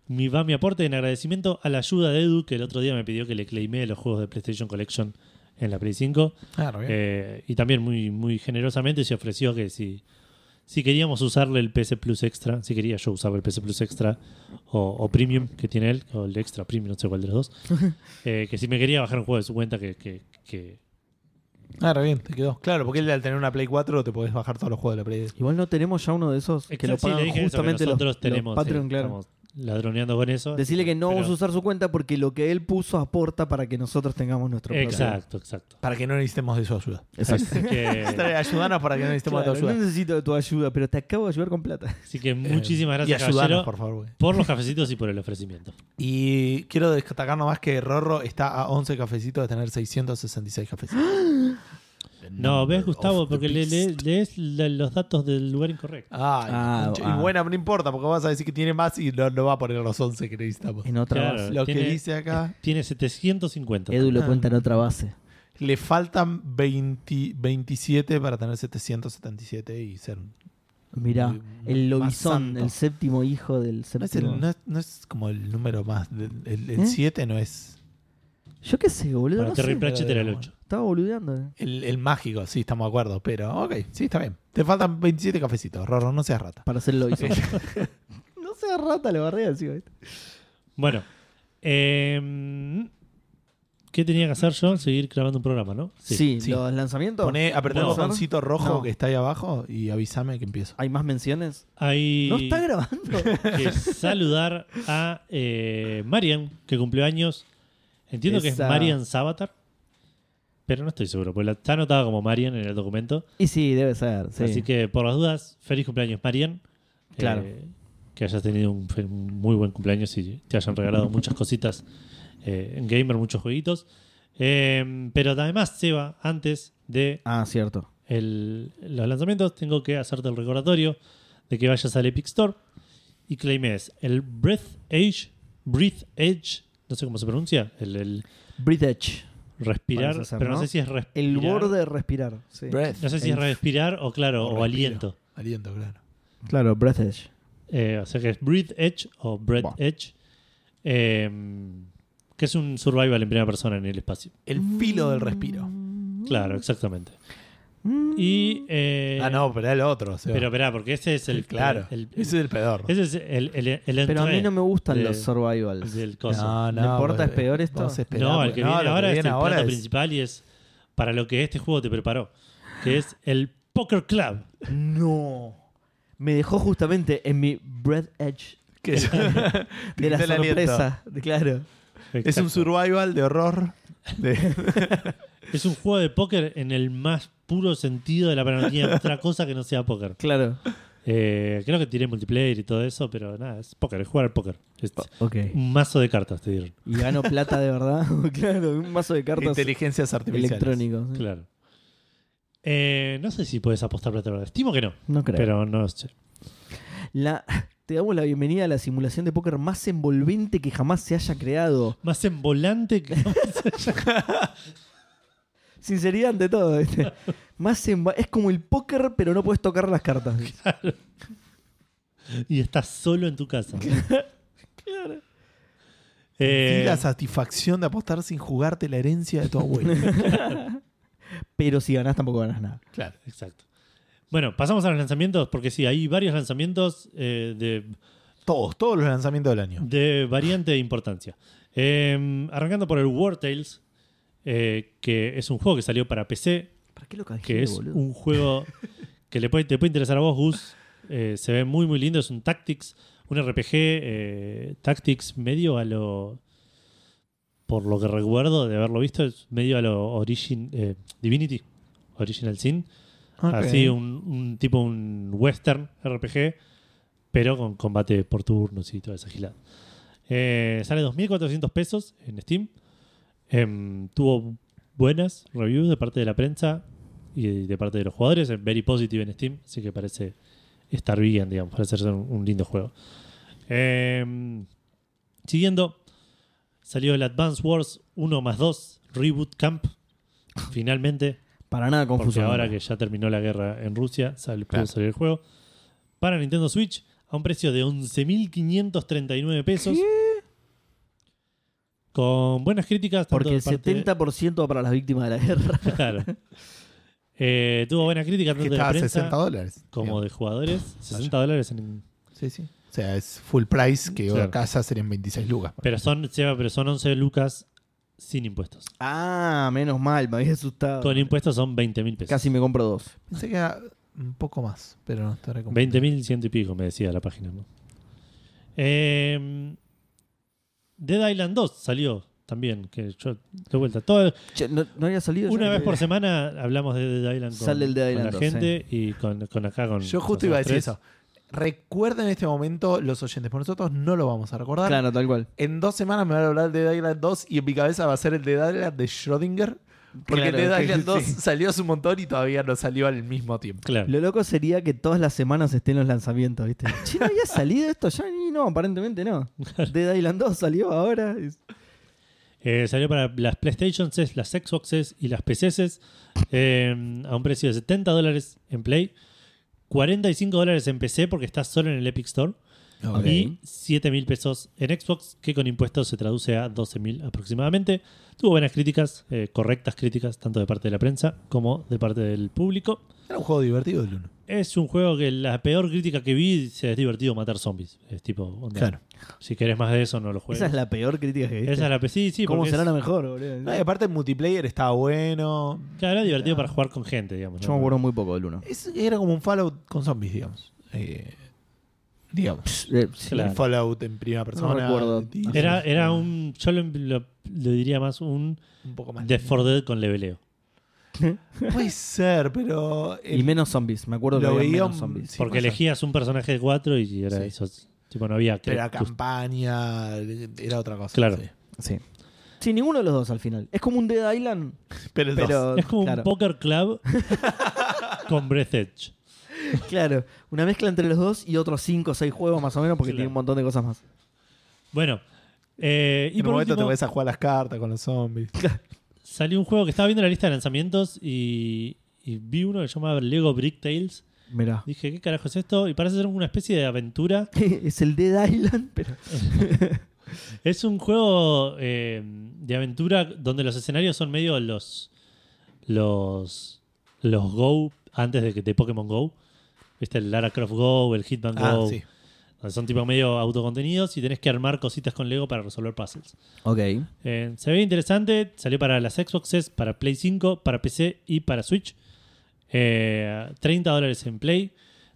Speaker 2: mi, va mi aporte en agradecimiento a la ayuda de Edu, que el otro día me pidió que le claimé los juegos de PlayStation Collection en la Play 5.
Speaker 1: Ah, re bien.
Speaker 2: Eh, y también muy, muy generosamente se ofreció que si, si queríamos usarle el PS Plus Extra, si quería yo usar el PS Plus Extra o, o Premium que tiene él, o el Extra Premium, no sé cuál de los dos, eh, que si me quería bajar un juego de su cuenta que, que- que-
Speaker 1: Ah, re bien, te quedó. Claro, porque él al tener una Play 4 te podés bajar todos los juegos de la Play.
Speaker 3: Igual no tenemos ya uno de esos que lo
Speaker 2: Sí, le
Speaker 3: pagan
Speaker 2: dije eso, que
Speaker 3: justamente los,
Speaker 2: nosotros
Speaker 3: los
Speaker 2: tenemos,
Speaker 3: Patreon,
Speaker 2: sí,
Speaker 3: claro.
Speaker 2: estamos ladroneando con eso.
Speaker 3: Decirle que no
Speaker 2: Pero-
Speaker 3: vamos a usar su cuenta porque lo que él puso aporta para que nosotros tengamos nuestro propio.
Speaker 2: Exacto, exacto.
Speaker 1: Para que no necesitemos de su ayuda.
Speaker 3: Exacto.
Speaker 2: Así que,
Speaker 1: Ayudanos para que no necesitemos
Speaker 3: Claro,
Speaker 1: de tu
Speaker 3: no
Speaker 1: ayuda.
Speaker 3: necesito de tu ayuda, pero te acabo de ayudar con plata.
Speaker 2: así que muchísimas
Speaker 1: Eh,
Speaker 2: gracias,
Speaker 1: Y ayudanos,
Speaker 2: caballero,
Speaker 1: por favor. güey.
Speaker 2: por los cafecitos y por el ofrecimiento.
Speaker 1: Y quiero destacar nomás que Rorro está a 11 cafecitos de tener 666 cafecitos.
Speaker 2: No, ves,
Speaker 1: Number
Speaker 2: Gustavo,
Speaker 1: of the
Speaker 2: porque le,
Speaker 1: beast.
Speaker 2: le- lees la- los datos del lugar incorrecto.
Speaker 1: Ay,
Speaker 3: Ah,
Speaker 1: y
Speaker 3: ah.
Speaker 1: bueno, no importa, porque vas a decir que tiene más y no, no va a poner los 11 que necesitamos.
Speaker 3: En otra
Speaker 2: Claro.
Speaker 3: base.
Speaker 1: Lo que
Speaker 2: tiene-
Speaker 1: dice acá,
Speaker 2: Tiene 750.
Speaker 3: Edu
Speaker 1: Ah.
Speaker 3: lo cuenta en otra base.
Speaker 1: le faltan 20 27 para tener 777 y ser...
Speaker 3: Mirá,
Speaker 1: Más
Speaker 3: el lobizón,
Speaker 1: santo.
Speaker 3: el séptimo hijo del
Speaker 1: No es,
Speaker 3: séptimo.
Speaker 1: el- no es- no es como el número más... del-
Speaker 3: ¿Eh?
Speaker 1: El 7 no es...
Speaker 3: Yo qué sé, boludo.
Speaker 2: Para
Speaker 3: no
Speaker 2: Terry
Speaker 3: sé.
Speaker 2: Pratchett era el
Speaker 1: pero-
Speaker 2: 8.
Speaker 3: Estaba boludeando. eh.
Speaker 1: El, el mágico, sí, estamos de acuerdo, pero ok, sí, está bien. Te faltan 27 cafecitos, Rorro, no seas rata.
Speaker 3: Para hacer el lobizón. no sea rata, le barré así, ¿viste?
Speaker 2: Bueno. em, ¿Qué tenía que hacer yo? Seguir grabando un programa, ¿no?
Speaker 3: Sí,
Speaker 1: sí.
Speaker 3: los lanzamientos.
Speaker 1: Poné, apretá
Speaker 2: No.
Speaker 1: el botoncito rojo
Speaker 3: No.
Speaker 1: que está ahí abajo y avísame que empiezo.
Speaker 3: ¿Hay más menciones?
Speaker 2: Hay
Speaker 3: No está grabando.
Speaker 2: que saludar a eh, Marian, que cumplió años. Entiendo que es
Speaker 3: Esa-
Speaker 2: Marian Sabatar, pero no estoy seguro, porque la- está anotada como Marian en el documento.
Speaker 3: y sí, debe ser. sí.
Speaker 2: Así que, por las dudas, feliz cumpleaños, Marian.
Speaker 3: Claro.
Speaker 2: Eh, que hayas tenido un fe- un muy buen cumpleaños y te hayan regalado muchas cositas eh, en Gamer, muchos jueguitos. Eh, pero además, Seba, antes de
Speaker 3: Ah, cierto.
Speaker 2: el- los lanzamientos, tengo que hacerte el recordatorio de que vayas al Epic Store y claimes el Breath Edge, Breath Edge, no sé cómo se pronuncia, el, el
Speaker 3: Bridge.
Speaker 2: respirar,
Speaker 3: Parece ser,
Speaker 2: pero no,
Speaker 3: ¿no?
Speaker 2: sé si es respirar.
Speaker 3: El borde de respirar. sí.
Speaker 1: Breath.
Speaker 2: No sé si es respirar o claro, o,
Speaker 1: respiro.
Speaker 2: aliento.
Speaker 1: Aliento, claro.
Speaker 3: Claro, breath edge.
Speaker 2: Eh, o sea que es Breathe Edge o Breath
Speaker 3: Buah.
Speaker 2: Edge. eh, que es un survival en primera persona en el espacio.
Speaker 1: El filo del respiro. Mm.
Speaker 2: Claro, exactamente. Y. eh,
Speaker 1: ah, no, pero era el otro. Seba.
Speaker 2: Pero verá, porque ese es el.
Speaker 1: claro.
Speaker 2: el-
Speaker 1: ese es el pedor.
Speaker 2: ese es el, el, el
Speaker 3: Pero a mí no me gustan
Speaker 2: de-
Speaker 3: los survivals.
Speaker 2: del coso.
Speaker 3: No importa, ¿es peor esto?
Speaker 1: vos esperá,
Speaker 2: No, el
Speaker 1: porque-
Speaker 2: que
Speaker 1: lo
Speaker 2: viene ahora es
Speaker 1: viene
Speaker 2: el
Speaker 1: ahora
Speaker 2: plato
Speaker 1: es-
Speaker 2: principal y es para lo que este juego te preparó. Que es el Poker Club.
Speaker 3: No. Me dejó justamente en mi breath edge
Speaker 1: que es-
Speaker 3: de la
Speaker 1: Te quita el aliento.
Speaker 3: sorpresa. de- Claro.
Speaker 1: Es un
Speaker 2: Exacto.
Speaker 1: survival de horror. de-
Speaker 2: Es un juego de póker en el más puro sentido de la palabra. No tiene otra cosa que no sea póker.
Speaker 3: Claro.
Speaker 2: Eh, creo que tiene multiplayer y todo eso, pero nada, es póker, es jugar al póker. Es
Speaker 3: Ok.
Speaker 2: un mazo de cartas, te dieron.
Speaker 3: Y gano plata de verdad. claro, un mazo de cartas
Speaker 1: inteligencias artificiales.
Speaker 3: electrónicos. ¿eh?
Speaker 2: Claro. Eh, no sé si puedes apostar plata. ¿verdad? Estimo que no,
Speaker 3: No creo.
Speaker 2: pero no sé.
Speaker 3: La- te damos la bienvenida a la simulación de póker más envolvente que jamás se haya creado.
Speaker 2: Más en volante que.
Speaker 3: Sinceridad ante todo. ¿viste? más enva- es como el póker, pero no puedes tocar las cartas.
Speaker 2: y estás solo en tu casa. Eh,
Speaker 1: Y la satisfacción de apostar sin jugarte la herencia de tu abuelo.
Speaker 3: pero si ganás tampoco ganás nada.
Speaker 1: claro.
Speaker 2: exacto. Bueno, pasamos a los lanzamientos, porque sí, hay varios lanzamientos eh, de
Speaker 1: Todos, todos los lanzamientos del año.
Speaker 2: De variante de importancia. Eh, arrancando por el War Tales, eh, que es un juego que salió para PC,
Speaker 3: ¿Para qué lo canjeé,
Speaker 2: que es
Speaker 3: boludo?
Speaker 2: un juego que le puede, te puede interesar a vos, Gus. Eh, se ve muy, muy lindo. Es un Tactics, un RPG eh, Tactics medio a lo. Por lo que recuerdo de haberlo visto, es medio a lo Origin, eh, Divinity, Original Sin.
Speaker 1: Ok.
Speaker 2: Así, un, un tipo un western RPG, pero con combate por turnos y toda esa gilada. Eh, sale 2.400 pesos en Steam. Em, tuvo buenas reviews de parte de la prensa y de parte de los jugadores. Es very positive en Steam, así que parece estar bien, digamos, parece ser un, un lindo juego. Em, siguiendo, salió el Advance Wars 1 más 2 Reboot Camp. Finalmente,
Speaker 3: Para nada
Speaker 2: porque
Speaker 3: confuso.
Speaker 2: ahora que ya terminó la guerra en Rusia, sale,
Speaker 1: Claro.
Speaker 2: pudo salir el juego. Para Nintendo Switch, a un precio de 11.539 pesos. Con buenas críticas. tanto
Speaker 3: Porque
Speaker 2: de
Speaker 3: el
Speaker 2: parte de-
Speaker 3: 70% va para las víctimas de la guerra.
Speaker 2: Claro. Eh, tuvo buenas críticas
Speaker 1: Que
Speaker 2: tanto de
Speaker 1: estaba
Speaker 2: la
Speaker 1: a
Speaker 2: prensa
Speaker 1: 60 dólares.
Speaker 2: como
Speaker 1: Digamos.
Speaker 2: de jugadores. 60 dólares en
Speaker 1: Sí, sí. O sea, es full price, que
Speaker 2: Claro.
Speaker 1: acá ya serían 26 lucas.
Speaker 2: Pero son, Seba, pero son 11 lucas sin impuestos.
Speaker 3: ah, menos mal, me había
Speaker 1: Ah,
Speaker 3: asustado.
Speaker 2: Con impuestos son 20 mil pesos.
Speaker 3: Casi me compro dos.
Speaker 1: Pensé que era un poco más, pero no estaré como.
Speaker 2: 20 mil ciento y pico, me decía la página. ¿no? Eh, Dead Island 2 salió también. que yo- De vuelta. todo-
Speaker 3: Che, ¿no, no había salido?
Speaker 2: una
Speaker 3: ya?
Speaker 2: vez por semana hablamos de Dead Island con,
Speaker 3: Sale el Dead
Speaker 2: con
Speaker 3: Island 2,
Speaker 2: la gente y con, con acá con.
Speaker 1: Yo
Speaker 2: con
Speaker 1: justo iba a decir
Speaker 2: nosotros
Speaker 1: eso. Recuerden en este momento los oyentes, porque nosotros no lo vamos a recordar.
Speaker 3: Claro, tal cual.
Speaker 1: En dos semanas me van a hablar de Dead Island 2 y en mi cabeza va a ser el de Dead Island de Schrödinger. Porque
Speaker 3: Claro,
Speaker 1: el Dead
Speaker 3: que-
Speaker 1: Island 2
Speaker 3: sí.
Speaker 1: salió hace un montón y todavía no salió al mismo tiempo.
Speaker 2: tres. Claro.
Speaker 3: Lo loco sería que todas las semanas estén los lanzamientos, ¿viste? Che, ¿no había salido esto ya? Y no, aparentemente no. Dead Island 2 salió ahora. Es-
Speaker 2: Eh, salió para las PlayStations, las Xboxes y las PCs eh, a un precio de 70 dólares en Play, 45 dólares en PC porque está solo en el Epic Store
Speaker 3: Ok.
Speaker 2: y 7 mil pesos en Xbox, que con impuestos se traduce a 12 mil aproximadamente. Tuvo buenas críticas, eh, correctas críticas, tanto de parte de la prensa como de parte del público.
Speaker 1: Era un juego divertido el 1.
Speaker 2: Es un juego que la peor crítica que vi se es divertido matar zombies. Es tipo, onda,
Speaker 1: Claro.
Speaker 2: si querés más de eso, no lo juegues.
Speaker 3: Esa es la peor crítica que viste.
Speaker 2: Esa es la- sí, sí,
Speaker 3: ¿Cómo
Speaker 2: porque
Speaker 3: será
Speaker 2: es-
Speaker 3: la mejor, boludo?
Speaker 1: No, y aparte el multiplayer estaba bueno.
Speaker 2: Claro, era divertido para jugar con gente, digamos.
Speaker 3: Yo
Speaker 2: ¿no?
Speaker 3: me acuerdo muy poco del 1.
Speaker 1: Es- era como un Fallout con zombies, digamos. Eh, digamos.
Speaker 2: Claro.
Speaker 1: El Fallout en primera persona.
Speaker 3: recuerdo.
Speaker 1: y-
Speaker 2: Era, era un. Yo lo, lo- lo diría más un
Speaker 1: un poco más.
Speaker 2: Death for Dead con leveleo.
Speaker 1: Puede ser, pero. el-
Speaker 3: Y menos zombies, me acuerdo que
Speaker 1: Lo
Speaker 3: había
Speaker 1: veía
Speaker 3: menos
Speaker 1: un-
Speaker 3: zombies.
Speaker 1: sí,
Speaker 2: porque
Speaker 1: pasa.
Speaker 2: elegías un personaje de cuatro y era
Speaker 1: Sí.
Speaker 2: eso. Tipo, no había.
Speaker 1: Pero la
Speaker 2: cust-
Speaker 1: campaña eh, era otra cosa.
Speaker 2: este Claro.
Speaker 1: sí.
Speaker 3: Sí. Sí, ninguno de los dos al final. Es como un Dead Island,
Speaker 1: Pero el dos.
Speaker 3: pero.
Speaker 2: es como
Speaker 3: claro,
Speaker 2: un poker club con Breath Edge.
Speaker 3: Claro, una mezcla entre los dos y otros 5 o 6 juegos más o menos, porque
Speaker 2: Claro.
Speaker 3: tiene un montón de cosas más.
Speaker 2: Bueno. eh, y
Speaker 1: en un
Speaker 2: por
Speaker 1: momento
Speaker 2: último,
Speaker 1: te vas a jugar las cartas con los zombies.
Speaker 2: salió un juego que estaba viendo la lista de lanzamientos y, y vi uno que se llama Lego Brick Tales.
Speaker 3: Mirá.
Speaker 2: Dije, ¿qué carajo es esto? Y parece ser una especie de aventura.
Speaker 3: es el Dead Island, pero.
Speaker 2: Es un juego eh, de aventura donde los escenarios son medio los. Los. Los Go antes de que de Pokémon Go. Viste el Lara Croft Go, el Hitman
Speaker 1: Ah,
Speaker 2: Go.
Speaker 1: sí.
Speaker 2: donde Son tipo medio autocontenidos y tenés que armar cositas con Lego para resolver puzzles.
Speaker 3: Ok.
Speaker 2: Eh, se ve interesante, salió para las Xboxes, para Play 5, para PC y para Switch. Eh, 30 dólares en Play,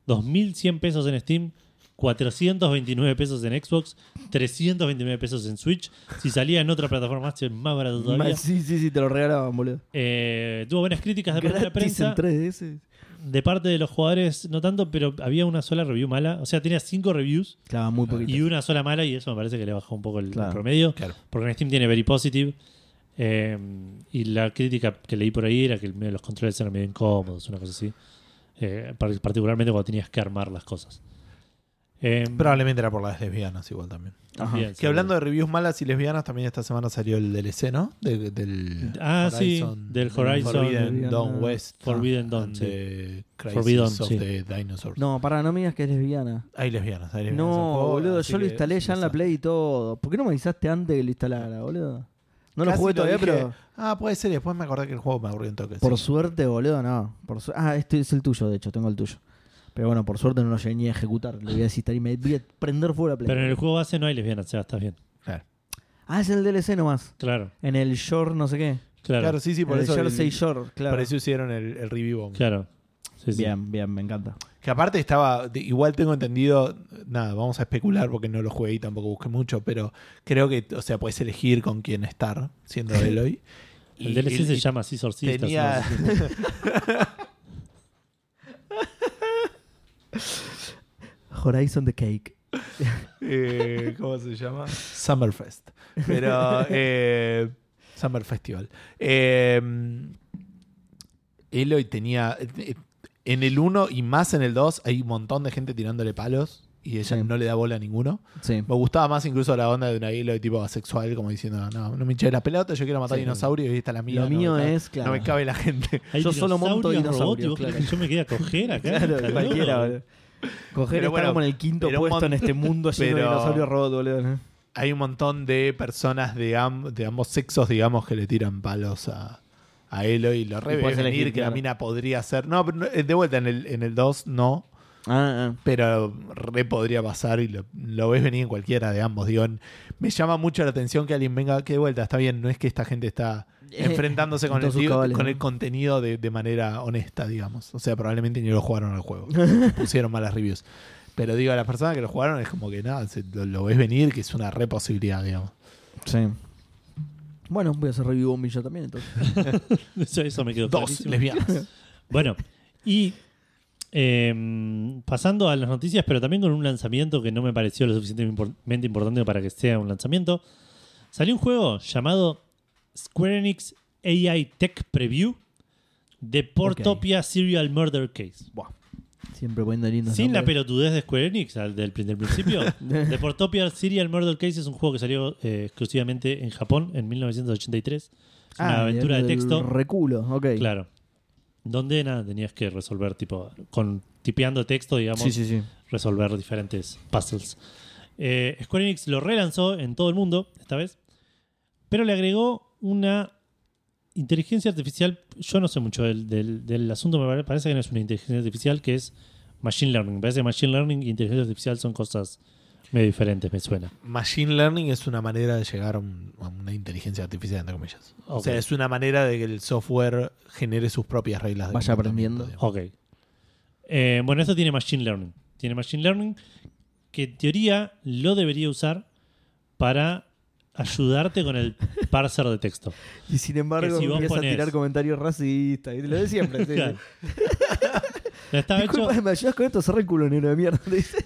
Speaker 2: 2.100 pesos en Steam, 429 pesos en Xbox, 329 pesos en Switch. Si salía en otra plataforma, es más barato todavía.
Speaker 3: Sí, sí, sí, te lo regalaban, boludo.
Speaker 2: Eh, tuvo buenas críticas de parte de la
Speaker 3: Gratis en
Speaker 2: prensa.
Speaker 3: 3DS.
Speaker 2: De parte de los jugadores, no tanto, pero había una sola review mala. O sea, tenía 5 reviews
Speaker 3: Claro, muy poquito.
Speaker 2: y una sola mala, y eso me parece que le bajó un poco el
Speaker 3: Claro.
Speaker 2: promedio.
Speaker 1: Claro.
Speaker 2: Porque en Steam tiene Very Positive. eh, y la crítica que leí por ahí era que medio los controles eran medio incómodos, una cosa así. Eh, par- particularmente cuando tenías que armar las cosas. Eh,
Speaker 1: Probablemente era por las lesbianas igual también.
Speaker 2: también,
Speaker 1: Que
Speaker 2: seguro.
Speaker 1: hablando de reviews malas y lesbianas, también esta semana salió el DLC, ¿no? De- del
Speaker 2: Ah, sí, del Horizon
Speaker 1: Forbidden Dawn
Speaker 3: Forbidden-
Speaker 1: West. ah,
Speaker 2: Forbidden Dawn,
Speaker 1: and
Speaker 2: sí.
Speaker 1: the Crisis
Speaker 2: Forbidden,
Speaker 1: of
Speaker 2: sí.
Speaker 1: the Dinosaurs.
Speaker 3: No, pará, no me digas que es lesbiana.
Speaker 1: Hay lesbianas, hay lesbianas.
Speaker 3: No,
Speaker 1: en el juego,
Speaker 3: boludo,
Speaker 1: así
Speaker 3: yo lo
Speaker 1: que
Speaker 3: instalé ya en la
Speaker 1: sí,
Speaker 3: Play y todo. ¿Por qué no me avisaste antes que lo instalara, boludo? No lo
Speaker 1: Casi
Speaker 3: jugué todavía,
Speaker 1: dije,
Speaker 3: pero
Speaker 1: Ah, puede ser. y Después me acordé que el juego me aburrió un toque.
Speaker 3: por
Speaker 1: sí.
Speaker 3: suerte, boludo, no. Por su- Ah, este es el tuyo, de hecho, tengo el tuyo. Pero bueno, por suerte no lo llegué ni a ejecutar. Lo voy a desinstalar y me voy a prender fuego la Play.
Speaker 2: Pero en el juego base no hay lesbianas, o sea, está bien.
Speaker 1: Claro.
Speaker 3: Ah, es el DLC nomás.
Speaker 2: Claro,
Speaker 3: En el Shore no sé qué.
Speaker 2: claro.
Speaker 1: Claro, Eh, sí, sí, por
Speaker 3: en
Speaker 1: eso.
Speaker 3: el
Speaker 1: el-
Speaker 3: Jersey Shore, claro.
Speaker 1: Por eso hicieron el, el review bomb.
Speaker 2: claro. Sí, sí.
Speaker 3: Bien, bien, me encanta.
Speaker 1: Que aparte estaba, de- igual tengo entendido, nada, vamos a especular porque no lo jugué y tampoco busqué mucho, pero creo que, o sea, puedes elegir con quién estar, siendo Eloy.
Speaker 2: El DLC se llama Scissor Sisters,
Speaker 1: tenía-
Speaker 2: no sé si-
Speaker 3: Horizon the Cake.
Speaker 1: eh, ¿Cómo se llama? Summerfest. Pero. eh, Summer Festival. Eh, Eloy tenía. eh, En el 1 y más en el 2 hay un montón de gente tirándole palos y ella
Speaker 3: Sí.
Speaker 1: no le da bola a ninguno.
Speaker 3: Sí.
Speaker 1: Me gustaba más incluso la onda de una Eloy tipo asexual, como diciendo, no, no me hinché la pelota, yo quiero matar
Speaker 3: Sí.
Speaker 1: dinosaurios y esta es la mía.
Speaker 3: Lo
Speaker 1: no
Speaker 3: mío
Speaker 1: me cabe-
Speaker 3: es, claro.
Speaker 1: No me cabe la gente.
Speaker 2: Hay
Speaker 3: Yo solo monto
Speaker 2: dinosaurios,
Speaker 3: dinosaurios,
Speaker 2: robots, y vos
Speaker 3: claro.
Speaker 2: querés que yo me quede a coger acá.
Speaker 3: Claro,
Speaker 2: Está
Speaker 3: cualquiera,
Speaker 2: loco.
Speaker 3: boludo. Coger
Speaker 1: Pero
Speaker 3: está
Speaker 1: bueno,
Speaker 3: como en el quinto
Speaker 1: pero un
Speaker 3: puesto en
Speaker 1: mon-
Speaker 3: este mundo lleno de
Speaker 1: pero-
Speaker 3: dinosaurios robot, boludo. ¿no?
Speaker 1: Hay un montón de personas de, am- de ambos sexos, digamos, que le tiran palos a, a Eloy y lo re
Speaker 3: Y
Speaker 1: ve
Speaker 3: podés
Speaker 1: venir,
Speaker 3: elegir,
Speaker 1: que la
Speaker 3: claro.
Speaker 1: mina podría ser. No, pero no- eh, de vuelta, en el, en el 2 no,
Speaker 3: Ah, ah.
Speaker 1: pero re podría pasar y lo, lo ves venir en cualquiera de ambos. Digo, en- me llama mucho la atención que alguien venga, que de vuelta, está bien, no es que esta gente está
Speaker 3: Eh,
Speaker 1: enfrentándose con,
Speaker 3: con todos
Speaker 1: el,
Speaker 3: sus
Speaker 1: digo,
Speaker 3: cabales,
Speaker 1: con
Speaker 3: ¿no?
Speaker 1: el contenido de, de manera honesta, digamos. O sea, probablemente ni lo jugaron al juego, pusieron malas reviews. Pero digo, a las personas que lo jugaron es como que nada, se- lo, lo ves venir, que es una re posibilidad, digamos.
Speaker 3: Sí. Bueno, voy a hacer review bombillo también, entonces.
Speaker 2: Eso, eso me quedó
Speaker 1: Dos
Speaker 2: clarísimo.
Speaker 1: lesbianas.
Speaker 2: Bueno, y eh, pasando a las noticias, pero también con un lanzamiento que no me pareció lo suficientemente importante para que sea un lanzamiento. Salió un juego llamado Square Enix AI Tech Preview de Portopia Serial Murder Case.
Speaker 3: Siempre poniendo lindos
Speaker 2: Sin la
Speaker 3: nombres.
Speaker 2: pelotudez de Square Enix al del, del principio, The Portopia Serial Murder Case es un juego que salió eh, exclusivamente en Japón en 1983. Es una
Speaker 3: Ah,
Speaker 2: aventura de
Speaker 3: del
Speaker 2: texto.
Speaker 3: Reculo, ok.
Speaker 2: Claro. Donde nada, tenías que resolver tipo con tipeando texto, digamos,
Speaker 3: Sí, sí, sí.
Speaker 2: resolver diferentes puzzles. Eh, Square Enix lo relanzó en todo el mundo esta vez, pero le agregó una inteligencia artificial. Yo no sé mucho del, del- del asunto, me pare- parece que no es una inteligencia artificial, que es machine learning. Me parece que machine learning y inteligencia artificial son cosas medio diferentes, me suena.
Speaker 1: Machine learning es una manera de llegar a, un- a una inteligencia artificial, entre comillas. O
Speaker 2: Ok.
Speaker 1: sea, es una manera de que el software genere sus propias reglas. de
Speaker 3: Vaya
Speaker 1: comportamiento,
Speaker 3: aprendiendo.
Speaker 1: digamos.
Speaker 2: Ok. Eh, bueno, esto tiene Machine Learning. Tiene Machine Learning que en teoría lo debería usar para ayudarte con el parser de texto.
Speaker 3: Y sin embargo,
Speaker 2: Que si vos
Speaker 3: empieza
Speaker 2: ponés-
Speaker 3: a tirar comentarios racistas. Y lo de siempre. sí, sí.
Speaker 2: Claro. Estaba hecho
Speaker 3: Disculpa, ¿me ayudas con esto? Cerré el culo, negro de mierda. te dice.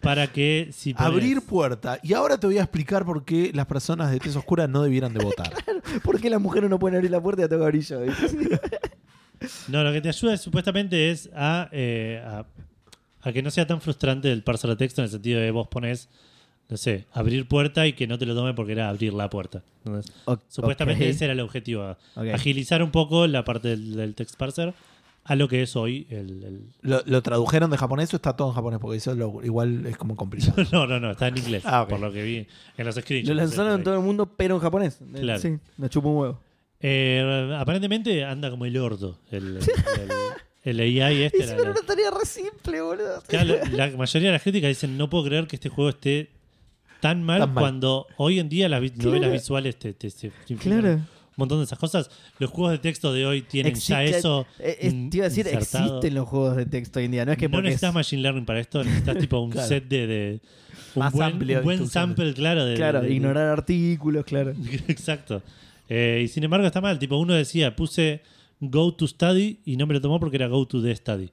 Speaker 2: para que si ponés-
Speaker 1: Abrir puerta. Y ahora te voy a explicar por qué las personas de tez oscura no debieran de votar.
Speaker 3: ¿Por qué las mujeres no pueden abrir la puerta y la tengo que abrir yo? Dice.
Speaker 2: No, lo que te ayuda es, supuestamente es a, eh, a, a que no sea tan frustrante el parser de texto en el sentido de vos pones no sé, abrir puerta y que no te lo tome porque era abrir la puerta. Entonces,
Speaker 3: O-
Speaker 2: Supuestamente
Speaker 3: ok.
Speaker 2: ese era el objetivo, a-
Speaker 3: Ok.
Speaker 2: agilizar un poco la parte del, del text parser a lo que es hoy el... el-
Speaker 1: ¿Lo, lo tradujeron de japonés o está todo en japonés? Porque eso lo- igual es como complicado.
Speaker 2: No, no, no, está en inglés,
Speaker 1: Ah, ok.
Speaker 2: por lo que vi en los screenshots.
Speaker 3: Lo lanzaron en todo el mundo, pero en japonés.
Speaker 2: Claro.
Speaker 3: Sí, nos chupa un huevo.
Speaker 2: Eh, aparentemente anda como el orto el, el, el AI este. la-
Speaker 3: Hicieron
Speaker 2: la-
Speaker 3: una tarea re simple, boludo.
Speaker 2: Claro, la, la mayoría de las críticas dicen no puedo creer que este juego esté tan mal,
Speaker 1: Tan mal.
Speaker 2: cuando hoy en día las vi- novelas visuales te, te- te implican
Speaker 3: Claro.
Speaker 2: un montón de esas cosas. Los juegos de texto de hoy tienen ya
Speaker 3: Existe-
Speaker 2: eso.
Speaker 3: eh, eh, te iba a decir,
Speaker 2: insertado.
Speaker 3: existen los juegos de texto hoy en día. No es que
Speaker 2: no
Speaker 3: porque es-
Speaker 2: necesitas machine learning para esto, necesitas tipo un
Speaker 1: Claro.
Speaker 2: set de, de- un
Speaker 1: Más
Speaker 2: buen,
Speaker 1: amplio
Speaker 2: un buen
Speaker 1: de instrucciones.
Speaker 2: sample, claro, de,
Speaker 3: Claro,
Speaker 2: de- de-
Speaker 3: ignorar artículos, claro.
Speaker 2: Exacto. Eh, y sin embargo está mal. Tipo, uno decía, puse go to study y no me lo tomó porque era go to the study.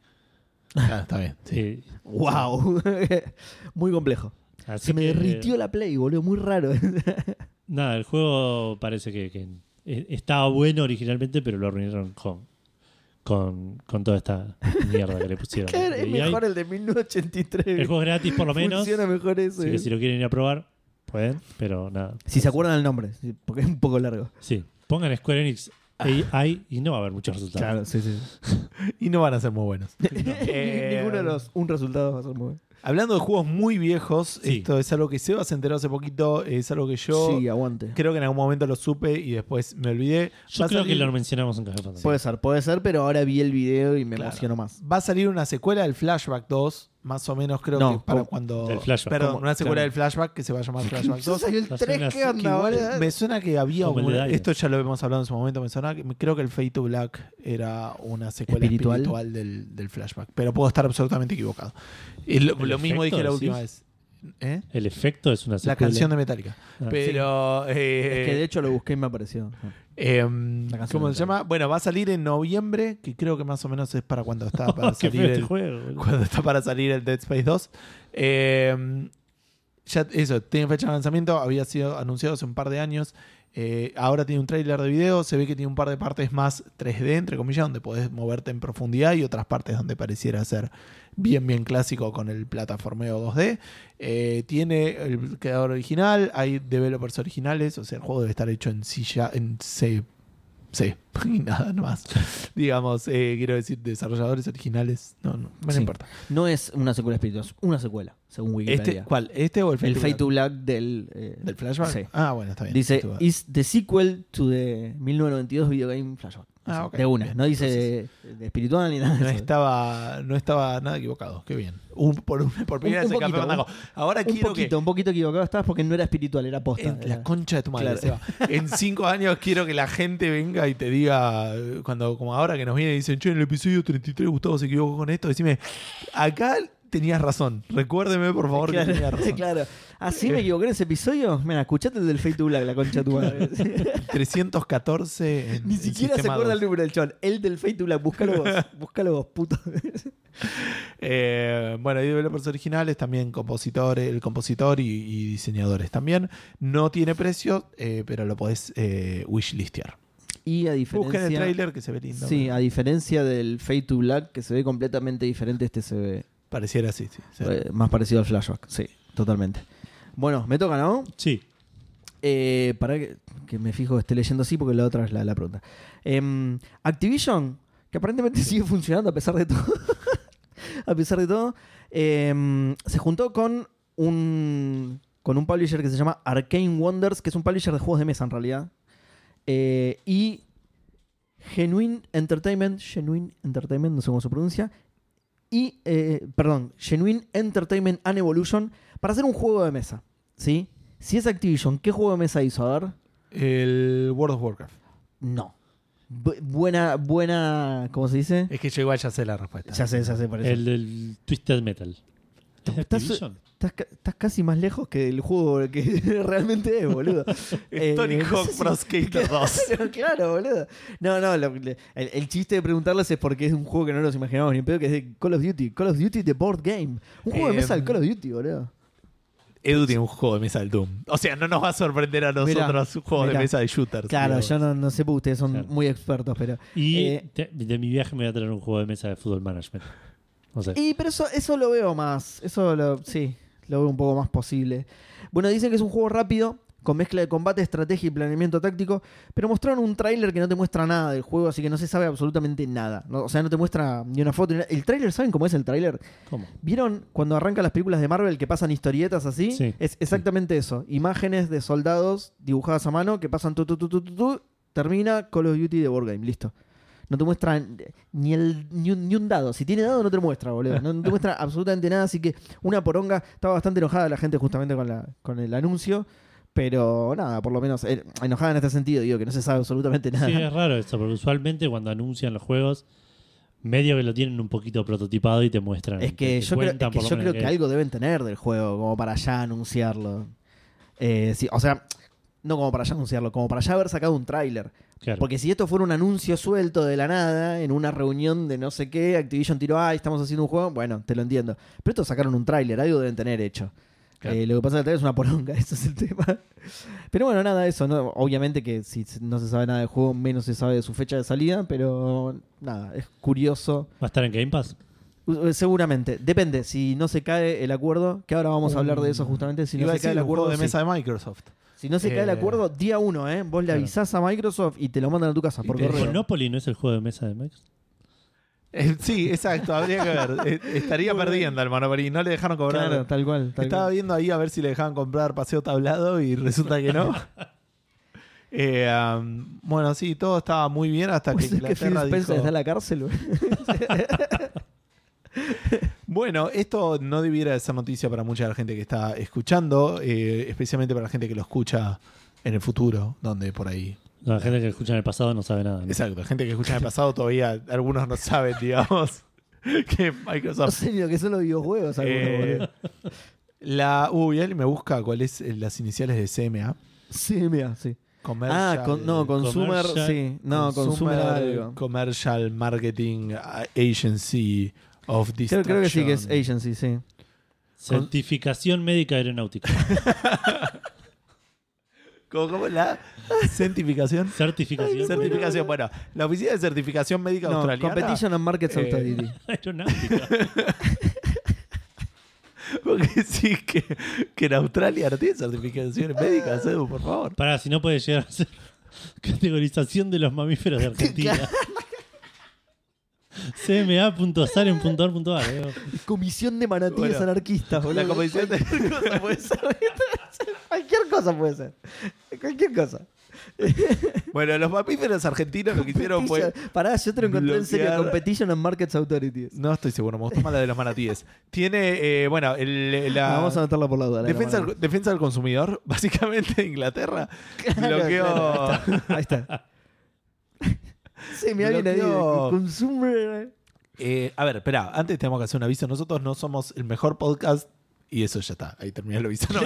Speaker 1: Claro, está bien. sí.
Speaker 2: Eh,
Speaker 3: ¡Wow! Muy complejo.
Speaker 2: así
Speaker 3: Se me
Speaker 2: que- eh,
Speaker 3: derritió la play, boludo. Muy raro.
Speaker 2: Nada, el juego parece que, que e- estaba bueno originalmente, pero lo arruinaron con, con, con toda esta mierda que le pusieron.
Speaker 3: Claro, es
Speaker 2: Y hay-
Speaker 3: mejor el de 1983.
Speaker 2: el juego es gratis por lo menos.
Speaker 3: Funciona mejor eso.
Speaker 2: Así que
Speaker 3: eh.
Speaker 2: si lo quieren ir a probar, pueden, pero nada.
Speaker 3: Si se acuerdan el nombre, sí, porque es un poco largo.
Speaker 2: Sí, pongan Square Enix
Speaker 3: Ah.
Speaker 2: AI y no va a haber muchos resultados.
Speaker 3: sí, sí.
Speaker 1: Y no van a ser muy buenos.
Speaker 3: Ni- Ninguno de los un resultado va a ser muy bueno.
Speaker 1: Hablando de juegos muy viejos,
Speaker 2: Sí.
Speaker 1: esto es algo que Seba se enteró hace poquito, es algo que yo
Speaker 3: sí, aguante.
Speaker 1: creo que en algún momento lo supe y después me olvidé.
Speaker 2: Yo
Speaker 1: Va a
Speaker 2: creo que
Speaker 1: salir-
Speaker 2: lo mencionamos en Café Fantasy.
Speaker 3: Puede ser, puede ser, pero ahora vi el video y me
Speaker 1: Claro.
Speaker 3: emociono más.
Speaker 1: Va a salir una secuela del Flashback 2, más o menos creo
Speaker 3: No,
Speaker 1: que para
Speaker 3: ¿cómo?
Speaker 1: cuando...
Speaker 2: Del Flashback.
Speaker 1: Perdón,
Speaker 3: ¿Cómo?
Speaker 1: una secuela del
Speaker 3: Claro.
Speaker 1: Flashback que se va a llamar Flashback 2.
Speaker 3: salió el
Speaker 2: Las
Speaker 3: 3,
Speaker 2: escenas-
Speaker 3: ¿qué
Speaker 1: Que
Speaker 3: onda,
Speaker 1: igual
Speaker 3: boludo?
Speaker 1: me suena que había
Speaker 2: Como el
Speaker 1: una-
Speaker 2: de Daigo.
Speaker 1: esto ya lo hemos hablado en su momento me suena que creo que el Fate to Black era una secuela espiritual,
Speaker 3: Espiritual.
Speaker 1: del, del flashback pero puedo estar absolutamente equivocado y lo,
Speaker 2: ¿El
Speaker 1: lo mismo dije
Speaker 2: efecto
Speaker 1: la
Speaker 2: decís?
Speaker 1: última vez ¿Eh?
Speaker 2: El efecto es una
Speaker 1: la
Speaker 2: secuela.
Speaker 1: canción de Metallica
Speaker 2: Ah,
Speaker 1: pero eh,
Speaker 3: Es que de hecho lo busqué y me apareció.
Speaker 1: em,
Speaker 3: La canción
Speaker 1: ¿cómo
Speaker 3: de
Speaker 1: se llama? bueno va a salir en noviembre que creo que más o menos es para cuando está
Speaker 2: Oh,
Speaker 1: para
Speaker 2: qué
Speaker 1: salir
Speaker 2: feo este
Speaker 1: el,
Speaker 2: juego. boludo.
Speaker 1: cuando está para salir el Dead Space 2. Eh, ya, eso, tiene fecha de lanzamiento, había sido anunciado hace un par de años. Eh, ahora tiene un tráiler de video, se ve que tiene un par de partes más 3D, entre comillas, donde podés moverte en profundidad y otras partes donde pareciera ser bien, bien clásico con el plataformeo 2D. Eh, tiene el creador original, hay developers originales, o sea, el juego debe estar hecho en silla, en C. C, y nada más. Digamos, eh, quiero decir, desarrolladores originales. No, no, no
Speaker 3: Sí.
Speaker 1: importa.
Speaker 3: No es una secuela espiritual, es una secuela, según Wikipedia.
Speaker 1: Este, ¿Cuál? ¿Este o el Fate
Speaker 3: el
Speaker 1: to
Speaker 3: Fate
Speaker 1: Black?
Speaker 3: to Black del, eh,
Speaker 1: ¿Del flashback?
Speaker 3: Sí.
Speaker 1: Ah, bueno, está bien.
Speaker 3: Dice,
Speaker 1: Fate to Black.
Speaker 3: is the sequel to the 1992 video game flashback.
Speaker 1: Ah, ok.
Speaker 3: De una,
Speaker 1: Bien,
Speaker 3: no dice de, de espiritual ni nada de
Speaker 1: no
Speaker 3: eso.
Speaker 1: estaba, no estaba nada equivocado. Qué bien. Un- por, un- por primera
Speaker 3: Un-
Speaker 1: vez
Speaker 3: un
Speaker 1: en Café
Speaker 3: poquito,
Speaker 1: Fandango. Ahora
Speaker 3: un
Speaker 1: quiero
Speaker 3: poquito, un poquito equivocado estabas porque no era espiritual, era
Speaker 1: que.
Speaker 3: posta.
Speaker 1: en la
Speaker 3: era-
Speaker 1: concha de tu madre,
Speaker 3: Claro.
Speaker 1: Seba. En cinco años quiero que la gente venga y te diga, eh, cuando como ahora que nos viene y dicen, che, en el episodio 33 Gustavo se equivocó con esto, decime, acá tenías razón. Recuérdeme, por favor, que tenías
Speaker 3: Claro,
Speaker 1: razón.
Speaker 3: claro. Así me equivoqué en ese episodio. Mira, escuchate el del Fate to Black, la concha de tu madre.
Speaker 1: 314 en-
Speaker 3: Ni
Speaker 1: en
Speaker 3: siquiera se
Speaker 1: sistema
Speaker 3: acuerda
Speaker 1: dos.
Speaker 3: el número del chon. El del Fate to Black, búscalo vos. Búscalo vos, puto.
Speaker 1: Eh, bueno, hay developers originales, también compositores, el compositor y, y diseñadores también. No tiene precio, eh, pero lo podés eh, wishlistear.
Speaker 3: Y a
Speaker 1: Busquen el
Speaker 3: diferencia.
Speaker 1: trailer que se ve lindo.
Speaker 3: sí, ah.
Speaker 1: pero
Speaker 3: a diferencia del Fate to Black, que se ve completamente diferente, este se ve
Speaker 1: Pareciera así, sí. sí.
Speaker 3: eh, más parecido al flashback. Sí, totalmente. Bueno, me toca, ¿no?
Speaker 2: Sí,
Speaker 3: Eh, para que, que me fijo que esté leyendo así porque la otra es la, la pregunta. Em, Activision, que aparentemente sigue funcionando a pesar de todo. a pesar de todo, em, se juntó con un con un publisher que se llama Arcane Wonders, que es un publisher de juegos de mesa en realidad. Eh, y Genuine Entertainment, Genuine Entertainment, no sé cómo se pronuncia. Y, eh, perdón, Genuine Entertainment and Evolution para hacer un juego de mesa. ¿Sí? Si es Activision, ¿qué juego de mesa hizo? A ver.
Speaker 1: El World of Warcraft.
Speaker 3: No. Bu- buena, buena. ¿Cómo se dice?
Speaker 1: Es que yo igual ya sé la respuesta.
Speaker 3: Ya sé, ya sé, por eso.
Speaker 2: el del Twisted Metal. ¿Es
Speaker 3: Estás-
Speaker 2: Activision?
Speaker 3: Estás, ca- estás casi más lejos que el juego que realmente es, boludo. Eh,
Speaker 1: Tony
Speaker 3: no sé
Speaker 1: Hawk
Speaker 3: si-
Speaker 1: Pro Skater 2.
Speaker 3: Claro, claro, boludo. No, no, lo- le- el, el chiste de preguntarles es porque es un juego que no nos imaginamos ni en pedo, que es de Call of Duty. Call of Duty The Board Game. Un juego de
Speaker 1: Eh,
Speaker 3: mesa del Call of Duty, boludo.
Speaker 1: Edu tiene un juego de mesa del Doom. O sea, no nos va a sorprender a nosotros un juego de
Speaker 3: mirá.
Speaker 1: mesa de shooters.
Speaker 3: Claro,
Speaker 1: digamos.
Speaker 3: yo no, no sé porque ustedes son
Speaker 2: Claro.
Speaker 3: muy expertos, pero.
Speaker 2: Y
Speaker 3: Eh,
Speaker 2: de, de mi viaje me voy a traer un juego de mesa de fútbol management. No sé.
Speaker 3: Y pero eso, eso lo veo más. Eso lo. Sí. lo veo un poco más posible. Bueno, dicen que es un juego rápido, con mezcla de combate, estrategia y planeamiento táctico, pero mostraron un tráiler que no te muestra nada del juego, así que no se sabe absolutamente nada. No- o sea, no te muestra ni una foto. ni nada. El tráiler, ¿saben cómo es el tráiler?
Speaker 2: ¿Cómo?
Speaker 3: ¿Vieron cuando arrancan las películas de Marvel que pasan historietas así?
Speaker 2: Sí.
Speaker 3: Es exactamente eso. Imágenes de soldados dibujadas a mano que pasan tu, tu, tu, tu, tu, tu, termina Call of Duty de Wargame, listo. No te muestran ni, el, ni, un, ni un dado. Si tiene dado, no te lo muestra, boludo. No, no te muestra absolutamente nada. Así que una poronga. Estaba bastante enojada la gente justamente con, la, con el anuncio. Pero nada, por lo menos eh, enojada en este sentido, digo, que no se sabe absolutamente nada.
Speaker 2: Sí, es raro eso, porque usualmente cuando anuncian los juegos, medio que lo tienen un poquito prototipado y te muestran.
Speaker 3: Es
Speaker 2: te-
Speaker 3: que
Speaker 2: te
Speaker 3: yo creo, es
Speaker 2: cuentan
Speaker 3: que,
Speaker 2: por lo
Speaker 3: yo
Speaker 2: menos
Speaker 3: creo que
Speaker 2: qué es.
Speaker 3: algo deben tener del juego como para ya anunciarlo. Eh, sí, o sea, no como para ya anunciarlo, como para ya haber sacado un tráiler.
Speaker 2: Claro.
Speaker 3: Porque si esto fuera un anuncio suelto de la nada, en una reunión de no sé qué, Activision tiró, ay, estamos haciendo un juego, bueno, te lo entiendo. Pero estos sacaron un tráiler, algo deben tener hecho.
Speaker 2: Claro.
Speaker 3: Eh, lo que pasa es que el tráiler es una poronga, eso es el tema. Pero bueno, nada, eso. ¿no? Obviamente que si no se sabe nada del juego, menos se sabe de su fecha de salida, pero nada, es curioso.
Speaker 2: ¿Va a estar en Game Pass?
Speaker 3: U- eh, Seguramente, depende. Si no se cae el acuerdo, que ahora vamos a hablar de eso justamente. Si no
Speaker 1: Mm. Iba a
Speaker 3: se cae
Speaker 1: decir,
Speaker 3: el
Speaker 1: un juego
Speaker 3: acuerdo,
Speaker 1: de
Speaker 3: sí.
Speaker 1: mesa de Microsoft.
Speaker 3: si no se cae el
Speaker 1: Eh,
Speaker 3: acuerdo, día uno, ¿eh? Vos le
Speaker 2: claro.
Speaker 3: avisás a Microsoft y te lo mandan a tu casa
Speaker 1: Y
Speaker 3: por
Speaker 1: te-
Speaker 3: correo.
Speaker 2: Eh, Monopoly no es el juego de mesa de Microsoft.
Speaker 1: Eh, sí, exacto, habría que ver. Eh, Estaría perdiendo al Monopoly, no le dejaron cobrar.
Speaker 3: Claro, tal cual. tal
Speaker 1: Estaba
Speaker 3: cual.
Speaker 1: viendo ahí a ver si le dejaban comprar paseo tablado y resulta que no. Eh, um, bueno, sí, todo estaba muy bien hasta que
Speaker 3: Pues es que Phil
Speaker 1: Inglaterra
Speaker 3: Spencer
Speaker 1: dijo...
Speaker 3: está en la cárcel. güey.
Speaker 1: Bueno, esto no debiera de ser noticia para mucha de la gente que está escuchando, eh, especialmente para la gente que lo escucha en el futuro, donde por ahí...
Speaker 2: La gente que escucha en el pasado no sabe nada. ¿no?
Speaker 1: Exacto, la gente que escucha en el pasado todavía, algunos no saben, digamos, que
Speaker 3: no
Speaker 1: Microsoft...
Speaker 3: sé ni lo que son los videojuegos. algunos,
Speaker 1: eh,
Speaker 3: boludo.
Speaker 1: la, uy, él me busca cuál es eh, las iniciales de CMA.
Speaker 3: Sí, mira, sí.
Speaker 1: Comercial-
Speaker 3: ah, con- no, Consumer,
Speaker 2: Commercial-
Speaker 3: sí. No, Consumer, algo.
Speaker 1: Commercial Marketing Agency of
Speaker 3: Creo,
Speaker 1: Destruction.
Speaker 3: creo que sí que es Agency, sí.
Speaker 2: Certificación médica aeronáutica.
Speaker 1: ¿Cómo, cómo la certificación?
Speaker 2: Certificación médica
Speaker 1: certificación. Bueno, la Oficina de Certificación Médica
Speaker 3: No,
Speaker 1: Australiana.
Speaker 3: Competition and Markets
Speaker 1: eh,
Speaker 3: Authority.
Speaker 2: aeronáutica.
Speaker 1: Porque sí, que, que en Australia no tiene certificaciones médicas, Edu, por favor.
Speaker 2: Para, si no puede llegar a ser categorización de los mamíferos de Argentina. cma.saren.ar.ar. eh.
Speaker 3: Comisión de manatíes
Speaker 1: Bueno,
Speaker 3: anarquistas, boludo.
Speaker 1: La comisión de...
Speaker 3: cosa puede ser. Cualquier cosa puede ser. Cualquier cosa.
Speaker 1: Bueno, los mamíferos argentinos lo que hicieron fue...
Speaker 3: Competition- Pará, yo te lo encontré en serio.
Speaker 1: bloquear-
Speaker 3: Competition and Markets Authorities.
Speaker 1: No estoy seguro, me gustó más la de los manatíes. Tiene, eh, bueno, el- la...
Speaker 3: Ah, vamos a anotarla por la duda. la
Speaker 1: Defensa,
Speaker 3: vamos
Speaker 1: al, defensa del consumidor, básicamente Inglaterra
Speaker 3: a anotar.
Speaker 1: bloqueó,
Speaker 3: Claro, claro, Ahí está. Sí, mira bien ahí.
Speaker 1: Bloqueó-
Speaker 3: Consumer.
Speaker 1: Eh, a ver, espera, antes tenemos que hacer un aviso. Nosotros no somos el mejor podcast y eso ya está. Ahí termina el aviso. No,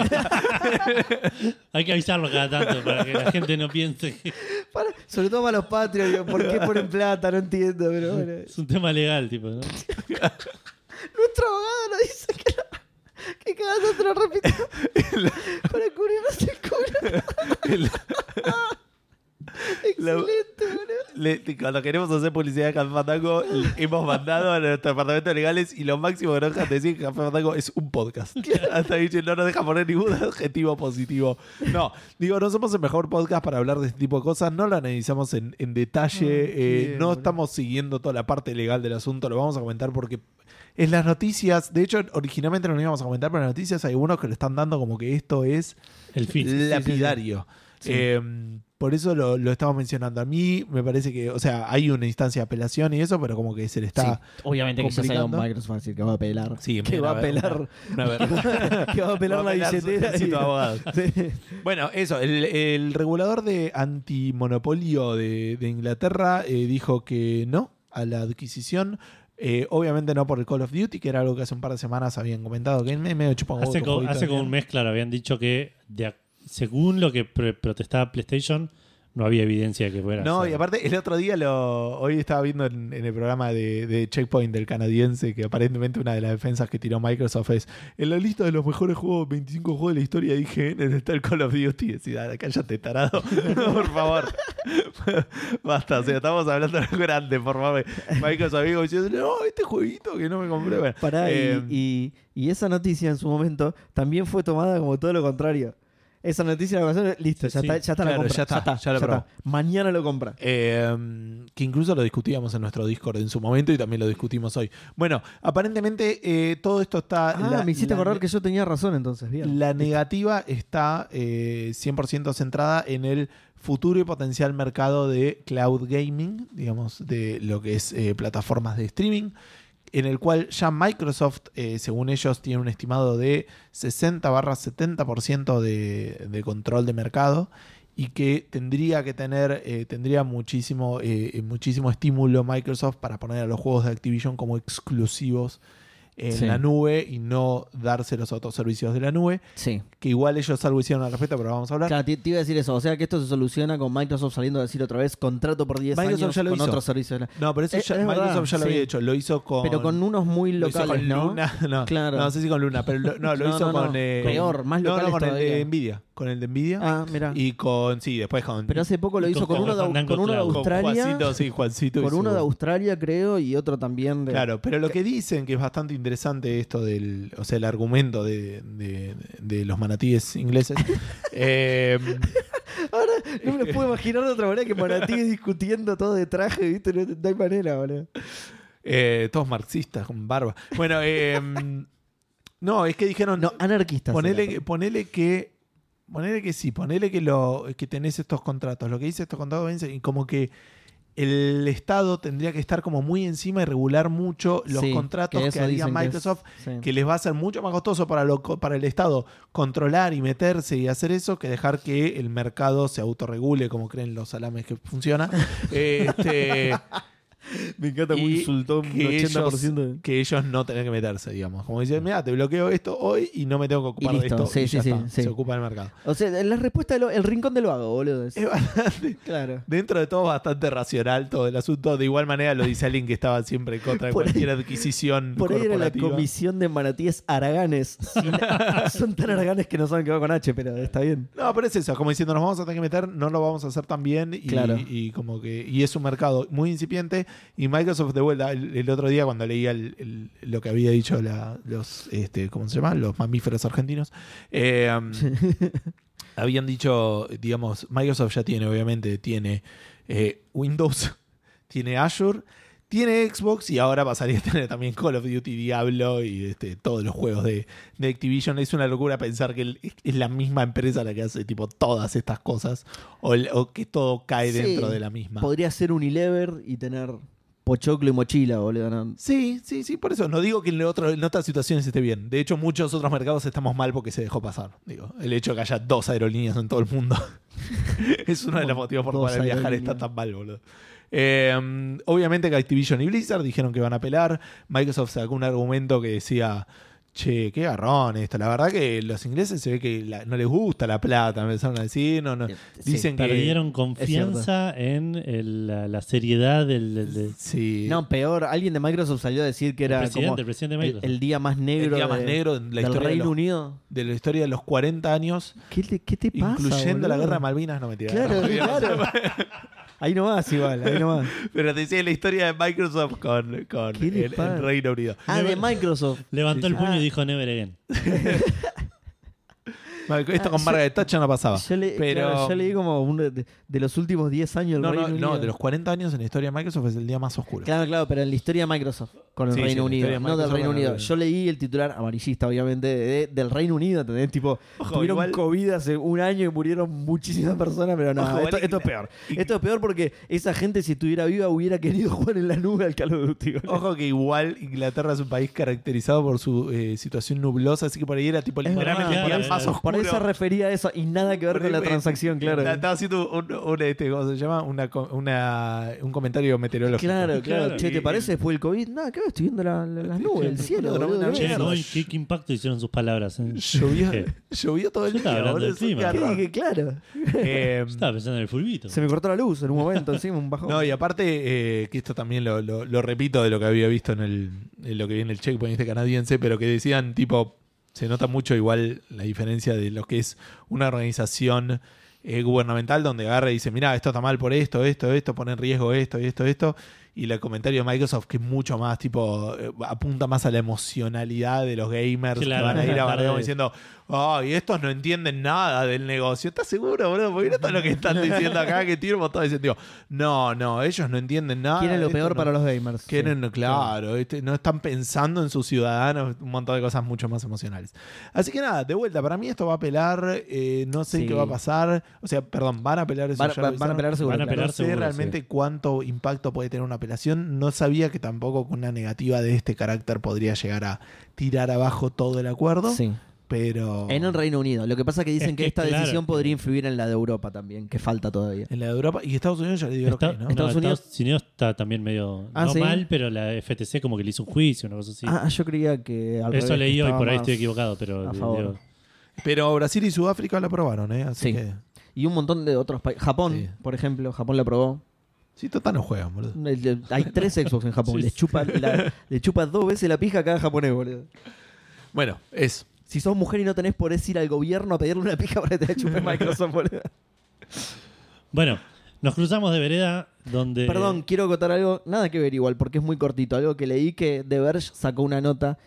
Speaker 2: Hay que avisarlo cada tanto para que la gente no piense que
Speaker 3: Pará, sobre todo para los patrios. digo, ¿Por qué ponen plata? No entiendo, pero bueno.
Speaker 2: es un tema legal, tipo, ¿no?
Speaker 3: Nuestro abogado nos dice que no- Que cada tanto lo repito. Para cubrirnos el culo.
Speaker 1: el-
Speaker 3: Excelente, boludo.
Speaker 1: le- cuando queremos hacer publicidad de Café Fandango, le- hemos mandado a nuestro departamento de legales y lo máximo que nos dejan decir que Café Fandango es un podcast. Hasta ahí che, no nos deja poner ningún adjetivo positivo. No, digo, no somos el mejor podcast para hablar de este tipo de cosas. No lo analizamos en, en detalle. eh,
Speaker 3: bien,
Speaker 1: no
Speaker 3: boludo.
Speaker 1: estamos siguiendo toda la parte legal del asunto. Lo vamos a comentar porque En las noticias, de hecho, originalmente no lo íbamos a comentar, pero en las noticias hay unos que lo están dando como que esto es
Speaker 2: El fin.
Speaker 1: lapidario.
Speaker 3: sí.
Speaker 1: Eh, por eso lo, lo estamos mencionando. A mí me parece que, o sea, hay una instancia de apelación y eso, pero como que se le está.
Speaker 3: Sí, obviamente que ya se
Speaker 1: complicando.
Speaker 3: Microsoft va a decir que va a pelar.
Speaker 1: Sí,
Speaker 3: que
Speaker 1: mira,
Speaker 3: va a pelar.
Speaker 1: una vergüenza.
Speaker 3: que va a pelar
Speaker 1: Va
Speaker 3: la
Speaker 1: a pelar su
Speaker 3: billetera. y-
Speaker 1: solicitud de abogado.
Speaker 3: Sí.
Speaker 1: Bueno, eso, el, el regulador de antimonopolio de, de Inglaterra eh, dijo que no a la adquisición. Eh, obviamente no por el Call of Duty, que era algo que hace un par de semanas habían comentado, que me medio chupa un huevo
Speaker 2: Hace,
Speaker 1: tu
Speaker 2: co-
Speaker 1: jueguito
Speaker 2: hace
Speaker 1: de
Speaker 2: como un
Speaker 1: mierda.
Speaker 2: mes, claro, habían dicho que de ac- según lo que pre- protestaba PlayStation, no había evidencia de que fuera.
Speaker 1: No,
Speaker 2: así.
Speaker 1: y aparte el otro día lo hoy estaba viendo en, en el programa de, de Checkpoint del canadiense que aparentemente una de las defensas que tiró Microsoft es en la lista de los mejores juegos, 25 juegos de la historia de IGN está el Call of Duty. Decís, "Ah, cállate, tarado. por favor. Basta, o sea, estamos hablando de lo grande, por favor. Microsoft amigo diciendo, no, este jueguito que no me compré. Bueno,
Speaker 3: Pará, y-
Speaker 1: eh,
Speaker 3: y, y esa noticia en su momento también fue tomada como todo lo contrario. Esa noticia la pasó, listo, ya
Speaker 2: Sí,
Speaker 3: está, ya está la
Speaker 1: claro,
Speaker 3: compra.
Speaker 1: ya está, ya lo probó.
Speaker 3: Mañana lo compra.
Speaker 1: Eh, que incluso lo discutíamos en nuestro Discord en su momento y también lo discutimos hoy. Bueno, aparentemente eh, todo esto está.
Speaker 3: Ah,
Speaker 1: la-
Speaker 3: me hiciste
Speaker 1: la-
Speaker 3: acordar que yo tenía razón entonces, bien.
Speaker 1: La negativa está eh, 100% centrada en el futuro y potencial mercado de cloud gaming, digamos, de lo que es eh, plataformas de streaming, en el cual ya Microsoft, eh, según ellos, tiene un estimado de 60 barra 70% de, de control de mercado y que tendría que tener, eh, tendría muchísimo, eh, muchísimo estímulo Microsoft para poner a los juegos de Activision como exclusivos en
Speaker 3: Sí.
Speaker 1: la nube y no dárselos a otros servicios de la nube,
Speaker 3: Sí.
Speaker 1: que igual ellos algo hicieron al respecto, pero vamos a hablar.
Speaker 3: Claro, te, te iba a decir eso. O sea que esto se soluciona con Microsoft saliendo a decir otra vez contrato por 10
Speaker 1: Microsoft
Speaker 3: años
Speaker 1: ya lo
Speaker 3: con
Speaker 1: hizo.
Speaker 3: otros servicios.
Speaker 1: No, pero eso
Speaker 3: Eh, Es-
Speaker 1: ya,
Speaker 3: es
Speaker 1: Microsoft
Speaker 3: verdad,
Speaker 1: ya lo había
Speaker 3: sí.
Speaker 1: hecho, lo hizo con...
Speaker 3: Pero con unos muy
Speaker 1: lo hizo con
Speaker 3: locales, ¿no?
Speaker 1: Luna, no,
Speaker 3: Claro.
Speaker 1: no, sé si con Luna, pero lo- no, lo
Speaker 3: No,
Speaker 1: hizo
Speaker 3: no, no.
Speaker 1: con... eh,
Speaker 3: Peor, más
Speaker 1: no,
Speaker 3: locales
Speaker 1: no, con el de
Speaker 3: todavía.
Speaker 1: Nvidia, con el de Nvidia
Speaker 3: Ah, mira.
Speaker 1: y con... Sí, después con...
Speaker 3: Pero hace poco lo
Speaker 2: y
Speaker 3: hizo
Speaker 2: con
Speaker 3: con, uno, de,
Speaker 2: Fernando
Speaker 3: con uno de
Speaker 2: Claro.
Speaker 1: con
Speaker 3: Australia.
Speaker 1: Juancito, sí, Juancito. y
Speaker 3: Con uno
Speaker 1: su-
Speaker 3: de Australia, creo, y otro también de.
Speaker 1: Claro, pero lo que dicen que es bastante interesante esto del, o sea, el argumento de, de- de los manatíes ingleses. eh,
Speaker 3: Ahora no me lo puedo imaginar de otra manera que Moratí discutiendo todo de traje, ¿viste? No, no hay manera, boludo.
Speaker 1: Eh, todos marxistas con barba. Bueno, eh, no, es que dijeron.
Speaker 3: No, anarquistas.
Speaker 1: ponele,
Speaker 3: era.
Speaker 1: que- ponele que. Ponele que sí, ponele que, lo, que tenés estos contratos. Lo que dice estos contratos vence y como que el Estado tendría que estar como muy encima y regular mucho los
Speaker 3: Sí,
Speaker 1: contratos que,
Speaker 3: eso
Speaker 1: haría
Speaker 3: dicen que es-
Speaker 1: Microsoft,
Speaker 3: sí.
Speaker 1: que, les va a ser mucho más costoso para, lo, co- para el Estado controlar y meterse y hacer eso que dejar que el mercado se autorregule, como creen los salames que funciona. este,
Speaker 3: Me encanta
Speaker 1: y
Speaker 3: como insultó un
Speaker 1: que
Speaker 3: 80% de-
Speaker 1: que ellos no tener que meterse, digamos. Como dicen, mira, te bloqueo esto hoy y no me tengo que ocupar
Speaker 3: Y
Speaker 1: de
Speaker 3: listo.
Speaker 1: esto.
Speaker 3: Sí,
Speaker 1: y ya
Speaker 3: sí, sí,
Speaker 1: está.
Speaker 3: sí.
Speaker 1: Se ocupa el mercado.
Speaker 3: O sea, la respuesta del el rincón de lo hago, boludo. Es-
Speaker 1: Es bastante-
Speaker 3: claro.
Speaker 1: dentro de todo, bastante racional todo el asunto. De igual manera, lo dice alguien que estaba siempre en contra de
Speaker 3: Por ahí-
Speaker 1: cualquier adquisición.
Speaker 3: Por ahí era la
Speaker 1: corporativa.
Speaker 3: comisión de manatíes araganes. Sin- Son tan araganes que no saben que va con H, pero está bien.
Speaker 1: No, pero es eso, como diciendo, nos vamos a tener que meter, no lo vamos a hacer tan bien. Y,
Speaker 3: Claro.
Speaker 1: y como que. Y es un mercado muy incipiente. Y Microsoft, de vuelta, el, el otro día cuando leía el- el- lo que había dicho la- los, este, ¿cómo se llama? Los mamíferos argentinos. eh, habían dicho, digamos, Microsoft ya tiene, obviamente, tiene eh, Windows, tiene Azure. Tiene Xbox y ahora pasaría a tener también Call of Duty, Diablo y este, todos los juegos de, de Activision. Es una locura pensar que el- es la misma empresa la que hace tipo todas estas cosas o, el- o que todo cae
Speaker 3: Sí.
Speaker 1: dentro de la misma.
Speaker 3: Podría ser un Unilever y tener pochoclo y mochila, boludo. ¿no?
Speaker 1: Sí, sí, sí, por eso. No digo que en, otro- en otras situaciones esté bien. De hecho, muchos otros mercados estamos mal porque se dejó pasar. Digo, el hecho de que haya dos aerolíneas en todo el mundo es uno de los
Speaker 3: ¿Cómo
Speaker 1: motivos por
Speaker 3: dos
Speaker 1: los cuales viajar
Speaker 3: aerolíneas?
Speaker 1: está tan mal, boludo. Eh, obviamente que Activision y Blizzard dijeron que van a apelar. Microsoft sacó un argumento que decía. Che, qué garrón esto. La verdad que los ingleses se ve que la- no les gusta la plata, me empezaron a decir. No, no.
Speaker 3: Sí.
Speaker 1: Dicen que.
Speaker 2: Perdieron confianza en el- la, la seriedad del, del- del-
Speaker 1: Sí.
Speaker 3: No, peor, alguien de Microsoft salió a decir que era
Speaker 2: presidente,
Speaker 3: como
Speaker 2: el presidente de
Speaker 3: el,
Speaker 2: Microsoft.
Speaker 3: el día más negro,
Speaker 1: el día más
Speaker 3: de-
Speaker 1: negro en la
Speaker 3: del
Speaker 1: historia de
Speaker 3: Reino
Speaker 1: los-
Speaker 3: Unido.
Speaker 1: de la historia de los 40 años.
Speaker 3: ¿Qué te, qué te pasa?
Speaker 1: incluyendo la
Speaker 3: boludo?
Speaker 1: guerra de Malvinas, no me
Speaker 3: Claro, claro. Ahí nomás, igual, ahí nomás.
Speaker 1: Pero te decía la historia de Microsoft con, con
Speaker 3: ¿Qué le
Speaker 1: el, el
Speaker 3: pasa?
Speaker 1: Reino Unido.
Speaker 3: Ah, de Microsoft.
Speaker 1: Sí,
Speaker 2: Levantó el
Speaker 1: sí.
Speaker 2: puño
Speaker 3: Ah.
Speaker 2: y dijo Never Again.
Speaker 1: Mal- Esto
Speaker 3: Ah,
Speaker 1: con
Speaker 3: yo-
Speaker 1: Margaret Thatcher no pasaba.
Speaker 3: Yo le,
Speaker 1: pero
Speaker 3: claro, yo leí como un- de, de los últimos 10 años del
Speaker 1: no, no,
Speaker 3: Reino Unido.
Speaker 1: no, de los 40 años en la historia de Microsoft es el día más oscuro.
Speaker 3: Claro, claro, pero en la historia de Microsoft con el
Speaker 1: Sí, sí,
Speaker 3: Reino
Speaker 1: la historia de
Speaker 3: Unido, no del
Speaker 1: Microsoft
Speaker 3: Reino
Speaker 1: con el
Speaker 3: Unido.
Speaker 1: Reino
Speaker 3: Yo leí el titular amarillista, obviamente, de- del Reino Unido, ¿entendés? Tipo,
Speaker 1: Ojo,
Speaker 3: tuvieron
Speaker 1: igual-
Speaker 3: COVID hace un año y murieron muchísimas personas, pero no,
Speaker 1: Ojo, igual
Speaker 3: esto,
Speaker 1: y-
Speaker 3: esto es peor.
Speaker 1: y-
Speaker 3: Esto es peor porque esa gente, si estuviera viva, hubiera querido jugar en la nube al Call of Duty. boludo.
Speaker 1: Ojo que igual Inglaterra es un país caracterizado por su eh, situación nublosa, así que por ahí era tipo
Speaker 3: Es
Speaker 1: literalmente
Speaker 2: verdad,
Speaker 1: el día
Speaker 2: claro,
Speaker 1: más
Speaker 2: claro.
Speaker 1: oscuro
Speaker 3: por eso refería a eso y nada que ver con la transacción, claro.
Speaker 1: Estaba haciendo un, un, este, ¿cómo se llama? Una, co- una- un comentario meteorológico.
Speaker 3: Claro, claro.
Speaker 2: Claro,
Speaker 3: Che, ¿te
Speaker 2: y-
Speaker 3: parece después del COVID? Nada, ¿qué ves? Estoy viendo la- la- las nubes, el cielo.
Speaker 1: Claro,
Speaker 3: boludo,
Speaker 1: una
Speaker 3: qué
Speaker 2: Che,
Speaker 1: mierda.
Speaker 2: no, ¿y ¿qué, qué impacto hicieron sus palabras? eh?
Speaker 1: Llovió,
Speaker 2: Eh,
Speaker 1: llovió todo el
Speaker 2: Yo estaba
Speaker 1: día,
Speaker 2: hablando
Speaker 1: boludo.
Speaker 2: del
Speaker 1: es un
Speaker 2: clima.
Speaker 1: garrón.
Speaker 3: mierda. ¿Qué? Claro.
Speaker 1: Eh,
Speaker 2: yo estaba pensando en el fulbito.
Speaker 3: Se me cortó la luz en un momento, encima, un bajón.
Speaker 1: No, y aparte, eh, que esto también lo, lo- lo repito de lo que había visto en, el, en lo que vi en el checkpoint este canadiense, pero que decían, tipo, se nota mucho igual la diferencia de lo que es una organización eh, gubernamental donde agarra y dice, mira, esto está mal por esto, esto, esto, pone en riesgo esto y esto, esto. Y el comentario de Microsoft que es mucho más, tipo, eh, apunta más a la emocionalidad de los gamers
Speaker 2: Claro,
Speaker 1: que van a ir a
Speaker 2: claro.
Speaker 1: bardear diciendo, ay, estos no entienden nada del negocio. ¿Estás seguro, boludo? Porque no está lo que están diciendo acá, que Tirbo todo diciendo, no, no, ellos no entienden nada.
Speaker 3: Quieren lo
Speaker 1: esto
Speaker 3: peor
Speaker 1: no-
Speaker 3: para los gamers.
Speaker 1: Quieren,
Speaker 3: Sí.
Speaker 1: claro, este, no están pensando en sus ciudadanos, un montón de cosas mucho más emocionales. Así que nada, de vuelta, para mí esto va a apelar, eh, no sé
Speaker 3: Sí.
Speaker 1: qué va a pasar, o sea, perdón, van a apelar eso.
Speaker 3: Van,
Speaker 1: ya lo
Speaker 3: van- van a
Speaker 1: avisaron.
Speaker 3: pelar seguro.
Speaker 2: Van a
Speaker 3: claro.
Speaker 2: pelar
Speaker 1: No sé
Speaker 2: seguro,
Speaker 1: realmente cuánto impacto puede tener una apelación. No sabía que tampoco con una negativa de este carácter podría llegar a tirar abajo todo el acuerdo.
Speaker 3: Sí.
Speaker 1: Pero.
Speaker 3: En el Reino Unido. Lo que pasa es que dicen
Speaker 2: Es
Speaker 3: que,
Speaker 2: que,
Speaker 3: esta
Speaker 2: claro.
Speaker 3: decisión podría influir en la de Europa también, que falta todavía.
Speaker 1: En la de Europa. Y Estados Unidos ya le dieron
Speaker 2: Está-
Speaker 1: que ¿no?
Speaker 2: no,
Speaker 3: Estados Unidos-
Speaker 2: Estados Unidos está también medio.
Speaker 3: Ah,
Speaker 2: no
Speaker 3: ¿sí?
Speaker 2: mal, pero la FTC como que le hizo un juicio, una cosa así.
Speaker 3: Ah, yo creía que al
Speaker 2: Eso
Speaker 3: revés,
Speaker 2: leí hoy,
Speaker 3: estaba
Speaker 2: por ahí
Speaker 3: más-
Speaker 2: estoy equivocado, pero.
Speaker 3: a favor.
Speaker 1: Pero Brasil y Sudáfrica la aprobaron, ¿eh? Así
Speaker 3: Sí.
Speaker 1: que.
Speaker 3: Y un montón de otros países. Japón,
Speaker 1: Sí.
Speaker 3: por ejemplo, Japón la aprobó.
Speaker 1: Sí, total no juegan, boludo.
Speaker 3: El de- Hay tres Xbox en Japón.
Speaker 2: Sí,
Speaker 3: Les
Speaker 2: sí.
Speaker 3: chupa, la- le chupa dos veces la pija a cada japonés, boludo.
Speaker 1: Bueno, eso.
Speaker 3: Si sos mujer y no tenés por ir al gobierno a pedirle una pija para que te la chupe Microsoft, boludo.
Speaker 2: Bueno, nos cruzamos de vereda donde.
Speaker 3: Perdón, quiero acotar algo. Nada que ver igual, porque es muy cortito. Algo que leí que The Verge sacó una nota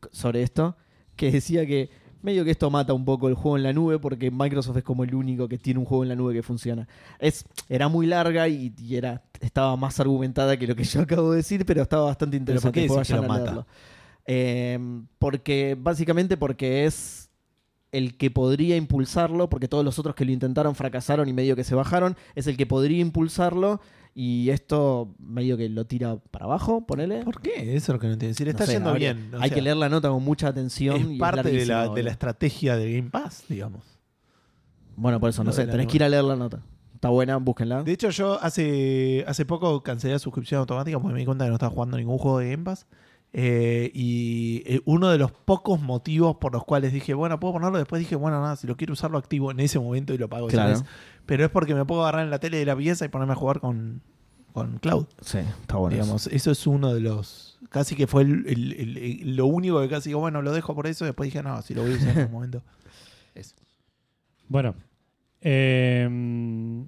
Speaker 3: c- sobre esto que decía que medio que esto mata un poco el juego en la nube porque Microsoft es como el único que tiene un juego en la nube que funciona. Es, era muy larga y, y era, estaba más argumentada que lo que yo acabo de decir, pero estaba bastante
Speaker 1: ¿Pero por
Speaker 3: interesante.
Speaker 1: qué
Speaker 3: después
Speaker 1: decís que
Speaker 3: vayan
Speaker 1: lo
Speaker 3: a
Speaker 1: mata?
Speaker 3: leerlo. Eh, porque, básicamente porque es el que podría impulsarlo, porque todos los otros que lo intentaron fracasaron y medio que se bajaron, es el que podría impulsarlo y esto medio que lo tira para abajo, ponele.
Speaker 1: ¿Por qué? Eso es lo que no entiendo. Si le
Speaker 3: No
Speaker 1: está
Speaker 3: sé,
Speaker 1: yendo
Speaker 3: habría-
Speaker 1: bien. o
Speaker 3: hay
Speaker 1: sea,
Speaker 3: que leer la nota con mucha atención. y
Speaker 1: Es parte de la,
Speaker 3: larguísima,
Speaker 1: de la
Speaker 3: boludo.
Speaker 1: estrategia del Game Pass, digamos.
Speaker 3: Bueno, por eso, no
Speaker 1: lo de
Speaker 3: sé,
Speaker 1: la
Speaker 3: tenés
Speaker 1: nota.
Speaker 3: que ir a leer la nota. Está buena, búsquenla.
Speaker 1: De hecho, yo hace, hace poco cancelé la suscripción automática porque me di cuenta que no estaba jugando ningún juego de Game Pass. Eh, y eh, uno de los pocos motivos por los cuales dije, bueno, puedo ponerlo. Después dije, bueno, nada, si lo quiero usar, lo activo en ese momento y lo pago.
Speaker 3: Claro.
Speaker 1: ¿sabes? Pero es porque me puedo agarrar en la tele de la pieza y ponerme a jugar con, con Cloud.
Speaker 3: Sí, está buena.
Speaker 1: digamos, eso es uno de los. Casi que fue el- el- el- el- lo único que casi digo, bueno, lo dejo por eso. Después dije, no, si lo voy a usar en algún momento.
Speaker 2: Bueno. em,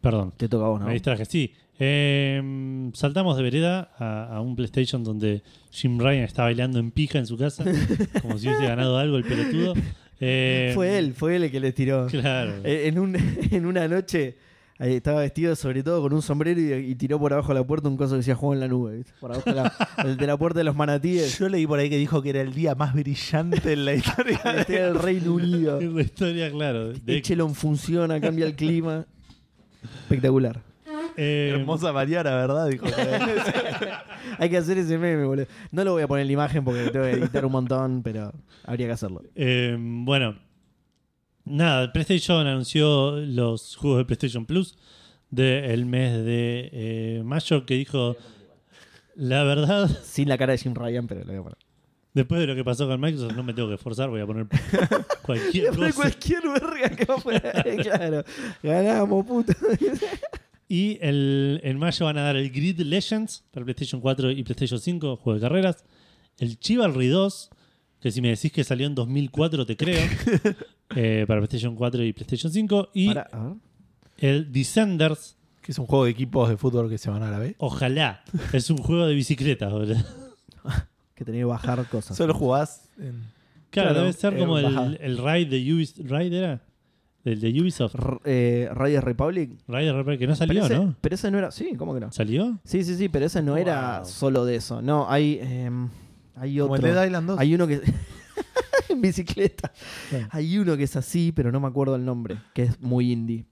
Speaker 2: Perdón.
Speaker 3: Te toca a vos, ¿no?
Speaker 2: Me distraje, sí. Eh, saltamos de vereda a, a un PlayStation donde Jim Ryan está bailando en pija en su casa, como si hubiese ganado algo el pelotudo. Eh,
Speaker 3: Fue él, fue él el que le tiró.
Speaker 2: Claro.
Speaker 3: Eh, En, un- en una noche eh, estaba vestido sobre todo con un sombrero y, y tiró por abajo de la puerta un coso que decía juego en la nube. ¿viste? Por abajo de la, el de la puerta de los manatíes.
Speaker 1: Yo leí por ahí que dijo que era el día más brillante en la historia.
Speaker 3: Este era el Reino Unido.
Speaker 2: Es la historia, claro. de-
Speaker 3: Echelon funciona, cambia el clima. Espectacular.
Speaker 2: eh,
Speaker 1: Hermosa Mariana, ¿verdad? Dijo.
Speaker 3: Hay que hacer ese meme, boludo. No lo voy a poner en la imagen porque tengo que editar un montón, pero habría que hacerlo.
Speaker 2: eh, bueno. Nada, PlayStation anunció los juegos de PlayStation Plus del mes de eh, mayo que dijo, la verdad,
Speaker 3: Sin la cara de Jim Ryan, pero lo voy a poner.
Speaker 2: después de lo que pasó con Microsoft, no me tengo que esforzar, voy a poner
Speaker 3: Voy a
Speaker 2: cualquier
Speaker 3: poner
Speaker 2: cosa.
Speaker 3: cualquier verga que va a poner. Claro. Ganamos, puto.
Speaker 2: Y el, en mayo van a dar el Grid Legends para PlayStation 4 y PlayStation 5, juego de carreras. El Chivalry 2, que si me decís que salió en 2004, te creo. eh, para PlayStation 4 y PlayStation 5. Y
Speaker 3: Pará, a ver.
Speaker 2: el Descenders,
Speaker 1: que es un juego de equipos de fútbol que se van a la vez.
Speaker 2: ojalá. Es un juego de bicicletas, boludo.
Speaker 3: Que tenía que bajar cosas.
Speaker 1: Solo jugás. en-
Speaker 2: Claro,
Speaker 3: Claro,
Speaker 2: debe ser
Speaker 1: eh,
Speaker 2: como
Speaker 1: bajada.
Speaker 2: el, el Ride de Ubisoft. ¿Ride era? El de Ubisoft.
Speaker 3: R- eh, Radio Republic.
Speaker 2: Ride Rapper, que no
Speaker 3: Pero
Speaker 2: salió,
Speaker 3: ese,
Speaker 2: ¿no?
Speaker 3: pero ese no era. Sí, ¿cómo que no?
Speaker 2: ¿Salió?
Speaker 3: Sí, sí, sí, pero ese no era
Speaker 2: Wow.
Speaker 3: solo de eso. No, hay, em, hay
Speaker 1: Como
Speaker 3: otro.
Speaker 1: el Dead Island 2.
Speaker 3: Hay uno que. en bicicleta.
Speaker 2: Bueno.
Speaker 3: Hay uno que es así, pero no me acuerdo el nombre, que es muy indie.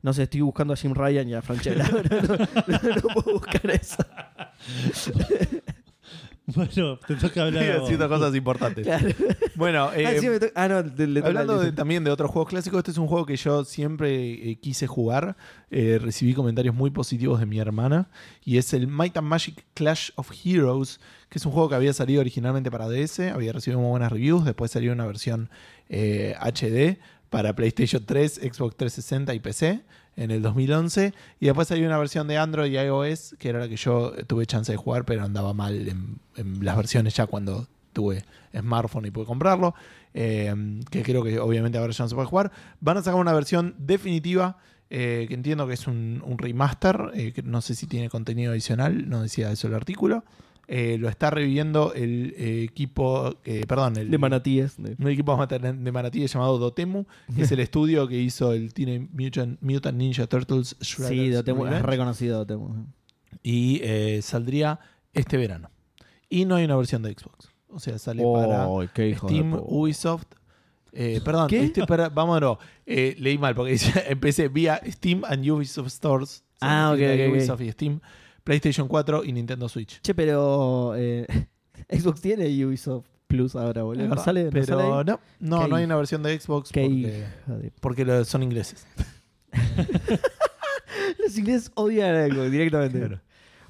Speaker 3: No sé, estoy buscando a Jim Ryan y a Franchella. No, no, no, no puedo buscar eso.
Speaker 2: Bueno, te toca hablar. a vos.
Speaker 1: haciendo cosas importantes.
Speaker 3: Claro.
Speaker 1: Bueno, eh,
Speaker 3: ah, sí, me to- ah, no, le- le toca
Speaker 1: Hablando
Speaker 3: al-
Speaker 1: de- también de otros juegos clásicos, este es un juego que yo siempre eh, quise jugar. Eh, recibí comentarios muy positivos de mi hermana. Y es el Might and Magic Clash of Heroes, que es un juego que había salido originalmente para DS, había recibido muy buenas reviews. Después salió una versión eh, HD para PlayStation 3, Xbox 360 y PC en el 2011. Y después salió una versión de Android y iOS, que era la que yo tuve chance de jugar, pero andaba mal en, en las versiones ya cuando tuve smartphone y pude comprarlo. eh, que creo que obviamente ahora ya no se puede jugar. Van a sacar una versión definitiva. eh, que entiendo que es un, un remaster, eh, que no sé si tiene contenido adicional, no decía eso el artículo. Eh, lo está reviviendo el eh, equipo, eh, perdón, el,
Speaker 3: de manatíes. de-
Speaker 1: un equipo mater- de manatíes llamado Dotemu, que es el estudio que hizo el Teenage Mutant, Mutant Ninja Turtles Shredder's
Speaker 3: Sí, Dotemu, es
Speaker 1: Revenge,
Speaker 3: reconocido Dotemu.
Speaker 1: y eh, saldría este verano. Y no hay una versión de Xbox. O sea, sale
Speaker 3: Oh, qué
Speaker 1: para
Speaker 3: hijo de
Speaker 1: Steam,
Speaker 3: puta.
Speaker 1: Ubisoft. eh, perdón,
Speaker 3: ¿Qué?
Speaker 1: este para- vamos no, eh, leí mal porque dice, empecé vía Steam and Ubisoft Stores.
Speaker 3: Ah, ok,
Speaker 1: Significa
Speaker 3: ok, ok.
Speaker 1: Ubisoft y Steam, PlayStation 4 y Nintendo Switch.
Speaker 3: Che, pero eh, Xbox tiene Ubisoft Plus ahora, boludo. ¿No sale? ¿No
Speaker 1: pero
Speaker 3: sale ahí?
Speaker 1: no, no,
Speaker 3: Qué
Speaker 1: no hay
Speaker 3: hij-
Speaker 1: una versión de Xbox
Speaker 3: Qué
Speaker 1: porque,
Speaker 3: hija de-
Speaker 1: porque lo- son ingleses.
Speaker 3: Los ingleses odian a Xbox directamente.
Speaker 1: Claro.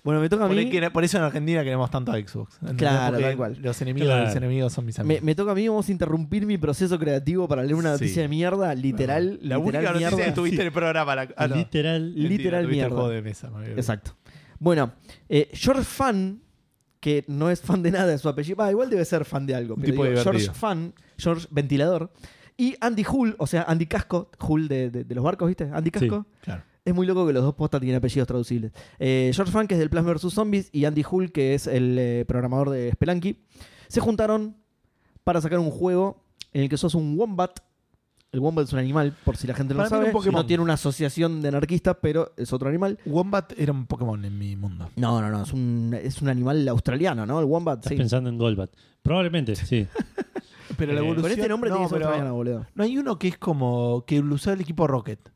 Speaker 3: Bueno, me toca a
Speaker 1: Por,
Speaker 3: mí.
Speaker 1: que- por eso en Argentina queremos tanto a Xbox. ¿entendés?
Speaker 3: Claro,
Speaker 1: Porque
Speaker 3: tal cual.
Speaker 1: Los enemigos
Speaker 2: Claro.
Speaker 1: de los enemigos son mis
Speaker 3: Me,
Speaker 1: amigos.
Speaker 3: me toca a mí, vamos a interrumpir mi proceso creativo para leer una
Speaker 1: Sí.
Speaker 3: noticia de mierda, literal,
Speaker 1: la
Speaker 3: literal
Speaker 1: única noticia
Speaker 3: mierda.
Speaker 1: que tuviste en el programa. La, ah, no.
Speaker 2: Literal.
Speaker 1: Mentira,
Speaker 3: literal
Speaker 1: tuviste el
Speaker 3: mierda.
Speaker 1: juego de mesa. me había
Speaker 3: Exacto. Bueno, eh, George Fan, que no es fan de nada de su apellido, va, igual debe ser fan de algo.
Speaker 1: Un
Speaker 3: Pero
Speaker 1: tipo
Speaker 3: digo, George
Speaker 1: divertido.
Speaker 3: Fan, George Ventilador, y Andy Hull, o sea, Andy Casco, Hull de, de- de los barcos, ¿viste? Andy
Speaker 2: Sí.
Speaker 3: Casco.
Speaker 1: olvidado. Claro.
Speaker 3: Es muy loco que los dos postas tienen apellidos traducibles. Eh, George Frank, que es del Plants vs. Zombies, y Andy Hull, que es el eh, programador de Spelunky, se juntaron para sacar un juego en el que sos un wombat. El wombat es un animal, por si la gente no
Speaker 1: Para mí
Speaker 3: lo
Speaker 1: era
Speaker 3: sabe.
Speaker 1: un Pokémon.
Speaker 3: No tiene una asociación de anarquistas, pero es otro animal.
Speaker 1: Wombat era un Pokémon en mi mundo.
Speaker 3: No, no, no, es un, es un animal australiano, ¿no? El wombat,
Speaker 2: Estás
Speaker 3: sí.
Speaker 2: pensando en Golbat. Probablemente, sí.
Speaker 1: Pero la
Speaker 2: Eh,
Speaker 1: evolución.
Speaker 3: Con este nombre
Speaker 1: no,
Speaker 3: tiene que ser
Speaker 1: pero-
Speaker 3: australiano, boludo.
Speaker 1: No hay uno que es como. que lo usaba el equipo Rocket.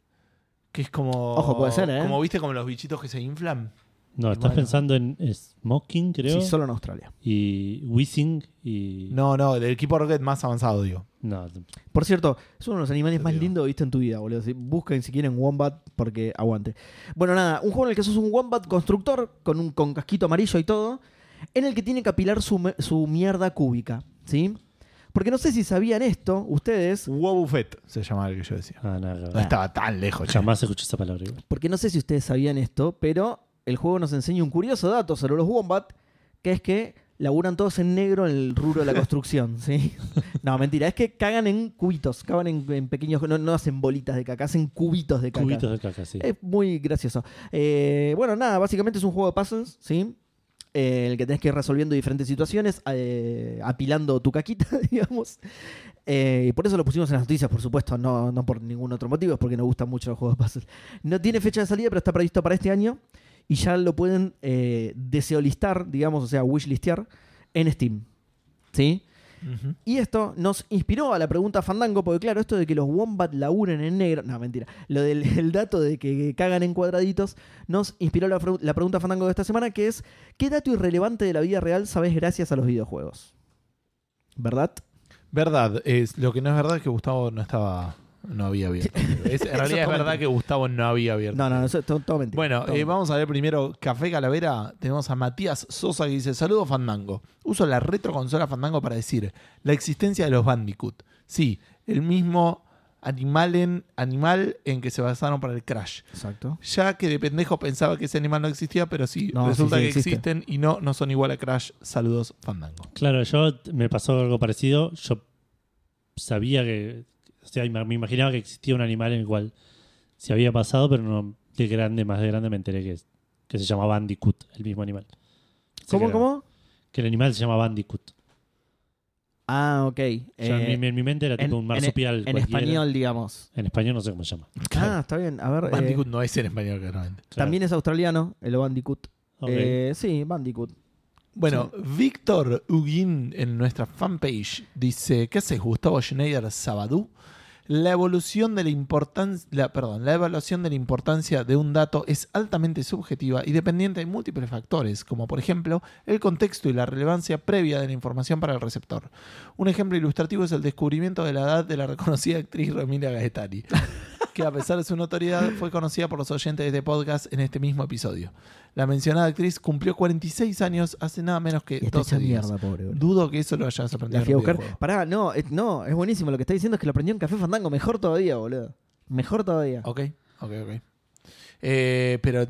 Speaker 1: Que es como.
Speaker 3: Ojo, puede ser, ¿eh?
Speaker 1: Como viste, como los bichitos que se inflan.
Speaker 2: No, estás
Speaker 1: Bueno.
Speaker 2: pensando en Smoking, creo.
Speaker 3: Sí, solo en Australia.
Speaker 2: Y Whizzing. Y.
Speaker 1: No, no, del equipo Rocket más avanzado, digo.
Speaker 2: No,
Speaker 3: Por cierto, es uno de los animales
Speaker 1: Te
Speaker 3: más
Speaker 1: digo.
Speaker 3: lindos que viste en tu vida, boludo. Así, Busquen si quieren Wombat porque aguante. Bueno, nada, un juego en el que sos un Wombat constructor con un con casquito amarillo y todo, en el que tiene que apilar su, me- su mierda cúbica, ¿sí? Porque no sé si sabían esto ustedes,
Speaker 1: Wobbuffet se llamaba el que yo decía.
Speaker 2: Ah, no,
Speaker 1: No estaba tan lejos, che.
Speaker 2: Jamás escuché esa palabra. igual.
Speaker 3: porque no sé si ustedes sabían esto, pero el juego nos enseña un curioso dato sobre los Wombat, que es que laburan todos en negro en el rubro de la construcción, ¿sí? No, mentira, es que cagan en cubitos, cagan en, en pequeños, no, no hacen bolitas de caca, hacen cubitos de caca.
Speaker 2: Cubitos de caca, sí.
Speaker 3: Es muy gracioso. Eh, bueno, nada, básicamente es un juego de puzzles, ¿sí? Eh, en el que tenés que ir resolviendo diferentes situaciones, eh, apilando tu caquita, digamos. Eh, y por eso lo pusimos en las noticias, por supuesto, no, no por ningún otro motivo, es porque nos gustan mucho los juegos de puzzles. No tiene fecha de salida, pero está previsto para este año. Y ya lo pueden eh, deseolistar, digamos, o sea, wishlistear, en Steam. ¿Sí?
Speaker 1: Ujú.
Speaker 3: Y esto nos inspiró a la pregunta Fandango, porque claro, esto de que los Wombat laburen en negro, no, mentira, lo del el dato de que cagan en cuadraditos, nos inspiró la, fru- la pregunta Fandango de esta semana, que es, ¿qué dato irrelevante de la vida real sabes gracias a los videojuegos? ¿Verdad?
Speaker 1: Verdad, es, lo que no es verdad es que Gustavo no estaba. No había abierto. Es- en
Speaker 3: Eso
Speaker 1: realidad es
Speaker 3: está
Speaker 1: verdad
Speaker 3: mentira.
Speaker 1: que Gustavo no había abierto.
Speaker 3: No, no, no, eso es todo, todo mentira.
Speaker 1: Bueno,
Speaker 3: todo
Speaker 1: eh,
Speaker 3: mentira.
Speaker 1: vamos a ver primero Café Calavera. Tenemos a Matías Sosa que dice: Saludo Fandango. Uso la retroconsola Fandango para decir la existencia de los Bandicoot. Sí, el mismo animal en, animal en que se basaron para el Crash.
Speaker 3: Exacto.
Speaker 1: Ya que de pendejo pensaba que ese animal no existía, pero sí,
Speaker 3: No,
Speaker 1: resulta
Speaker 3: sí, sí,
Speaker 1: que
Speaker 3: existe.
Speaker 1: existen y no, no son igual a Crash. Saludos, Fandango.
Speaker 2: Claro, yo t- me pasó algo parecido. Yo sabía que. O sea, ima- me imaginaba que existía un animal en el cual se había pasado, pero no de grande, más de grande me enteré que, es- que se llamaba Bandicoot, el mismo animal. Así
Speaker 3: ¿Cómo,
Speaker 2: que era-
Speaker 3: cómo?
Speaker 2: Que el animal se llama Bandicoot.
Speaker 3: Ah, ok.
Speaker 2: Yo en,
Speaker 3: Eh,
Speaker 2: mi, en mi mente era tipo un marsupial.
Speaker 3: en
Speaker 2: cualquiera.
Speaker 3: español, digamos.
Speaker 2: En español no sé cómo se llama.
Speaker 3: Ah, está bien. A ver, eh,
Speaker 1: Bandicoot no es en español, claramente.
Speaker 2: Claro.
Speaker 3: también es australiano, el Bandicoot.
Speaker 2: Ok.
Speaker 3: Eh, sí, Bandicoot.
Speaker 1: Bueno, Víctor Huguín en nuestra fanpage dice: ¿Qué haces, Gustavo Schneider Sabadú? La evolución de la importancia, la- perdón, la evaluación de la importancia de un dato es altamente subjetiva y dependiente de múltiples factores, como por ejemplo el contexto y la relevancia previa de la información para el receptor. Un ejemplo ilustrativo es el descubrimiento de la edad de la reconocida actriz Romina Gaetani, que a pesar de su notoriedad fue conocida por los oyentes de este podcast en este mismo episodio. La mencionada actriz cumplió 46 años hace nada menos que
Speaker 3: Y está hecha
Speaker 1: 12 días.
Speaker 3: mierda, pobre. boludo.
Speaker 1: Dudo que eso lo hayas aprendido.
Speaker 3: La fui a
Speaker 1: en un
Speaker 3: buscar.
Speaker 1: videojuego.
Speaker 3: Pará, no, es, no, es buenísimo. Lo que está diciendo es que lo aprendió en Café Fandango. Mejor todavía, boludo. Mejor todavía.
Speaker 1: Ok, ok, ok. Eh, pero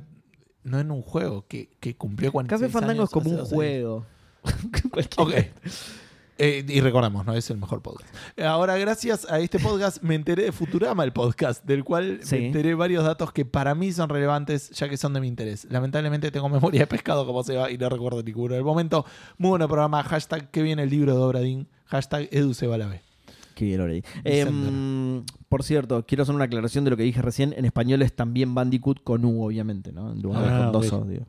Speaker 1: no en un juego que, que cumplió 46
Speaker 3: Café Fandango
Speaker 1: años
Speaker 3: es como
Speaker 1: hace
Speaker 3: un
Speaker 1: dos años.
Speaker 3: juego. Cualquier-
Speaker 1: Ok. Eh, y recordamos, ¿no? Es el mejor podcast. Ahora, gracias a este podcast, me enteré de Futurama, el podcast, del cual
Speaker 3: Sí.
Speaker 1: me enteré varios datos que para mí son relevantes, ya que son de mi interés. Lamentablemente tengo memoria de pescado como se va y no recuerdo ninguno. En el momento, muy bueno programa. Hashtag que viene el libro de Obradín. Hashtag Edu se va a la B.
Speaker 3: Qué bien lo leí.
Speaker 1: Vicente.
Speaker 3: Em, por cierto, quiero hacer una aclaración de lo que dije recién. En español es también Bandicoot con U, obviamente, ¿no? En lugar de
Speaker 2: Ah,
Speaker 3: con dos
Speaker 2: ok.
Speaker 3: O, digo.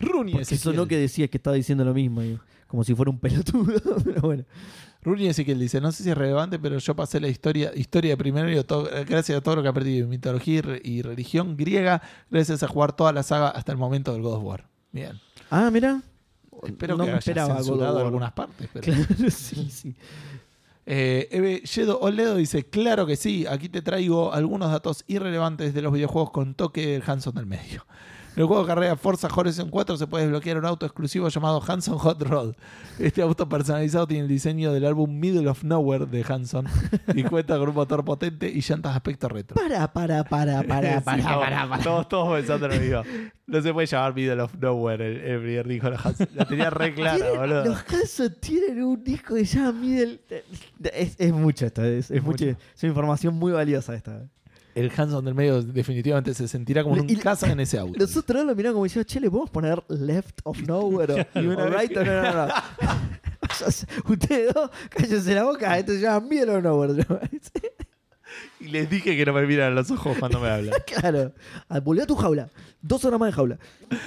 Speaker 1: Runi
Speaker 3: Porque
Speaker 1: Ezequiel.
Speaker 3: sonó que decías que estaba diciendo lo mismo, digo. como si fuera un pelotudo, pero bueno.
Speaker 1: Runi Ezequiel dice, no sé si es relevante, pero yo pasé la historia, historia de primero gracias a todo lo que aprendí de mitología y, re- y religión griega, gracias a jugar toda la saga hasta el momento del God of War. Bien.
Speaker 3: Ah, mira.
Speaker 1: Espero
Speaker 3: no
Speaker 1: que
Speaker 3: me
Speaker 1: haya
Speaker 3: esperaba God of
Speaker 1: censurado
Speaker 3: War.
Speaker 1: algunas partes. Pero...
Speaker 3: Claro, sí, sí.
Speaker 1: Eh, Eve Yedo Oledo dice, claro que sí, aquí te traigo algunos datos irrelevantes de los videojuegos con toque del Hanson del medio. En el juego de carrera Forza Horizon 4 se puede desbloquear un auto exclusivo llamado Hanson Hot Rod. Este auto personalizado tiene el diseño del álbum Middle of Nowhere de Hanson y cuenta con un motor potente y llantas de aspecto retro.
Speaker 3: Para, para, para, para,
Speaker 1: Sí,
Speaker 3: para,
Speaker 1: como
Speaker 3: para, para.
Speaker 1: Todos, todos pensando lo mismo. No se puede llamar Middle of Nowhere el, el primer disco de los Hanson. La tenía re clara,
Speaker 3: Tienen-
Speaker 1: boludo.
Speaker 3: Los Hanson tienen un disco que se llama Middle. Es, es mucho esta, es, es mucho.
Speaker 1: Mucho.
Speaker 3: Es una información muy valiosa esta.
Speaker 1: El Hanson del medio definitivamente se sentirá como en
Speaker 3: Y-
Speaker 1: un casa en ese auto.
Speaker 3: Los otros lo miraron como diciendo, che, le podemos poner left of nowhere. o-
Speaker 1: Y una
Speaker 3: o
Speaker 1: vez
Speaker 3: right,
Speaker 1: que-
Speaker 3: o no, no, no. Ustedes dos, cállense la boca, esto se llama middle of nowhere.
Speaker 1: Y les dije que no me miran a los ojos cuando me hablan.
Speaker 3: claro. Ah, Volvé a tu jaula. Dos horas más de jaula.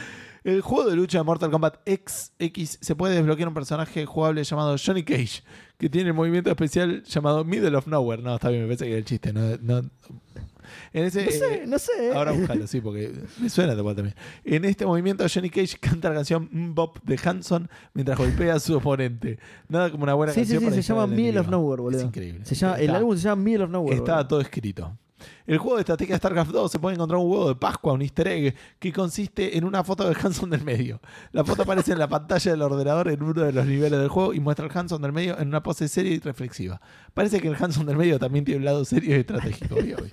Speaker 1: El juego de lucha de Mortal Kombat XX se puede desbloquear un personaje jugable llamado Johnny Cage, que tiene el movimiento especial llamado Middle of Nowhere. No, está bien, me parece que era el chiste. No, no- En ese,
Speaker 3: No sé,
Speaker 1: eh,
Speaker 3: no sé.
Speaker 1: Ahora búscalo, sí, porque me suena tal cual también. En este movimiento, Johnny Cage canta la canción Bop de Hanson mientras golpea a su oponente. Nada como una buena
Speaker 3: Sí, sí,
Speaker 1: canción.
Speaker 3: sí,
Speaker 1: para
Speaker 3: se llama
Speaker 1: distraer al
Speaker 3: Middle of
Speaker 1: enemigo.
Speaker 3: Nowhere, boludo.
Speaker 1: Es increíble.
Speaker 3: Se llama, el
Speaker 1: Está-
Speaker 3: álbum se llama Middle of Nowhere.
Speaker 1: Estaba
Speaker 3: boludo.
Speaker 1: todo escrito. El juego de estrategia StarCraft 2 se puede encontrar un huevo de Pascua, un easter egg, que consiste en una foto del Hanson del medio. La foto aparece en la pantalla del ordenador en uno de los niveles del juego y muestra al Hanson del medio en una pose seria y reflexiva. Parece que el Hanson del medio también tiene un lado serio y estratégico. obvio, obvio.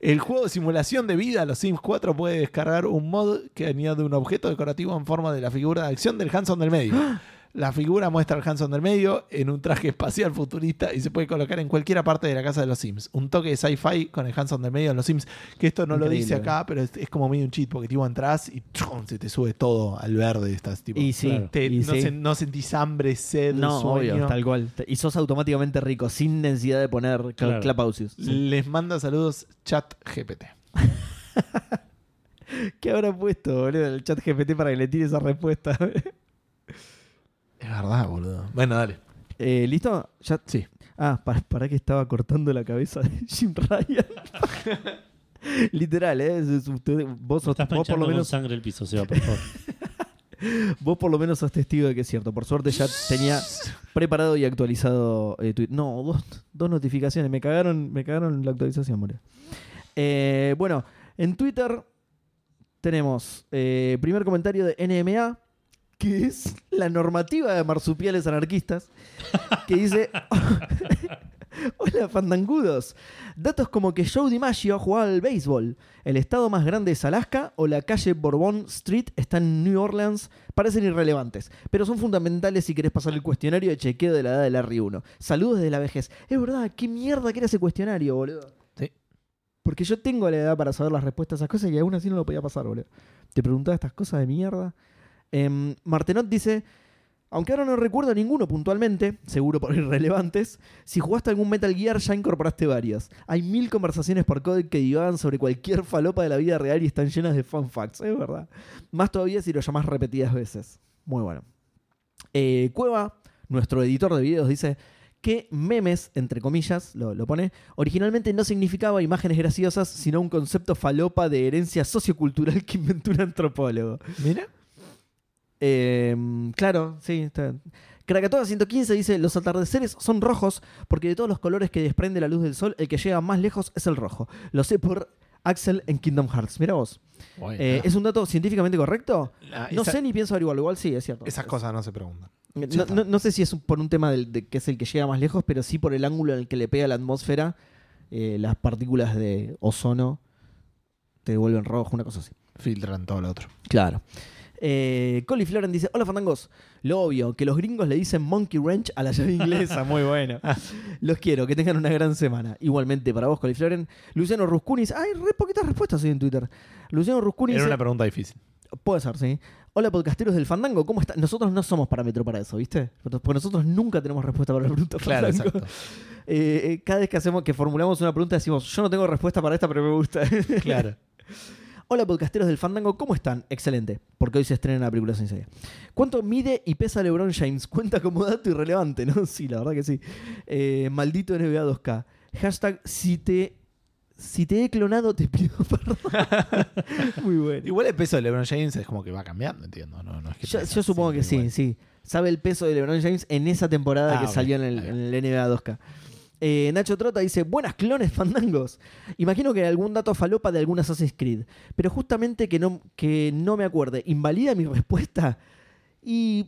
Speaker 1: El juego de simulación de vida, los Sims 4, puede descargar un mod que añade un objeto decorativo en forma de la figura de acción del Hanson del medio. La figura muestra al Hanson del medio en un traje espacial futurista y se puede colocar en cualquiera parte de la casa de los Sims. Un toque de sci-fi con el Hanson del medio en los Sims, que esto no lo
Speaker 3: Increíble.
Speaker 1: dice acá, pero es, es como medio un cheat, porque tipo entras y ¡chum! se te sube todo al verde. Estás tipo.
Speaker 3: Y sí,
Speaker 2: Claro.
Speaker 1: te-
Speaker 3: y
Speaker 1: no,
Speaker 3: sí.
Speaker 1: sen- no sentís hambre, sed,
Speaker 3: No,
Speaker 1: sueño.
Speaker 3: obvio, tal cual. Y sos automáticamente rico, sin necesidad de poner cl-
Speaker 2: Claro.
Speaker 3: clapausios.
Speaker 1: Les manda saludos chat GPT.
Speaker 3: ¿Qué habrá puesto, boludo, en el chat GPT para que le tire esa respuesta?
Speaker 1: Es verdad, boludo. Bueno, dale.
Speaker 3: Eh, ¿Listo? Ya-
Speaker 1: Sí.
Speaker 3: Ah, para, para que estaba cortando la cabeza de Jim Ryan. Literal, ¿eh? Es- es- usted- vos, sos-
Speaker 2: Estás
Speaker 3: vos por
Speaker 2: manchando
Speaker 3: lo
Speaker 2: con
Speaker 3: menos,
Speaker 2: sangre el piso, Seba, por favor.
Speaker 3: vos por lo menos sos testigo de que es cierto. Por suerte ya tenía preparado y actualizado eh, Twitter. No, dos, dos notificaciones. Me cagaron, me cagaron la actualización, boludo. Eh, bueno, en Twitter tenemos eh, primer comentario de NMA, que es la normativa de marsupiales anarquistas, que dice... Hola, fandangudos. Datos como que Joe DiMaggio jugaba al béisbol, el estado más grande es Alaska o la calle Bourbon Street está en New Orleans parecen irrelevantes, pero son fundamentales si querés pasar el cuestionario de chequeo de la edad del R1. Saludos desde la vejez. Es verdad, qué mierda que era ese cuestionario, boludo.
Speaker 1: Sí.
Speaker 3: Porque yo tengo la edad para saber las respuestas a esas cosas y aún así no lo podía pasar, boludo. Te preguntaba estas cosas de mierda. Em, Martenot dice, aunque ahora no recuerdo ninguno puntualmente, seguro por irrelevantes, si jugaste algún Metal Gear ya incorporaste varias. Hay mil conversaciones por code que divagan sobre cualquier falopa de la vida real y están llenas de fun facts, es verdad. Más todavía si lo llamás repetidas veces. Muy bueno. Eh, Cueva, nuestro editor de videos, dice, que memes, entre comillas, lo, lo pone, originalmente no significaba imágenes graciosas, sino un concepto falopa de herencia sociocultural que inventó un antropólogo.
Speaker 1: Mira.
Speaker 3: Eh, claro, sí, está bien. Krakatoa 115 dice, los atardeceres son rojos porque de todos los colores que desprende la luz del sol, el que llega más lejos es el rojo. Lo sé por Axel en Kingdom Hearts. Mira vos.
Speaker 1: Bueno.
Speaker 3: Eh, ¿Es un dato científicamente correcto?
Speaker 1: La-
Speaker 3: No
Speaker 1: Ah, esa-
Speaker 3: sé ni pienso averiguarlo, igual sí, es cierto.
Speaker 1: Esas cosas no se preguntan.
Speaker 3: No, no- no sé si es un- por un tema del, de que es el que llega más lejos, pero sí por el ángulo en el que le pega la atmósfera, eh, las partículas de ozono te vuelven rojo, una cosa así.
Speaker 1: Filtran todo lo otro.
Speaker 3: Claro. Eh, Colly Floren dice: Hola fandangos. Lo obvio, que los gringos le dicen monkey wrench a la llave inglesa. Muy bueno. Los quiero, que tengan una gran semana. Igualmente para vos, Colly Floren. Luciano Ruscunis. Hay re poquitas respuestas hoy en Twitter. Luciano Ruscunis.
Speaker 1: Era
Speaker 3: dice-
Speaker 1: una pregunta difícil.
Speaker 3: Puede ser, sí. Hola, podcasteros del Fandango, ¿cómo están? Nosotros no somos parámetro para eso, ¿viste? Porque nosotros nunca tenemos respuesta para la pregunta
Speaker 1: Claro,
Speaker 3: Fandango.
Speaker 1: exacto.
Speaker 3: Eh, eh, cada vez que hacemos, que formulamos una pregunta decimos, yo no tengo respuesta para esta, pero me gusta.
Speaker 1: Claro.
Speaker 3: Hola, podcasteros del Fandango, ¿cómo están? Excelente, porque hoy se estrena la película sin serie. ¿Cuánto mide y pesa LeBron James? Cuenta como dato irrelevante, ¿no? Sí, la verdad que sí. Eh, maldito NBA 2K. Hashtag, si te, si te he clonado, te pido perdón. Muy bueno.
Speaker 1: Igual el peso de LeBron James es como que va cambiando, entiendo. No, no es que
Speaker 3: Yo,
Speaker 1: pesa
Speaker 3: yo supongo que sí,
Speaker 1: siempre igual.
Speaker 3: sí. Sabe el peso de LeBron James en esa temporada
Speaker 1: Ah,
Speaker 3: que
Speaker 1: ok,
Speaker 3: salió en el,
Speaker 1: ahí va.
Speaker 3: en el NBA 2K. Eh, Nacho Trota dice, buenas clones fandangos. Imagino que algún dato falopa de algún Assassin's Creed. Pero justamente que no, que no me acuerde. ¿Invalida mi respuesta? Y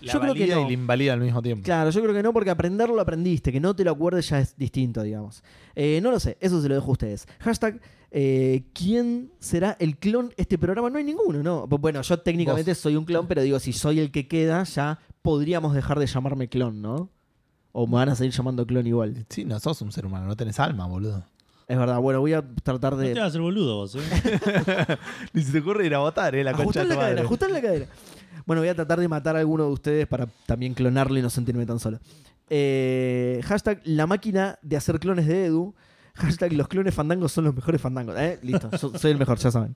Speaker 1: La
Speaker 3: yo creo que
Speaker 1: valida
Speaker 3: no.
Speaker 1: y la invalida al mismo tiempo.
Speaker 3: Claro, yo creo que no, porque aprenderlo lo aprendiste, que no te lo acuerdes ya es distinto, digamos. Eh, no lo sé, eso se lo dejo a ustedes. Hashtag, eh, ¿quién será el clon este programa? No hay ninguno, ¿no? Bu- Bueno, yo técnicamente soy un clon, pero digo, si soy el que queda, ya podríamos dejar de llamarme clon, ¿no? O me van a seguir llamando clon igual.
Speaker 1: Sí, no sos un ser humano, no tenés alma, boludo.
Speaker 3: Es verdad, bueno, voy a tratar
Speaker 2: No
Speaker 3: de...
Speaker 2: te vas a hacer boludo vos, ¿eh?
Speaker 1: Ni se te ocurre ir a votar, eh, la concha
Speaker 3: Ajustar
Speaker 1: de
Speaker 3: la
Speaker 1: tu madre.
Speaker 3: cadera, ajustar la cadera. Bueno, voy a tratar de matar a alguno de ustedes para también clonarlo y no sentirme tan solo. Eh, hashtag la máquina de hacer clones de Edu. Hashtag los clones fandangos son los mejores fandangos. Eh, Listo, yo soy el mejor, ya saben.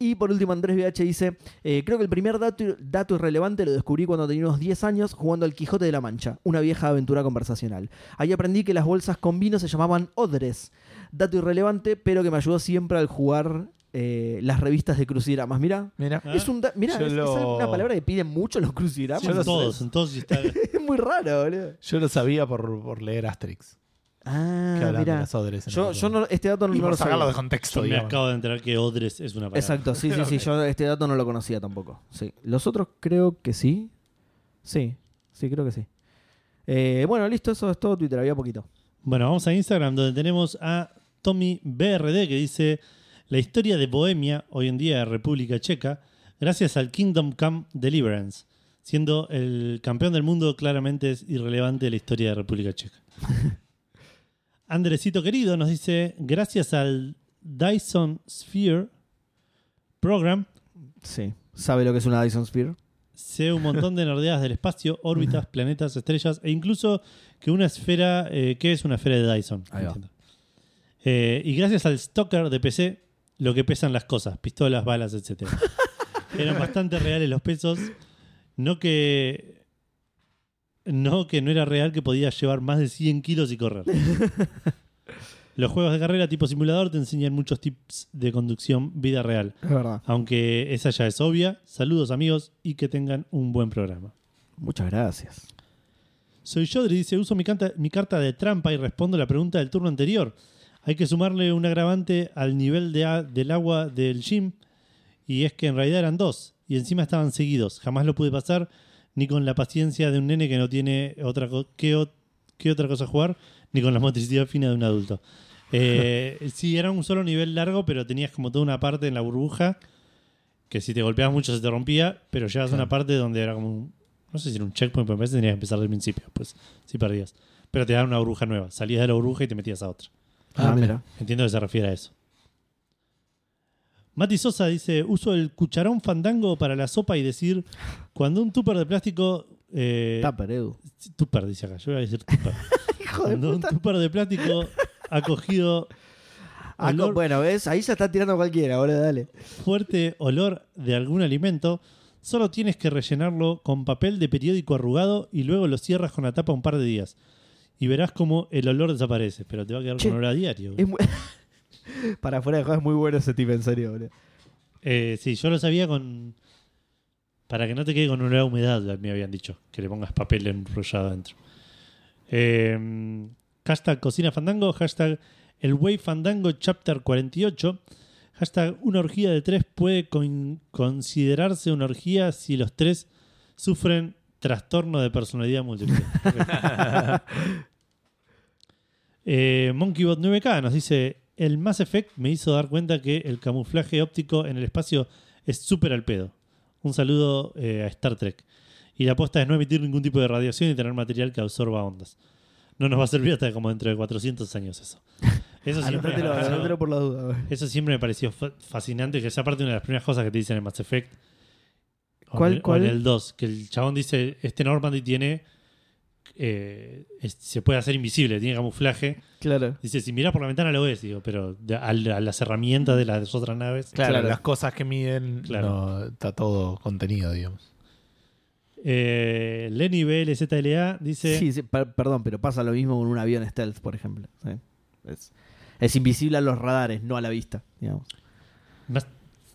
Speaker 3: Y por último, Andrés VH dice: eh, Creo que el primer dato, dato irrelevante lo descubrí cuando tenía unos 10 años jugando al Quijote de la Mancha, una vieja aventura conversacional. Ahí aprendí que las bolsas con vino se llamaban odres. Dato irrelevante, pero que me ayudó siempre al jugar eh, las revistas de crucigramas. Mirá,
Speaker 1: Mira,
Speaker 2: Ah,
Speaker 3: es un da- mirá,
Speaker 1: yo
Speaker 3: es, es
Speaker 1: lo-
Speaker 3: una palabra que piden mucho los crucigramas.
Speaker 2: Sí, en todos, en todos. y está-
Speaker 3: Es muy raro, boludo.
Speaker 1: yo lo sabía por, por leer Asterix. que
Speaker 3: Ah,
Speaker 1: hablan de
Speaker 3: mirá.
Speaker 1: las odres en
Speaker 3: Yo,
Speaker 1: el-
Speaker 3: yo no, este dato no,
Speaker 1: Y
Speaker 3: no
Speaker 1: por
Speaker 3: lo
Speaker 1: sacarlo de
Speaker 3: sabía.
Speaker 1: contexto,
Speaker 2: Yo me
Speaker 1: digamos.
Speaker 2: acabo de enterar que Odres es una palabra.
Speaker 3: Exacto, sí, sí, sí. Yo este dato no lo conocía tampoco. Sí. Los otros creo que sí. Sí, sí, creo que sí. Eh, bueno, listo, eso es todo Twitter, había poquito.
Speaker 2: Bueno, vamos a Instagram donde tenemos a Tommy BRD que dice la historia de Bohemia, hoy en día de República Checa, gracias al Kingdom Come Deliverance, siendo el campeón del mundo claramente es irrelevante de la historia de República Checa. Andresito querido nos dice gracias al Dyson Sphere Program
Speaker 3: Sí. ¿Sabe lo que es una Dyson Sphere?
Speaker 2: sé un montón de nerdeadas del espacio, órbitas, planetas, estrellas e incluso que una esfera, eh, ¿qué es una esfera de Dyson?
Speaker 1: Ahí va.
Speaker 2: Entiendo. Eh, y gracias al stalker de PC, lo que pesan las cosas, pistolas, balas, etc. Eran bastante reales los pesos, no que... No, que no era real que podía llevar más de 100 kilos y correr. Los juegos de carrera tipo simulador te enseñan muchos tips de conducción vida real.
Speaker 3: Es verdad.
Speaker 2: Aunque esa ya es obvia, saludos amigos y que tengan un buen programa.
Speaker 3: Muchas gracias.
Speaker 2: Soy Yodri, dice, uso mi, canta- mi carta de trampa y respondo la pregunta del turno anterior. Hay que sumarle un agravante al nivel de a- del agua del gym y es que en realidad eran dos y encima estaban seguidos. Jamás lo pude pasar ni con la paciencia de un nene que no tiene otra co- que, o- que otra cosa jugar ni con la motricidad fina de un adulto. Eh, sí, era un solo nivel largo, pero tenías como toda una parte en la burbuja que si te golpeabas mucho se te rompía, pero llegabas a una parte donde era como un, no sé si era un checkpoint, pero me parece que tenías que empezar del principio, pues si perdías. Pero te daban una burbuja nueva, salías de la burbuja y te metías a otra.
Speaker 3: Ah, mira.
Speaker 2: Entiendo que se refiere a eso. Mati Sosa dice: Uso el cucharón fandango para la sopa y decir, cuando un tupper de plástico. eh,
Speaker 3: Tupper, Edu.
Speaker 2: tupper, dice acá, yo voy a decir tupper.
Speaker 3: Hijo de
Speaker 2: cuando un
Speaker 3: puta.
Speaker 2: tupper de plástico ha cogido
Speaker 3: Ah,
Speaker 2: olor-
Speaker 3: co- bueno, ¿ves? Ahí ya está tirando cualquiera, boludo, dale.
Speaker 2: fuerte olor de algún alimento, solo tienes que rellenarlo con papel de periódico arrugado y luego lo cierras con la tapa un par de días. y verás cómo el olor desaparece, pero te va a quedar
Speaker 3: Che,
Speaker 2: con olor a diario.
Speaker 3: Es muy- Para afuera de juego es muy bueno ese tipo, en serio, boludo.
Speaker 2: Eh, sí, yo lo sabía con. Para que no te quede con olor a humedad, me habían dicho. Que le pongas papel enrollado adentro. Eh, hashtag cocina fandango, hashtag el Way Fandango Chapter 48. Hashtag una orgía de tres puede coin- considerarse una orgía si los tres sufren trastorno de personalidad múltiple. Ok. Eh, MonkeyBot 9K nos dice: El Mass Effect me hizo dar cuenta que el camuflaje óptico en el espacio es súper al pedo. Un saludo eh, a Star Trek. Y la apuesta es no emitir ningún tipo de radiación y tener material que absorba ondas. No nos va a servir hasta como dentro de 400 años eso. Eso siempre me
Speaker 3: Anótatelo,
Speaker 2: pareció-
Speaker 3: anótatelo por la duda, boludo.
Speaker 2: eso siempre me pareció fa- fascinante, que es aparte una de las primeras cosas que te dicen en Mass Effect. O
Speaker 3: ¿Cuál-
Speaker 2: en el- o
Speaker 3: cuál?
Speaker 2: en el 2, que el chabón dice, este Normandy tiene... eh, es- se puede hacer invisible, tiene camuflaje.
Speaker 3: Claro.
Speaker 2: Dice, si miras por la ventana lo ves, digo, pero de- a, la- a las herramientas de las otras naves.
Speaker 1: Claro,
Speaker 3: Claro.
Speaker 1: las cosas que miden
Speaker 2: Claro.
Speaker 1: no, está todo contenido, digamos.
Speaker 2: Eh, Lenny BLZLA dice,
Speaker 3: Sí, sí, per- perdón, pero pasa lo mismo con un avión stealth, por ejemplo. ¿sí? Es, es invisible a los radares, no a la vista, digamos.
Speaker 2: "Mas-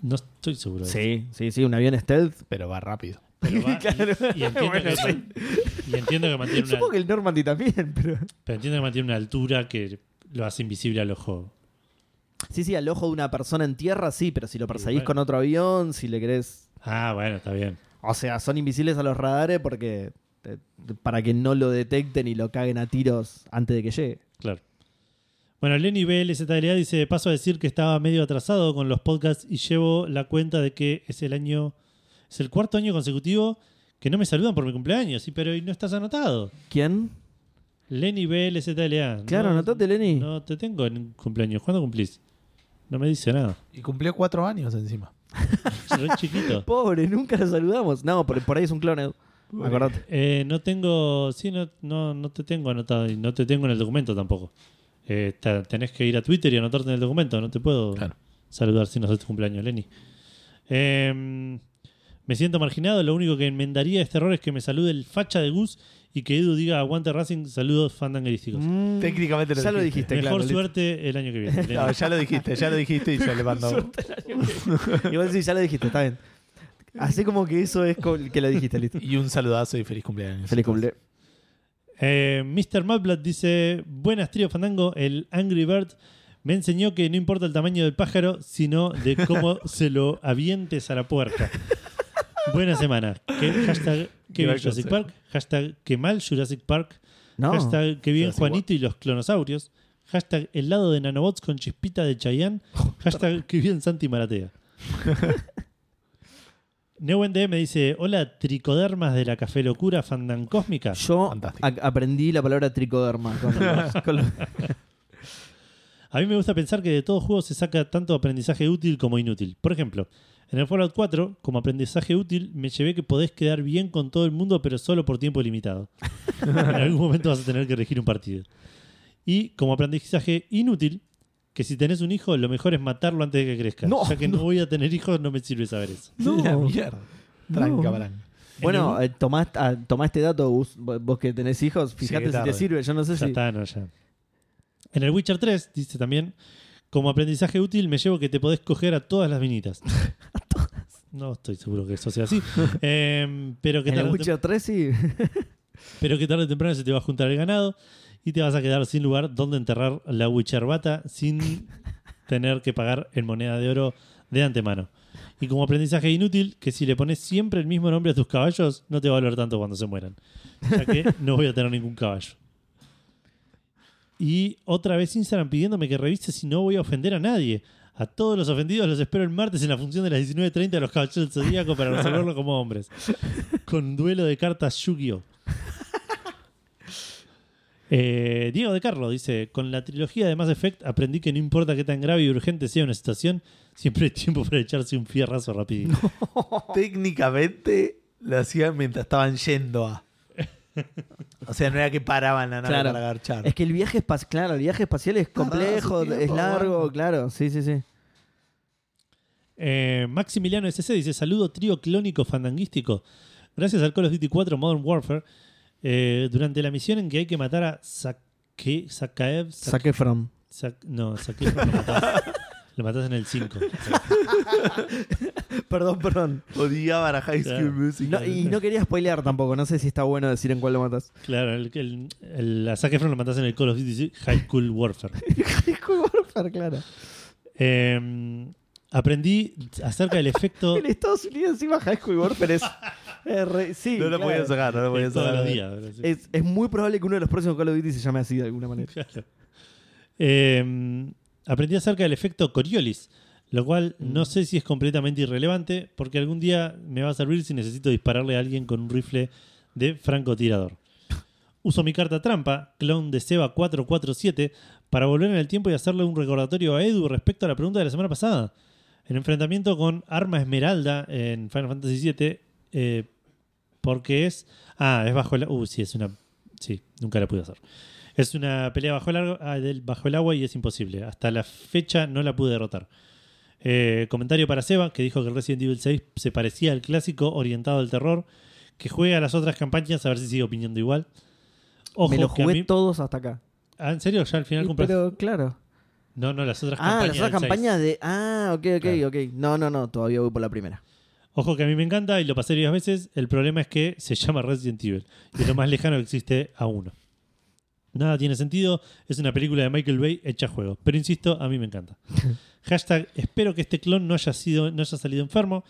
Speaker 2: no estoy seguro. de eso".
Speaker 3: Sí, sí, sí, un avión stealth.
Speaker 1: Pero va rápido.
Speaker 2: Pero va- y-
Speaker 3: Claro.
Speaker 2: y, entiendo
Speaker 3: Bueno,
Speaker 2: que, y entiendo que mantiene una,
Speaker 3: Supongo que el Normandy también, pero.
Speaker 2: pero entiendo que mantiene una altura que lo hace invisible al ojo.
Speaker 3: Sí, sí, al ojo de una persona en tierra, sí, pero si lo perseguís
Speaker 2: bueno.
Speaker 3: con otro avión, si le querés.
Speaker 2: Ah, bueno, está bien.
Speaker 3: O sea, son invisibles a los radares porque. eh, para que no lo detecten y lo caguen a tiros antes de que llegue.
Speaker 2: Claro. Bueno, Lenny BLZLA dice, "De paso a decir que estaba medio atrasado con los podcasts y llevo la cuenta de que es el año, es el cuarto año consecutivo que no me saludan por mi cumpleaños, y pero y no estás anotado.
Speaker 3: ¿Quién?
Speaker 2: Lenny BLZLA.
Speaker 3: Claro, anotate, Lenny.
Speaker 2: No te tengo en cumpleaños. ¿Cuándo cumplís? No me dice nada.
Speaker 1: Y cumplió cuatro años encima.
Speaker 2: Soy chiquito.
Speaker 3: Pobre, nunca lo saludamos. No, por, por ahí es un clon, Edu. Acordate.
Speaker 2: Eh, no tengo, sí, no, no, no te tengo anotado y no te tengo en el documento tampoco. Eh, ta- tenés que ir a Twitter y anotarte en el documento, no te puedo
Speaker 1: Claro.
Speaker 2: saludar si no es tu cumpleaños, Lenny. Em, me siento marginado, lo único que enmendaría este error es que me salude el facha de Gus y que Edu diga aguante Racing, saludos fandanguerísticos.
Speaker 3: Mm,
Speaker 1: Técnicamente lo
Speaker 3: ya lo
Speaker 1: dijiste.
Speaker 3: dijiste,
Speaker 2: Mejor
Speaker 3: claro. listo.
Speaker 2: suerte el año que viene. Lenny.
Speaker 1: No, ya lo dijiste, ya lo dijiste y se le mandó.
Speaker 3: Igual sí, ya lo dijiste, está bien. Así como que eso es co- que lo dijiste, listo.
Speaker 1: Y un saludazo y feliz cumpleaños.
Speaker 3: Feliz cumple.
Speaker 2: Eh, Mr. Malblat dice: Buenas, trío Fandango. El Angry Bird me enseñó que no importa el tamaño del pájaro, sino de cómo se lo avientes a la puerta. Buena semana. Que, hashtag que
Speaker 1: Gran
Speaker 2: bien Jurassic
Speaker 1: consejo.
Speaker 2: Park. Hashtag que mal Jurassic Park.
Speaker 3: No.
Speaker 2: Hashtag que bien
Speaker 1: Jurassic
Speaker 2: Juanito y los clonosaurios. Hashtag el lado de nanobots con chispita de Chayanne. Hashtag que bien Santi Maratea. NeoND me dice: Hola, tricodermas de la Café Locura Fandan Cósmica.
Speaker 3: Yo
Speaker 1: Fantástico.
Speaker 3: a- aprendí la palabra tricoderma. con los- con los-
Speaker 2: A mí me gusta pensar que de todo juego se saca tanto aprendizaje útil como inútil. Por ejemplo, en el Fallout 4, como aprendizaje útil, me llevé que podés quedar bien con todo el mundo, pero solo por tiempo limitado. en algún momento vas a tener que regir un partido. Y como aprendizaje inútil, que si tenés un hijo, lo mejor es matarlo antes de que crezca.
Speaker 3: No,
Speaker 2: ya que no. voy a tener hijos, no me sirve saber eso.
Speaker 1: La mierda. Tranca, Barán.
Speaker 3: bueno, eh, tomás, ah, tomá este dato, Gus, vos, vos que tenés hijos, fíjate si
Speaker 1: tarde.
Speaker 3: te sirve. Yo no sé si.
Speaker 2: Ya está, no, ya. En el Witcher 3, dice también, como aprendizaje útil me llevo que te podés coger a todas las minitas. ¿A todas? No estoy seguro que eso sea así. Em, pero, que
Speaker 3: En el
Speaker 2: tarde o tem-
Speaker 3: Witcher 3 sí.
Speaker 2: pero que tarde o temprano se te va a juntar el ganado y te vas a quedar sin lugar donde enterrar la Witcherbata sin tener que pagar en moneda de oro de antemano. Y como aprendizaje inútil, que si le pones siempre el mismo nombre a tus caballos, no te va a doler tanto cuando se mueran. Ya que no voy a tener ningún caballo. Y otra vez Instagram pidiéndome que revise si no voy a ofender a nadie. A todos los ofendidos los espero el martes en la función de las 19.30 de los caballeros del Zodíaco para resolverlo como hombres. Con duelo de cartas Yu-Gi-Oh! Eh, Diego de Carlo dice: Con la trilogía de Mass Effect aprendí que no importa qué tan grave y urgente sea una situación, siempre hay tiempo para echarse un fierrazo rápido.
Speaker 1: Técnicamente lo hacían mientras estaban yendo a. O sea, no era que paraban la nave
Speaker 3: Claro.
Speaker 1: para garchar.
Speaker 3: Es que el viaje espacial, claro, el viaje espacial
Speaker 2: Ah,
Speaker 3: es
Speaker 1: Tardaba
Speaker 3: complejo,
Speaker 1: su tiempo,
Speaker 3: es largo,
Speaker 1: bueno.
Speaker 3: claro, sí, sí, sí.
Speaker 2: Eh, Maximiliano SC dice: Saludo trío clónico fandanguístico. Gracias al Call of Duty 4 Modern Warfare Eh, durante la misión en que hay que matar a Sake, Sakaev. Sa-
Speaker 3: Saque From.
Speaker 2: Sa- no, Sakaev no lo matás. Lo matás en el 5.
Speaker 3: Perdón, perdón.
Speaker 1: Odiaba a High School
Speaker 2: Claro.
Speaker 1: Music.
Speaker 3: No, y no quería spoilear tampoco. No sé si está bueno decir en cuál lo matas.
Speaker 2: Claro, el, el, el- a Zac Efron lo matás en el Call of Duty High School Warfare.
Speaker 3: claro.
Speaker 2: Eh, aprendí acerca del efecto
Speaker 3: En Estados Unidos encima High School Warfare es... es re- sí,
Speaker 1: No lo
Speaker 3: claro.
Speaker 1: podía sacar, no lo podía
Speaker 2: de todos
Speaker 1: sacar.
Speaker 2: los días. bro, sí.
Speaker 3: Es, es muy probable que uno de los próximos Call of Duty se llame así de alguna manera.
Speaker 2: Claro. Eh, aprendí acerca del efecto Coriolis, lo cual no sé si es completamente irrelevante, porque algún día me va a servir si necesito dispararle a alguien con un rifle de francotirador. Uso mi carta trampa, clon de Seba 447, para volver en el tiempo y hacerle un recordatorio a Edu respecto a la pregunta de la semana pasada. El enfrentamiento con Arma Esmeralda en Final Fantasy VII, eh, porque es. Ah, es bajo la. Uh, sí, es una. Sí, nunca la pude hacer. Es una pelea bajo el, argo- ah, del- bajo el agua y es imposible. Hasta la fecha no la pude derrotar. Eh, comentario para Seba, que dijo que Resident Evil 6 se parecía al clásico orientado al terror, que juega a las otras campañas a ver si sigue opinando igual. Ojo,
Speaker 3: Me lo
Speaker 2: que a
Speaker 3: jugué
Speaker 2: mí-
Speaker 3: todos hasta acá.
Speaker 2: Ah, ¿En serio? ¿Ya al final
Speaker 3: Y-
Speaker 2: compraste?
Speaker 3: Pero claro.
Speaker 2: No, no, las otras
Speaker 3: Ah,
Speaker 2: campañas.
Speaker 3: las otras
Speaker 2: del seis.
Speaker 3: campañas de. Ah, ok, ok,
Speaker 2: Claro.
Speaker 3: ok. No, no, no, todavía voy por la primera.
Speaker 2: Ojo que a mí me encanta y lo pasé varias veces. El problema es que se llama Resident Evil y es lo más lejano que existe a uno. Nada tiene sentido, es una película de Michael Bay hecha juego. Pero insisto, a mí me encanta. Hashtag, espero que este clon no haya, sido, no haya salido enfermo.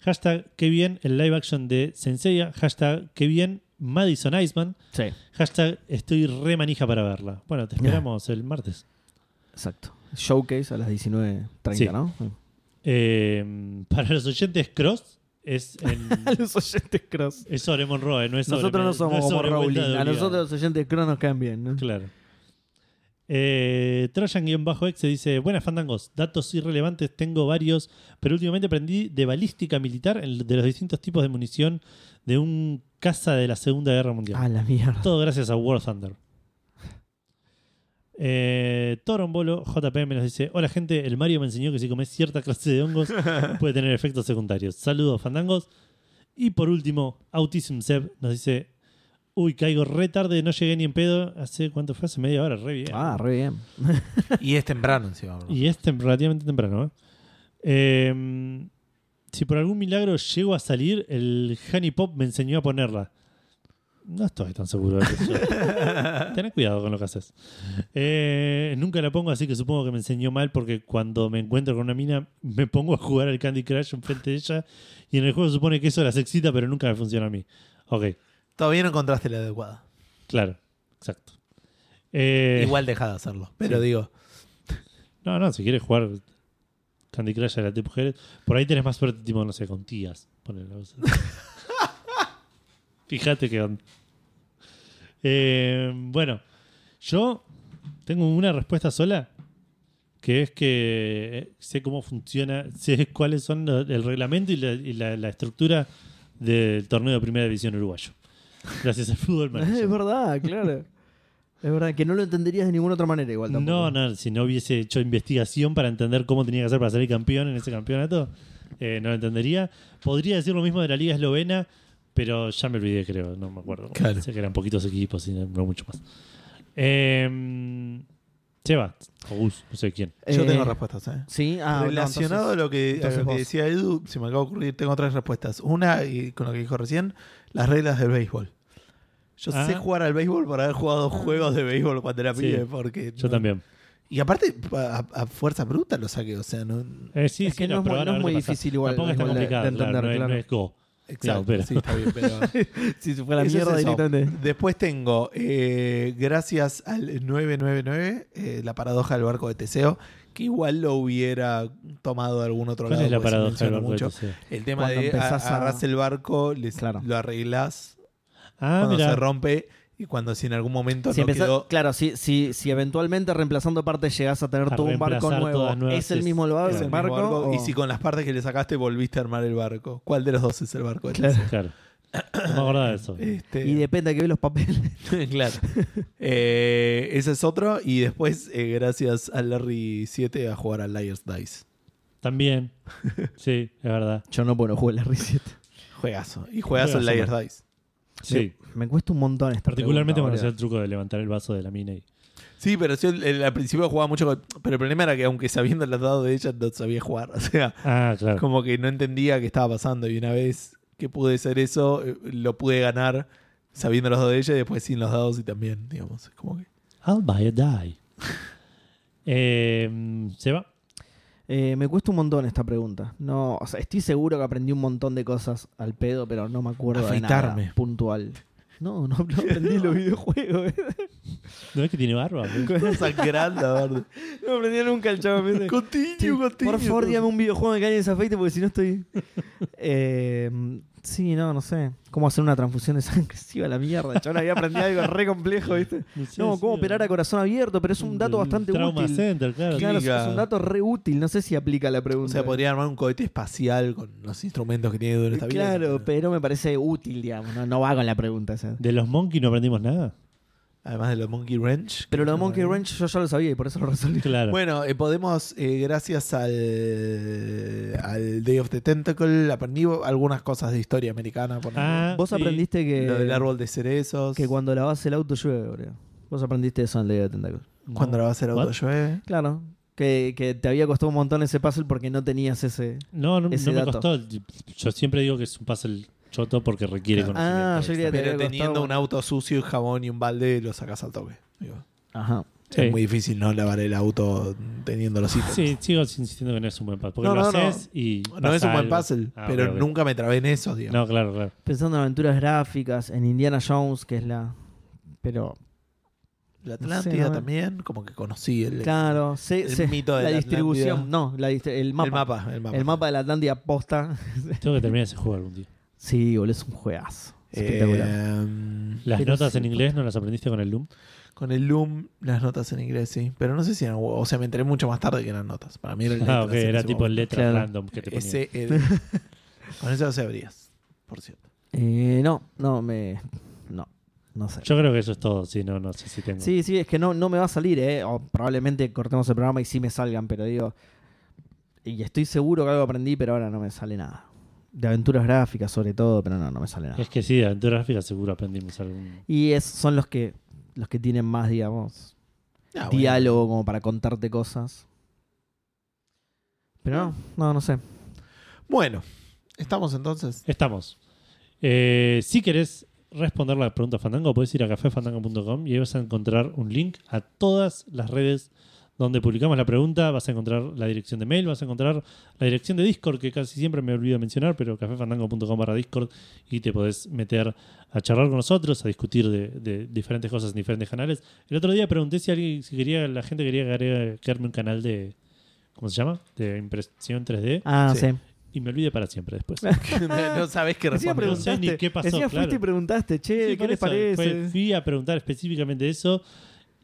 Speaker 2: Hashtag, qué bien el live action de Senseiya. Hashtag, qué bien Madison Iceman.
Speaker 3: Sí.
Speaker 2: Hashtag, estoy re manija para verla. Bueno, te esperamos el martes.
Speaker 3: Exacto. Showcase a las 19.30,
Speaker 2: Sí.
Speaker 3: ¿no?
Speaker 2: Eh, para los oyentes, Cross es en...
Speaker 3: los oyentes cross.
Speaker 2: Es sobre Monroe, no es sobre
Speaker 3: Nosotros no somos
Speaker 2: es
Speaker 3: como
Speaker 2: sobre
Speaker 3: Rowling.
Speaker 2: Vuelta de
Speaker 3: A
Speaker 2: Obligado.
Speaker 3: nosotros los oyentes cross nos caen bien, ¿no?
Speaker 2: Claro. Eh, Trojan-X se dice: Buenas fandangos, datos irrelevantes, tengo varios, pero últimamente aprendí de balística militar, el- de los distintos tipos de munición de un caza de la Segunda Guerra Mundial.
Speaker 3: Ah, la mierda.
Speaker 2: Todo gracias a War Thunder. Eh, Torombolo JPM nos dice: Hola gente, el Mario me enseñó que si comes cierta clase de hongos puede tener efectos secundarios. Saludos, fandangos. Y por último, Autism Seb nos dice: Uy, caigo re tarde, no llegué ni en pedo. ¿Hace cuánto fue? Hace media hora, re bien.
Speaker 3: Ah, re bien.
Speaker 1: Y es temprano encima. bro.
Speaker 2: Y es tem- relativamente temprano. ¿eh? Eh, si por algún milagro llego a salir, el Honey Pop me enseñó a ponerla. No estoy tan seguro de eso. Tened cuidado con lo que haces. Eh, nunca la pongo, así que supongo que me enseñó mal porque cuando me encuentro con una mina me pongo a jugar al Candy Crush enfrente de ella y en el juego se supone que eso las excita, pero nunca me funciona a mí. Ok,
Speaker 1: Todavía no encontraste la adecuada.
Speaker 2: claro, exacto. Eh,
Speaker 1: Igual deja de hacerlo. Pero
Speaker 2: sí.
Speaker 1: digo,
Speaker 2: No, no, si quieres jugar Candy Crush a la de mujeres, por ahí tenés más suerte, tipo, no sé, con tías. ponele, no sé. Fíjate qué onda. Eh, bueno, yo tengo una respuesta sola, que es que eh, sé cómo funciona, sé cuáles son lo- el reglamento y la, y la- la estructura del torneo de primera división uruguayo. Gracias al fútbol
Speaker 3: es
Speaker 2: manager.
Speaker 3: verdad, claro. Es verdad que no lo entenderías de ninguna otra manera igual tampoco.
Speaker 2: No, no, si no hubiese hecho investigación para entender cómo tenía que hacer para salir campeón en ese campeonato, eh, no lo entendería. Podría decir lo mismo de la Liga Eslovena, pero ya me olvidé, creo, no me acuerdo.
Speaker 1: Claro.
Speaker 2: Sé que eran poquitos equipos y no mucho más. Eh, Seba, o Gus, no sé quién.
Speaker 1: yo
Speaker 3: Eh,
Speaker 1: tengo respuestas. ¿eh?
Speaker 3: Sí, ah, no,
Speaker 1: Relacionado
Speaker 3: entonces-
Speaker 1: a lo que, a
Speaker 3: entonces
Speaker 1: lo que
Speaker 3: vos.
Speaker 1: decía Edu, se me acaba de ocurrir, tengo tres respuestas. Una, y con lo que dijo recién, las reglas del béisbol. Yo
Speaker 2: Ah.
Speaker 1: sé jugar al béisbol por haber jugado juegos de béisbol cuando era
Speaker 2: Sí.
Speaker 1: pibe, porque...
Speaker 2: Yo
Speaker 1: no-
Speaker 2: también.
Speaker 1: Y aparte, a, a fuerza bruta lo saqué, o sea, no...
Speaker 2: Eh, sí,
Speaker 3: Es
Speaker 2: sí,
Speaker 3: que no es muy-
Speaker 2: probar a
Speaker 3: no es
Speaker 2: ver
Speaker 3: muy
Speaker 2: qué pasa.
Speaker 3: difícil igual-
Speaker 2: Tampoco está
Speaker 3: igual de- de
Speaker 2: complicado, claro,
Speaker 3: entender,
Speaker 2: no es-
Speaker 3: claro.
Speaker 2: no es go.
Speaker 1: Exacto,
Speaker 2: pero-
Speaker 1: sí, está bien, pero...
Speaker 3: Si se fuera
Speaker 1: Eso es
Speaker 3: mierda
Speaker 1: eso.
Speaker 3: directamente.
Speaker 1: Después tengo, eh, gracias al 999, eh, la paradoja del barco de Teseo, que igual lo hubiera tomado de algún otro
Speaker 2: ¿Cuál
Speaker 1: lado.
Speaker 2: es la
Speaker 1: porque se
Speaker 2: paradoja del
Speaker 1: menciona
Speaker 2: barco de
Speaker 1: mucho.
Speaker 2: Teseo?
Speaker 1: El tema
Speaker 3: Cuando
Speaker 1: de
Speaker 3: empezás a-
Speaker 1: agarras el barco, les-
Speaker 3: Claro.
Speaker 1: lo arreglás
Speaker 2: Ah,
Speaker 1: cuando se
Speaker 2: mira.
Speaker 1: rompe y cuando si en algún momento
Speaker 3: Si
Speaker 1: no
Speaker 3: empezás-
Speaker 1: quedó...
Speaker 3: claro, si, si, si eventualmente reemplazando partes llegas a tener
Speaker 2: A
Speaker 3: todo un barco
Speaker 2: reemplazar
Speaker 3: nuevo,
Speaker 2: todas nuevas,
Speaker 3: ¿es el
Speaker 2: es-
Speaker 3: mismo
Speaker 2: claro.
Speaker 3: barco?
Speaker 1: es el mismo
Speaker 3: barco,
Speaker 1: barco,
Speaker 3: o-
Speaker 1: Y si con las partes que le sacaste volviste a armar el barco. ¿Cuál de los dos es el barco? de
Speaker 3: Claro.
Speaker 2: Claro. No me acordaba de eso.
Speaker 1: Teseo? Este-
Speaker 3: y depende de que ve los papeles.
Speaker 1: claro. Eh, ese es otro. Y después, eh, gracias al Larry 7 a jugar al Liars Dice.
Speaker 2: También. Sí, es verdad.
Speaker 3: Yo no, bueno, jugué la R7.
Speaker 1: Juegazo. Y juegazo al
Speaker 2: Juegazo,
Speaker 1: Liars Dice.
Speaker 2: Sí.
Speaker 3: Me, me cuesta un montón esta
Speaker 2: Particularmente cuando
Speaker 3: pregunta,
Speaker 2: hacía
Speaker 3: boludo.
Speaker 2: el truco de levantar el vaso de la mina y.
Speaker 1: Sí, pero yo el- el- al principio jugaba mucho con- Pero el problema era que aunque sabiendo los dados de ella, no sabía jugar. O sea,
Speaker 2: Ah, claro.
Speaker 1: como que no entendía qué estaba pasando. Y una vez que pude hacer eso, eh, lo pude ganar sabiendo los dados de ella y después sin los dados y también, digamos. Como que...
Speaker 2: I'll buy a die. Eh, se va.
Speaker 3: Eh, me cuesta un montón esta pregunta. No, o sea, estoy seguro que aprendí un montón de cosas al pedo, pero no me acuerdo de
Speaker 1: Afeitarme.
Speaker 3: nada puntual. No, no, no aprendí los videojuegos. eh.
Speaker 2: ¿No es que tiene barba? boludo?
Speaker 1: Sangrando, la verdad.
Speaker 3: No aprendí nunca el chavo. ¿viste?
Speaker 1: Continue, continue.
Speaker 3: Por favor, dígame un videojuego en que alguien se afeite porque si no estoy. Eh, sí, no, no sé. ¿Cómo hacer una transfusión de sangre? Sí, a la mierda. Yo había aprendido algo re complejo, ¿viste?
Speaker 2: sé,
Speaker 3: No,
Speaker 2: sí,
Speaker 3: cómo operar a corazón abierto, pero es un dato
Speaker 2: del
Speaker 3: bastante
Speaker 2: Trauma
Speaker 3: útil.
Speaker 2: Center, claro.
Speaker 3: Claro, es
Speaker 1: Clínica.
Speaker 3: un dato re útil. No sé si aplica a la pregunta.
Speaker 1: O sea, podría armar un cohete espacial con los instrumentos que tiene durante esta vida.
Speaker 3: Claro, pero me parece útil, digamos. No, no va con la pregunta. o sea.
Speaker 2: De los Monkey no aprendimos nada.
Speaker 1: Además de los Monkey Wrench.
Speaker 3: Pero lo de Monkey Ranch yo ya lo sabía y por eso lo resolví.
Speaker 2: Claro.
Speaker 1: Bueno, eh, podemos, eh, gracias al, al Day of the Tentacle, aprendí algunas cosas de historia americana. por
Speaker 2: Ah,
Speaker 3: Vos
Speaker 2: sí.
Speaker 3: aprendiste que,
Speaker 1: ejemplo. lo del árbol de cerezos.
Speaker 3: que cuando lavas el auto llueve, boludo. Vos aprendiste eso en Ley de Tentacle.
Speaker 2: No.
Speaker 1: Cuando la va a hacer auto
Speaker 2: What?
Speaker 1: llueve.
Speaker 3: Claro. Que, que te había costado un montón ese puzzle porque no tenías ese.
Speaker 2: No, no, no
Speaker 3: ese
Speaker 2: me
Speaker 3: dato.
Speaker 2: costó. Yo siempre digo que es un puzzle choto porque requiere
Speaker 1: Claro.
Speaker 2: conocimiento.
Speaker 3: Ah, yo
Speaker 2: extra.
Speaker 3: quería- Te
Speaker 1: Pero
Speaker 3: había
Speaker 1: teniendo
Speaker 3: costado-
Speaker 1: un auto sucio, y jabón y un balde, lo sacas al toque. Digo,
Speaker 3: Ajá.
Speaker 2: Sí.
Speaker 1: Es muy difícil no lavar el auto teniendo los ítems.
Speaker 2: Sí, sigo insistiendo que no es un buen puzzle. Porque
Speaker 1: No,
Speaker 2: lo
Speaker 1: no, no.
Speaker 2: haces y.
Speaker 1: No
Speaker 2: pasa
Speaker 1: es un buen
Speaker 2: algo.
Speaker 1: puzzle,
Speaker 2: Ah,
Speaker 1: pero
Speaker 2: ok, ok.
Speaker 1: nunca me trabé en eso, digamos.
Speaker 2: No, claro, claro.
Speaker 3: Pensando en aventuras gráficas, en Indiana Jones, que es la. Pero.
Speaker 1: La
Speaker 3: No sé,
Speaker 1: Atlántida
Speaker 3: no me-
Speaker 1: también, como que conocí el,
Speaker 3: Claro, sé-
Speaker 1: el
Speaker 3: sé-
Speaker 1: mito de
Speaker 3: la
Speaker 1: la
Speaker 3: distribución.
Speaker 1: Atlántida.
Speaker 3: No, la dist- el mapa.
Speaker 1: el mapa. El mapa.
Speaker 3: El mapa de la Atlántida posta.
Speaker 2: Tengo que terminar ese juego algún día.
Speaker 3: Sí, boludo, es un juegazo.
Speaker 1: Eh,
Speaker 3: Espectacular.
Speaker 2: Las
Speaker 3: Pero
Speaker 2: notas
Speaker 3: sí.
Speaker 2: en inglés no las aprendiste con el Loom.
Speaker 1: con el Loom, las notas en inglés, sí. Pero no sé si eran. O sea, me enteré mucho más tarde que eran notas. Para mí eran
Speaker 2: Ah,
Speaker 1: letras
Speaker 2: ok,
Speaker 1: en
Speaker 2: era
Speaker 1: ese
Speaker 2: tipo
Speaker 1: momento.
Speaker 2: letras
Speaker 3: Claro.
Speaker 2: random que te ponían.
Speaker 1: Ese era- Con eso se abrías, por cierto.
Speaker 3: Eh, no, no, me. No, no sé.
Speaker 2: Yo creo que eso es todo, sí, no, no sé si tengo.
Speaker 3: Sí, sí, es que no, no me va a salir, ¿eh? O probablemente cortemos el programa y sí me salgan, pero digo. Y estoy seguro que algo aprendí, pero ahora no me sale nada. De aventuras gráficas, sobre todo, pero no, no me sale nada.
Speaker 2: Es que sí, de aventura gráfica seguro aprendimos algún.
Speaker 3: Y es, son los que, los que tienen más, digamos,
Speaker 1: Ah, bueno.
Speaker 3: diálogo como para contarte cosas. Pero no, no, no sé.
Speaker 1: Bueno, estamos entonces.
Speaker 2: Estamos. Eh, si querés responder la pregunta Fandango, podés ir a cafefandango.com y ahí vas a encontrar un link a todas las redes donde publicamos la pregunta. Vas a encontrar la dirección de mail, vas a encontrar la dirección de Discord, que casi siempre me olvido de mencionar, pero cafefandango.com barra Discord y te podés meter a charlar con nosotros, a discutir de, de diferentes cosas en diferentes canales. El otro día pregunté si alguien, si quería, la gente quería que agregue- crearme un canal de. ¿Cómo se llama? De impresión 3D.
Speaker 3: Ah,
Speaker 1: Sí.
Speaker 3: sí.
Speaker 2: Y me olvidé para siempre después.
Speaker 1: no, no sabés qué
Speaker 3: Encima
Speaker 1: responder.
Speaker 2: pregun- No sé ni
Speaker 3: preguntaste,
Speaker 2: qué pasó,
Speaker 3: encima
Speaker 2: claro.
Speaker 3: fuiste y preguntaste, che, ¿qué
Speaker 2: Sí, por
Speaker 3: les
Speaker 2: eso.
Speaker 3: parece?
Speaker 2: Fue- fui a preguntar específicamente eso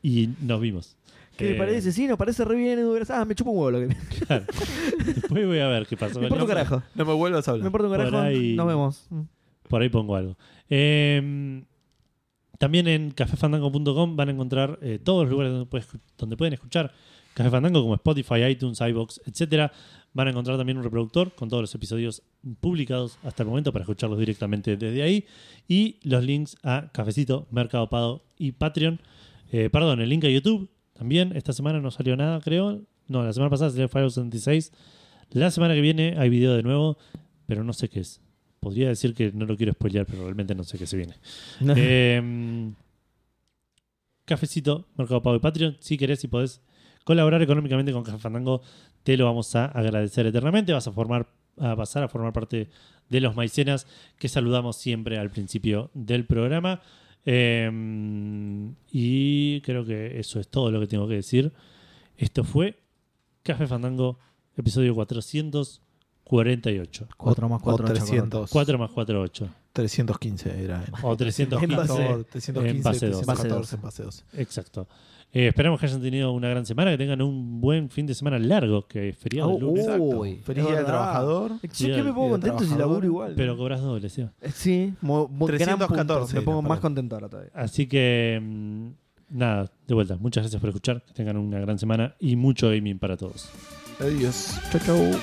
Speaker 2: y nos vimos.
Speaker 3: ¿Qué
Speaker 2: Eh,
Speaker 3: le parece? Sí, nos parece re bien. Edu, gracias. Ah, me chupa un huevo lo que. Me
Speaker 2: claro. Después voy a ver qué pasó.
Speaker 3: importa un carajo.
Speaker 1: No me vuelvas a
Speaker 3: Me
Speaker 1: hablar.
Speaker 3: importa un
Speaker 2: Por
Speaker 3: carajo.
Speaker 2: ahí-
Speaker 3: Nos vemos.
Speaker 2: Por ahí pongo algo. Eh, también en cafefandango.com van a encontrar eh, todos los lugares donde, puedes- donde pueden escuchar Café Fandango, como Spotify, iTunes, iBox, etcétera. Van a encontrar también un reproductor con todos los episodios publicados hasta el momento para escucharlos directamente desde ahí. Y los links a Cafecito, Mercado Pago y Patreon. Eh, perdón, el link a YouTube también. Esta semana no salió nada, creo. No, la semana pasada salió Firewall 76. La semana que viene hay video de nuevo, pero no sé qué es. Podría decir que no lo quiero spoilear, pero realmente no sé qué se viene. Eh, cafecito, Mercado Pago y Patreon. Si querés y podés colaborar económicamente con Café Fandango, te lo vamos a agradecer eternamente. Vas a formar, a pasar a formar parte de los maicenas que saludamos siempre al principio del programa. Eh, y creo que eso es todo lo que tengo que decir. Esto fue Café Fandango, episodio 448.
Speaker 3: 4 más 4.
Speaker 1: O 300.
Speaker 2: 4 más 4, 8.
Speaker 1: 315 era. en-
Speaker 2: O 300
Speaker 3: En base-
Speaker 1: Por 315,
Speaker 2: en base dos.
Speaker 1: 314 en base dos.
Speaker 2: Exacto. Eh, esperamos que hayan tenido una gran semana, que tengan un buen fin de semana largo, que es feriado el
Speaker 3: Oh,
Speaker 2: lunes.
Speaker 3: oh.
Speaker 1: Exacto.
Speaker 3: Uy,
Speaker 1: Feliz
Speaker 3: es
Speaker 1: día del
Speaker 3: verdad.
Speaker 1: trabajador.
Speaker 3: Yo
Speaker 2: Bien.
Speaker 3: que me
Speaker 1: Y
Speaker 3: pongo
Speaker 1: de
Speaker 3: contento si
Speaker 1: trabajador,
Speaker 3: laburo igual.
Speaker 2: Pero cobras doble, Seba.
Speaker 3: Eh, Sí, mo- mo- gran punto.
Speaker 1: 314
Speaker 3: Me pongo
Speaker 1: era,
Speaker 3: más
Speaker 1: perdón.
Speaker 3: contento ahora todavía.
Speaker 2: Así que, mm, nada, de vuelta. Muchas gracias por escuchar, que tengan una gran semana y mucho gaming para todos.
Speaker 1: Adiós. Chau, chau.